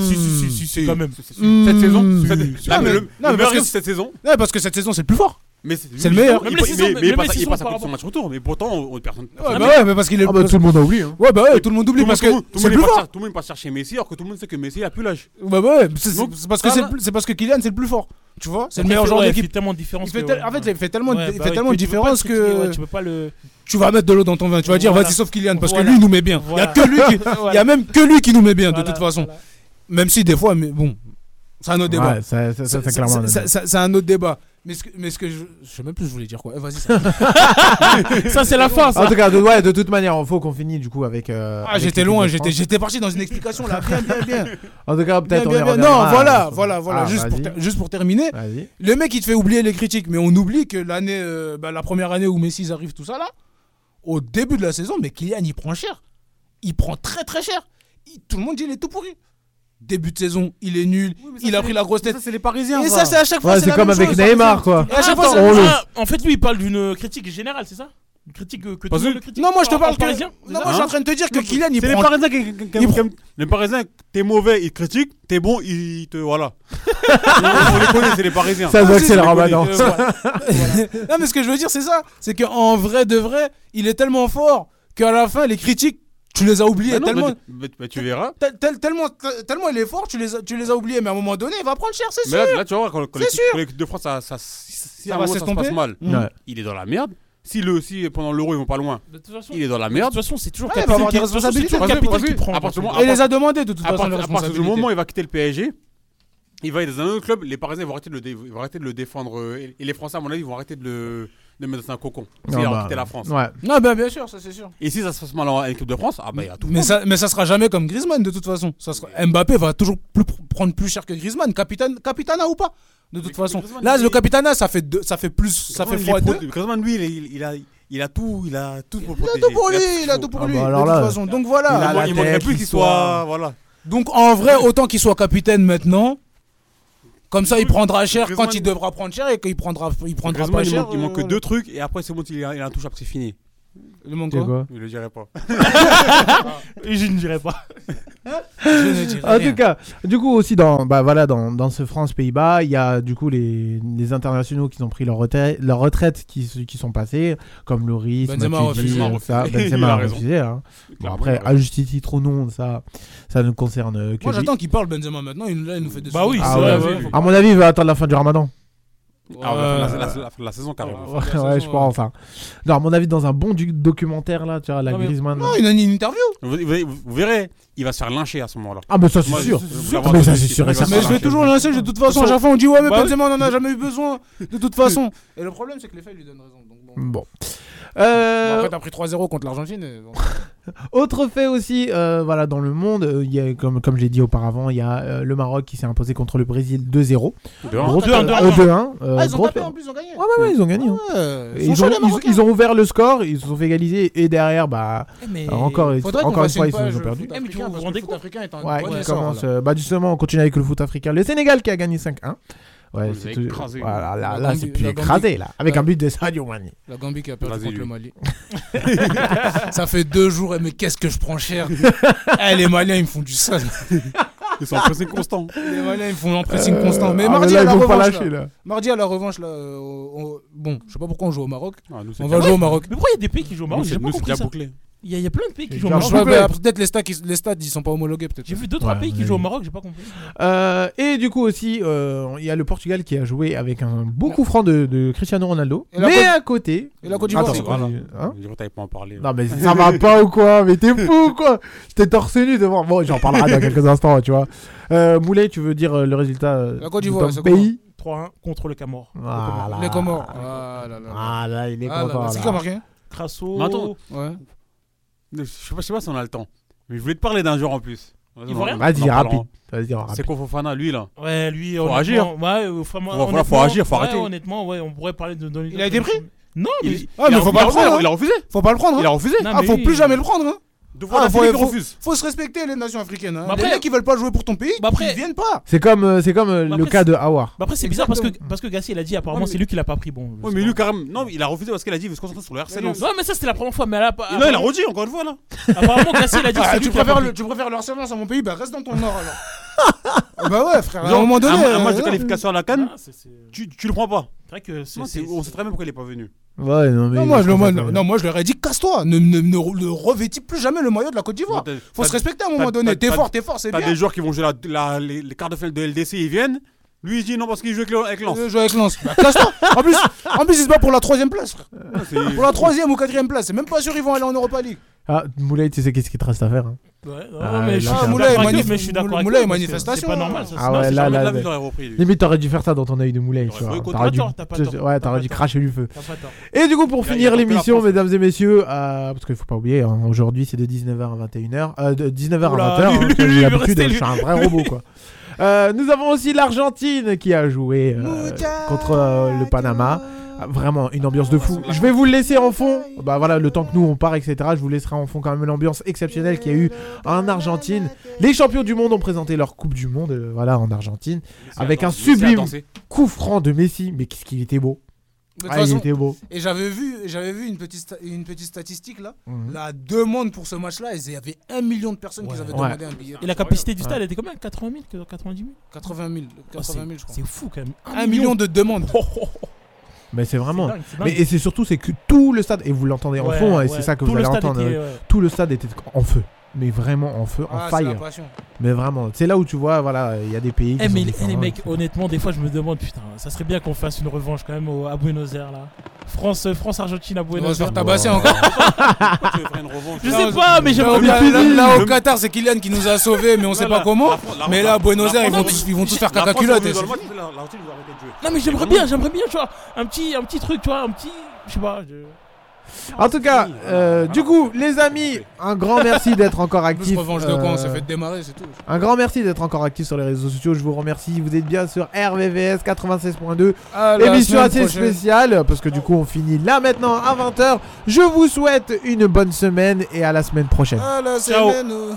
S3: si, si, si, si, si, quand même.
S4: Cette saison, cette-
S5: Non,
S4: Non, mais
S5: mais-
S4: le
S5: non,
S4: le
S5: mais parce
S4: meilleur
S5: que-
S4: de cette saison,
S5: Ouais, parce que cette saison, c'est le plus fort.
S4: mais
S5: C'est le meilleur.
S4: Mais
S3: Même les saisons-
S4: mais- mais
S3: même
S4: il
S3: les
S4: passe- il
S3: saisons
S4: passe à
S3: par
S4: côté de
S3: rapport.
S4: son match retour, mais pourtant, on- personne.
S5: Ouais,
S4: personne-
S5: bah ouais, mais parce qu'il est.
S2: Ah bah tout le monde a oublié. hein.
S5: Ouais, bah ouais, tout le monde oublie
S4: Tout le
S5: parce que
S4: monde- tout
S5: c'est
S4: le
S5: le plus
S4: monde part
S5: fort.
S4: cher- tout le monde part chercher Messi alors que tout le monde sait que Messi a plus l'âge.
S5: Ouais, bah ouais, c'est-
S4: Donc,
S5: c'est parce que
S4: ça,
S5: c'est
S4: là-
S5: le plus- c'est parce que Kylian, c'est le plus fort. Tu vois, c'est le
S3: Après, il
S5: meilleur
S3: fait-
S5: joueur
S3: ouais,
S5: d'équipe.
S3: Il fait tellement de différence.
S5: Il fait
S3: que,
S5: tel-
S3: ouais,
S5: En fait,
S3: ouais.
S5: il fait tellement,
S3: Ouais,
S5: de- il
S3: bah
S5: fait
S3: oui,
S5: tellement de
S3: tu peux pas le
S5: différence
S3: critiquer, ouais,
S5: que
S3: Tu peux pas
S5: <laughs>
S3: le.
S5: tu vas mettre de l'eau dans ton vin. Tu vas dire,
S3: Voilà.
S5: vas-y, sauf Kylian, parce que
S3: Voilà.
S5: lui, il nous met bien. Il
S3: <laughs> Voilà.
S5: y a que lui qui- il y a même que lui qui nous met bien, de
S3: Voilà,
S5: toute façon.
S3: voilà.
S5: Même si des fois, mais bon, c'est un autre débat.
S2: Ouais, ça, ça, ça,
S5: C'est-
S2: c'est clairement.
S5: c'est-
S2: un
S5: c'est- c'est- c'est un autre débat. Mais ce que, mais ce que je, je sais même plus, je voulais dire quoi.
S2: <laughs>
S5: Eh, Vas-y. ça-
S3: Ça, c'est la
S5: <laughs>
S3: fin,
S2: En
S3: ça.
S2: tout cas, de, ouais, de toute manière, faut qu'on finisse du coup avec. euh,
S5: Ah,
S2: avec
S5: j'étais
S2: l'équipe
S5: loin,
S2: de
S5: j'étais,
S2: France.
S5: j'étais parti dans une explication là, bien, bien, bien.
S2: En tout cas, <laughs>
S5: Bien,
S2: peut-être on y
S5: bien, bien.
S2: reviendra.
S5: Non, voilà,
S2: Ah,
S5: voilà, voilà.
S2: ah,
S5: juste, pour
S2: vas-y.
S5: ter- juste pour terminer,
S2: Vas-y.
S5: le mec il te fait oublier les critiques, mais on oublie que l'année, euh, bah, la première année où Messi arrive tout ça là, au début de la saison, mais Kylian il prend cher, il prend très très cher. Il- tout le monde dit il est tout pourri. Début de saison, il est nul, il a pris la grosse tête.
S4: Ça, c'est les Parisiens.
S5: Et ça, c'est à chaque fois.
S2: Ouais, c'est
S5: Ah, la
S2: comme
S5: même
S2: avec
S5: chose.
S2: Neymar, quoi.
S5: <laughs> Et à chaque fois,
S3: Attends,
S5: c'est la
S2: on
S5: même
S2: le-
S5: chose.
S3: ah, en fait, lui, il parle d'une critique générale, c'est ça Une critique euh, que tout
S4: Parce
S3: le monde
S4: que-
S3: le critique
S5: Non, moi je te
S3: en- en
S5: parle. que-
S3: parisien c'est
S5: Non,
S3: ça
S5: moi je suis en train de te dire que Kylian il
S4: Hein C'est les
S5: prend.
S4: Parisiens qui- qui- qui-
S5: il prend-
S4: qui- Les Parisiens, t'es mauvais, ils critiquent. T'es bon, ils te.
S5: <laughs>
S4: Voilà. On les connaît, c'est les Parisiens. Bah
S2: Ça se voit que
S5: si,
S2: c'est le
S5: je
S4: connais.
S2: ramadan.
S5: Euh, voilà. Voilà. <laughs> Non, mais ce que je veux dire, c'est ça. C'est qu'en vrai de vrai, il est tellement fort qu'à la fin, les critiques, tu les as oubliés.
S4: Bah non,
S5: tellement,
S4: bah, bah, bah, tu verras.
S5: tel- tel- tellement, tel- tellement il est fort, tu les, as, tu les as oubliés. Mais à un moment donné, il va prendre cher, c'est
S4: Mais
S5: sûr.
S4: là, là, tu vas voir, quand, quand
S5: C'est
S4: l'équipe
S5: sûr.
S4: quand l'équipe de France, ça, ça, si- si
S5: Ça
S4: à un
S5: va
S4: moment, ça se
S5: s'estomper.
S4: passe mal,
S2: Ouais.
S4: il est dans la merde. Si, le, si pendant l'euro, ils vont pas loin,
S3: De toute façon,
S4: il est dans la
S3: de
S4: merde.
S3: toute façon, c'est toujours
S5: Ouais, il va
S3: capital
S5: avoir
S3: qui-
S5: des
S3: de toute façon, c'est
S5: responsabilités,
S3: toujours
S5: t'as vu,
S3: capital
S4: t'as
S3: qui
S4: vu,
S3: prend.
S4: à partir du
S5: Et il les a demandé de toute
S4: À,
S5: façon.
S4: part-
S5: leur
S4: à partir du
S5: responsabilité.
S4: moment où il va quitter le PSG, il va être dans un autre club. Les Parisiens vont arrêter de le, dé- ils vont arrêter de le défendre. euh, Et et les Français, à mon avis, vont arrêter de le de le mettre dans un cocon.
S2: <laughs>
S4: C'est
S2: Non,
S4: leur
S2: bah,
S4: quitter la France.
S2: Ouais.
S5: Non, ben, bien sûr, ça c'est sûr.
S4: Et si ça se passe mal en en équipe de France, ah bah il y a tout.
S5: Mais ça, mais ça sera jamais comme Griezmann de toute façon. Ça sera- Mbappé va toujours plus pr- prendre plus cher que Griezmann, capitaine, capitana ou pas. De toute
S4: Mais
S5: façon,
S4: Griezmann,
S5: là
S4: il-
S5: le capitana ça fait deux, ça fait plus, ça fait
S4: Griezmann, il
S5: fois
S4: est pro-
S5: deux.
S4: Griezmann, lui, il, est- il- il a, il a tout, il a tout pour
S5: Il a
S4: protéger.
S5: tout pour lui,
S4: tout
S5: il a
S4: faut.
S5: tout
S2: Ah
S5: pour lui.
S2: bah
S5: De
S2: alors
S5: toute
S2: là,
S5: façon, donc voilà.
S2: il a
S4: Il
S2: la
S4: man- il manquerait
S2: tête,
S4: plus
S2: il
S4: qu'il
S2: soit-
S4: soit, voilà.
S5: Donc en vrai, autant qu'il soit capitaine maintenant. Comme ça, il prendra cher quand
S4: Griezmann-
S5: il devra prendre cher et qu'il prendra, il prendra
S4: Griezmann,
S5: pas
S4: il,
S5: cher.
S4: manque, il manque que
S5: euh,
S4: deux trucs et après c'est bon, il a, il a un touche c'est fini. Ah,
S5: Il manque
S2: C'est
S5: quoi
S2: quoi
S4: Je le dirai pas.
S3: Et je ne dirais pas.
S5: Je ne dirai
S2: En
S5: rien.
S2: tout cas, du coup aussi dans bah voilà dans, dans ce France Pays-Bas, il y a du coup les, les internationaux qui ont pris leur retraite, leur retraite qui, se- qui sont passés comme Loris,
S5: Benzema
S2: Matuidi,
S5: refusé.
S2: euh, ça,
S4: Benzema
S2: Benzema
S4: Il a
S2: a
S4: raison.
S2: refusé. hein. Bon, après à juste titre ou non, ça ça ne concerne que
S5: Moi,
S2: lui.
S5: j'attends qu'il parle Benzema maintenant. Il, là, il nous fait des.
S3: Bah oui,
S5: sourires.
S2: Ah ouais,
S3: ouais,
S4: ouais.
S2: À mon avis, il va attendre la fin du Ramadan.
S4: Ah, ouais, la,
S5: Ouais.
S4: la- la- la saison carrément.
S2: Ouais,
S5: façon,
S2: ouais, je crois
S5: euh,
S2: enfin. Non, à mon avis, dans un bon du- documentaire là, tu vois, la
S3: Non, mais-
S2: Griezmann.
S5: Non, il a une interview.
S4: Vous, vous- vous verrez, il va se faire lyncher à ce moment-là.
S2: Ah, mais ça
S4: Moi,
S2: c'est sûr.
S4: je- je
S2: Ah,
S4: vous l'avais
S2: mais ça
S4: entendu,
S2: c'est
S4: il
S2: sûr. et
S4: va
S2: certain.
S4: se
S5: Mais je
S4: marcher.
S5: vais toujours lancer, de toute façon, à chaque fois on dit ouais, mais
S3: Bah oui.
S5: Benzema on en a jamais eu besoin, de toute façon. Et le problème, c'est que les faits lui donnent raison. Donc bon.
S2: Bon.
S5: Bon,
S2: Euh,
S5: Après, t'as pris 3-0 contre l'Argentine. et bon.
S2: Autre fait aussi, euh, voilà, dans le monde, euh, il y a, comme, comme j'ai dit auparavant, il y a euh, le Maroc qui s'est imposé contre le Brésil 2-0.
S4: De un.
S2: Grosse-
S3: deux, un, deux, un,
S2: euh, 2-1. euh,
S5: Ah, ils ont
S2: grosse-
S5: tapé en plus, ils ont gagné.
S2: Ouais, ouais, ouais, ils ont gagné. hein.
S5: Ouais,
S2: Et Ils,
S5: sont
S2: ont,
S5: chauds, les
S2: ils-
S5: Marocains. Eh,
S2: ils ont ouvert le score, ils se sont fait égaliser et derrière, bah,
S3: Mais...
S2: alors encore, ils-
S5: Faudrait qu'on
S2: encore une
S5: fasse
S2: fois, ils
S5: page
S2: ont perdu.
S5: foot
S3: Eh, mais tu vous
S5: africain, parce que
S3: rendez
S5: le foot
S3: compte
S5: africain est un
S2: Ouais,
S5: bon
S2: qui
S5: essor,
S2: commence,
S5: là.
S2: euh, bah justement, on continue avec le foot africain. Le Sénégal qui a gagné 1-1. Ouais,
S4: Vous
S2: c'est
S4: avez
S2: tout-
S4: écrasé.
S2: Voilà, là,
S5: La
S2: là,
S5: Gambie-
S2: c'est plus
S5: la Gambie-
S2: écrasé, là. Avec
S5: la-
S2: un but de Sadio Mane.
S5: La Gambie qui a perdu
S4: Vas-y,
S5: contre le
S4: lui.
S5: <laughs> Mali. Ça fait deux jours, et mais qu'est-ce que je prends cher. Eh, les Maliens, ils me font du sale.
S4: Ils sont en pressing constant.
S5: Les Maliens, ils me font un pressing constant. Euh, Mais
S2: Ah,
S5: mardi,
S2: là,
S5: à
S2: ils
S5: la
S2: vont pas
S5: revanche,
S2: lâcher,
S5: là.
S2: là.
S5: Mardi, à la revanche, là. euh, on- on- Bon, je sais pas pourquoi on joue au Maroc.
S4: Ah, nous, c'est
S5: On va
S4: déjà-
S5: jouer au Maroc.
S3: Mais pourquoi il y a des pays qui jouent au
S4: nous,
S3: Maroc J'ai
S4: c'est-
S3: pas
S4: nous, c'est
S3: compris
S4: déjà
S3: ça.
S4: bouclé.
S3: Il y a- il y a plein de pays qui
S2: C'est
S3: jouent au
S2: déjà
S3: Maroc.
S5: Je vois,
S2: bouclé.
S5: bah, Peut-être les stades, ils- les stades, ils sont pas homologués, peut-être.
S3: J'ai vu deux trois
S2: Ouais,
S3: pays qui
S2: mais-
S3: jouent au Maroc, j'ai pas compris.
S2: Euh, et du coup aussi, euh, il y a le Portugal qui a joué avec un beau coup franc de, de Cristiano Ronaldo.
S5: Et la
S2: mais
S5: Côte-
S2: à côté...
S5: Et la Côte
S2: Attends,
S5: d'Ivoire, c'est quoi
S4: voilà.
S2: hein
S4: Je dirais, t'avais pas en parler.
S2: non mais <laughs> ça va pas ou quoi Mais t'es fou ou quoi J'étais torse nu devant. Bon, j'en parlerai dans quelques instants, tu vois. Euh, Moulet, tu veux dire euh, le résultat euh,
S5: La Côte
S2: de
S5: d'Ivoire,
S2: ton
S5: c'est
S2: pays
S3: 3-1 contre le Camor.
S2: Voilà.
S5: Les Comores. Ah là là. là.
S2: Ah là, il est
S5: Ah là
S2: content.
S5: là.
S2: là.
S5: C'est qui a marqué
S3: Crasso.
S4: Mais attends.
S5: Ouais.
S4: Je sais pas, je sais pas si on a le temps. Mais je voulais te parler d'un joueur en plus. Vas-y,
S3: Ivoirien
S4: on en- on
S2: Vas-y,
S4: en
S2: rapide.
S4: parlera.
S2: Vas-y, rapide.
S4: C'est Fofana, lui là.
S3: Ouais, lui.
S4: Faut
S3: honnêtement,
S4: agir.
S3: Ouais, euh, faut, moi,
S4: Faut- faut- faut
S3: honnêtement,
S4: agir, faut
S3: ouais,
S4: arrêter.
S3: Honnêtement, ouais, on pourrait parler de. de-
S5: Il a été pris
S3: Non, mais.
S4: Il-
S5: Ah,
S4: il
S5: mais
S4: a
S5: faut
S4: refusé,
S5: pas le prendre, hein.
S4: Il a refusé.
S5: Faut pas le prendre.
S4: Il
S5: hein.
S4: a refusé.
S3: Non,
S5: Ah,
S3: mais
S5: faut
S3: il-
S5: plus jamais le prendre. Hein.
S4: Deux fois
S5: Ah,
S4: la
S5: faut-
S4: Philippe, il
S5: faut-
S4: refuse.
S5: Faut se respecter les nations africaines. Hein.
S3: Bah
S5: les
S3: après-
S5: mecs qui veulent pas jouer pour ton pays,
S3: Bah après-
S5: ils viennent pas.
S2: C'est comme, euh, c'est comme euh,
S3: Bah,
S2: le
S3: après,
S2: cas de Aouar.
S3: Bah après, c'est bizarre parce que, parce que Gassi, il a dit apparemment
S4: Ouais, mais-
S3: c'est lui qui l'a pas pris. Bon. je
S4: Ouais,
S3: sais
S4: mais
S3: pas.
S4: lui, carrément. Non, il a refusé parce qu'il a dit il veut se concentrer sur le RC Lens.
S3: Ouais, mais ça, c'était la première fois. Mais là,
S4: Et là, il a redit encore une fois là.
S3: apparemment, Gassi, il a dit que
S5: Ah,
S3: c'est
S5: tu,
S3: lui qui l'a
S5: préfères
S3: pas
S5: le,
S3: pris.
S5: tu préfères leur servance à mon pays, bah reste dans ton nord alors. Ah bah ouais, frère, à un
S4: Genre,
S5: moment donné.
S4: un, un match de
S5: euh,
S4: qualification à la Cannes,
S3: Ah, c'est- C'est
S4: tu, tu le prends pas.
S3: c'est vrai que c'est.
S4: Non, c'est-
S3: c'est-
S4: on sait très bien pourquoi il est pas venu.
S2: Ouais, non, mais.
S5: Non, moi, je, le- moi, non, non, moi je leur ai dit casse-toi, ne, ne, ne- ne revêtis plus jamais le maillot de la Côte d'Ivoire.
S4: Bon, t'as-
S5: Faut
S4: t'as-
S5: se respecter à un
S4: t'as-
S5: moment donné.
S4: t'as-
S5: T'es
S4: t'as-
S5: fort, t'es fort, c'est
S4: T'as
S5: bien.
S4: des joueurs qui vont jouer la, la- les, les quarts de finale de LDC, ils viennent. Lui, il dit non parce qu'il joue avec, le- avec Lens.
S5: Euh, jouer avec Lens. Bah, casse-toi. En plus, en plus, ils se battent pour la troisième place, frère.
S4: C'est-
S5: Pour la troisième ou quatrième place, c'est même pas sûr qu'ils vont aller en Europa League.
S2: Ah, Moulay, tu sais qu'est-ce qu'il te reste à faire. hein.
S3: Ouais, non,
S2: Ah,
S3: mais je suis
S2: là,
S3: d'accord
S5: Moulay,
S3: avec
S5: manif-
S3: lui, mais je suis d'accord
S5: Moulay,
S3: avec lui, parce que
S5: manifestation.
S3: C'est pas normal, ça.
S2: Ah
S3: sinon,
S2: ouais,
S3: c'est
S2: là,
S4: Jamais
S3: jamais-
S4: de
S2: là,
S4: la vie,
S2: là.
S4: je l'aurais repris, lui.
S2: Limite, t'aurais dû faire ça dans ton œil de Moulay.
S4: J'aurais
S2: tu vois.
S4: trouvé
S2: T'aurais dû,
S3: T'as pas tort, t'as pas
S2: ouais,
S3: tort,
S2: t'aurais dû
S3: t'as pas
S2: cracher du feu.
S3: T'as pas tort.
S2: Et du coup, pour
S4: Il a- il a
S2: finir
S4: tenté la
S2: l'émission,
S4: France.
S2: mesdames et messieurs, euh, parce qu'il faut pas oublier, hein, aujourd'hui c'est de 19h à 21h, euh, de 19h
S3: Oula,
S2: à 20h,
S3: lui,
S2: hein,
S3: lui,
S2: j'ai
S3: lui,
S2: l'habitude,
S3: restez,
S2: je suis un vrai robot quoi. Euh, nous avons aussi l'Argentine qui a joué euh, contre euh, le Panama. Ah, Vraiment une ambiance de fou. Je vais vous le laisser en fond. Bah voilà, le temps que nous on part, etc. Je vous laisserai en fond quand même l'ambiance exceptionnelle qu'il y a eu en Argentine. Les champions du monde ont présenté leur Coupe du Monde, euh, voilà, en Argentine. Avec un
S4: Messi a
S2: sublime
S4: dansé.
S2: Coup franc de Messi, mais qu'est-ce qu'il était beau.
S5: De toute
S2: Ah, il
S5: façon,
S2: était beau.
S5: Et j'avais vu, j'avais vu une petite, sta- une petite statistique là.
S2: Mhm.
S5: La demande pour ce match-là, il y avait un million de personnes qui avaient
S2: Ouais.
S5: demandé un billet.
S3: Et la capacité du stade, elle était combien 80 000 que- 90 000
S5: 80 000, 80 000 je crois.
S3: C'est Oh, fou quand même.
S5: Un million <laughs> de demandes.
S2: Mais c'est vraiment.
S3: C'est dingue, c'est
S2: Oh, Mais
S3: dingue.
S2: et c'est surtout c'est que tout le stade et vous l'entendez en
S3: Ouais,
S2: fond hein, et
S3: ouais,
S2: c'est ça que
S3: tout
S2: vous
S3: le
S2: allez
S3: stade
S2: entendre.
S3: était,
S2: euh,
S3: ouais. Eh,
S2: Tout le stade était en feu. mais vraiment en feu,
S5: Ah,
S2: en
S5: c'est la
S2: fire.
S5: passion.
S2: Mais vraiment, c'est là où tu vois, voilà, il y a des pays. qui
S3: Eh
S2: sont
S3: mais les-
S2: différents.
S3: les mecs, honnêtement, des fois je me demande, putain, ça serait bien qu'on fasse une revanche quand même au- à Buenos Aires là. France, euh, France, Argentine à
S5: On va se
S3: Buenos Aires.
S5: faire tabasser encore.
S4: Pourquoi tu veux faire une revanche
S3: Je
S4: là
S3: sais pas, mais
S5: Là,
S3: j'aimerais
S5: au-
S3: bien.
S5: là- là- là, au
S4: Le-
S5: Qatar, c'est Kylian qui nous a sauvés, mais on sait
S4: Voilà.
S5: pas comment.
S4: La France- la-
S5: Mais
S4: la-
S5: là, à Buenos
S4: la
S5: Aires, ils vont
S4: France-
S5: tous, ils vont tous faire
S4: La
S5: caca
S4: France,
S5: culotte.
S4: ils
S5: et
S4: vont
S5: c'est-
S4: dans le match, la- la Argentine, ils vont arrêter de jouer.
S3: Non mais j'aimerais bien, j'aimerais bien, tu vois, un petit, un petit truc, tu vois, un petit, je sais pas. je-
S2: En tout cas, euh, du coup, les amis, un grand merci
S5: <laughs>
S2: d'être encore
S5: En plus,
S2: actifs.
S5: revanche de quoi On s'est
S2: euh,
S5: fait démarrer, c'est tout.
S2: Un grand merci d'être encore actifs sur les réseaux sociaux. Je vous remercie. Vous êtes bien sur RVVS 96.2.
S5: À la
S2: Ah, Émission
S5: semaine
S2: assez
S5: prochaine.
S2: spéciale parce que du coup, on finit là maintenant à 20h. Je vous souhaite une bonne semaine et à la semaine prochaine.
S5: À la
S3: Ciao.
S5: semaine.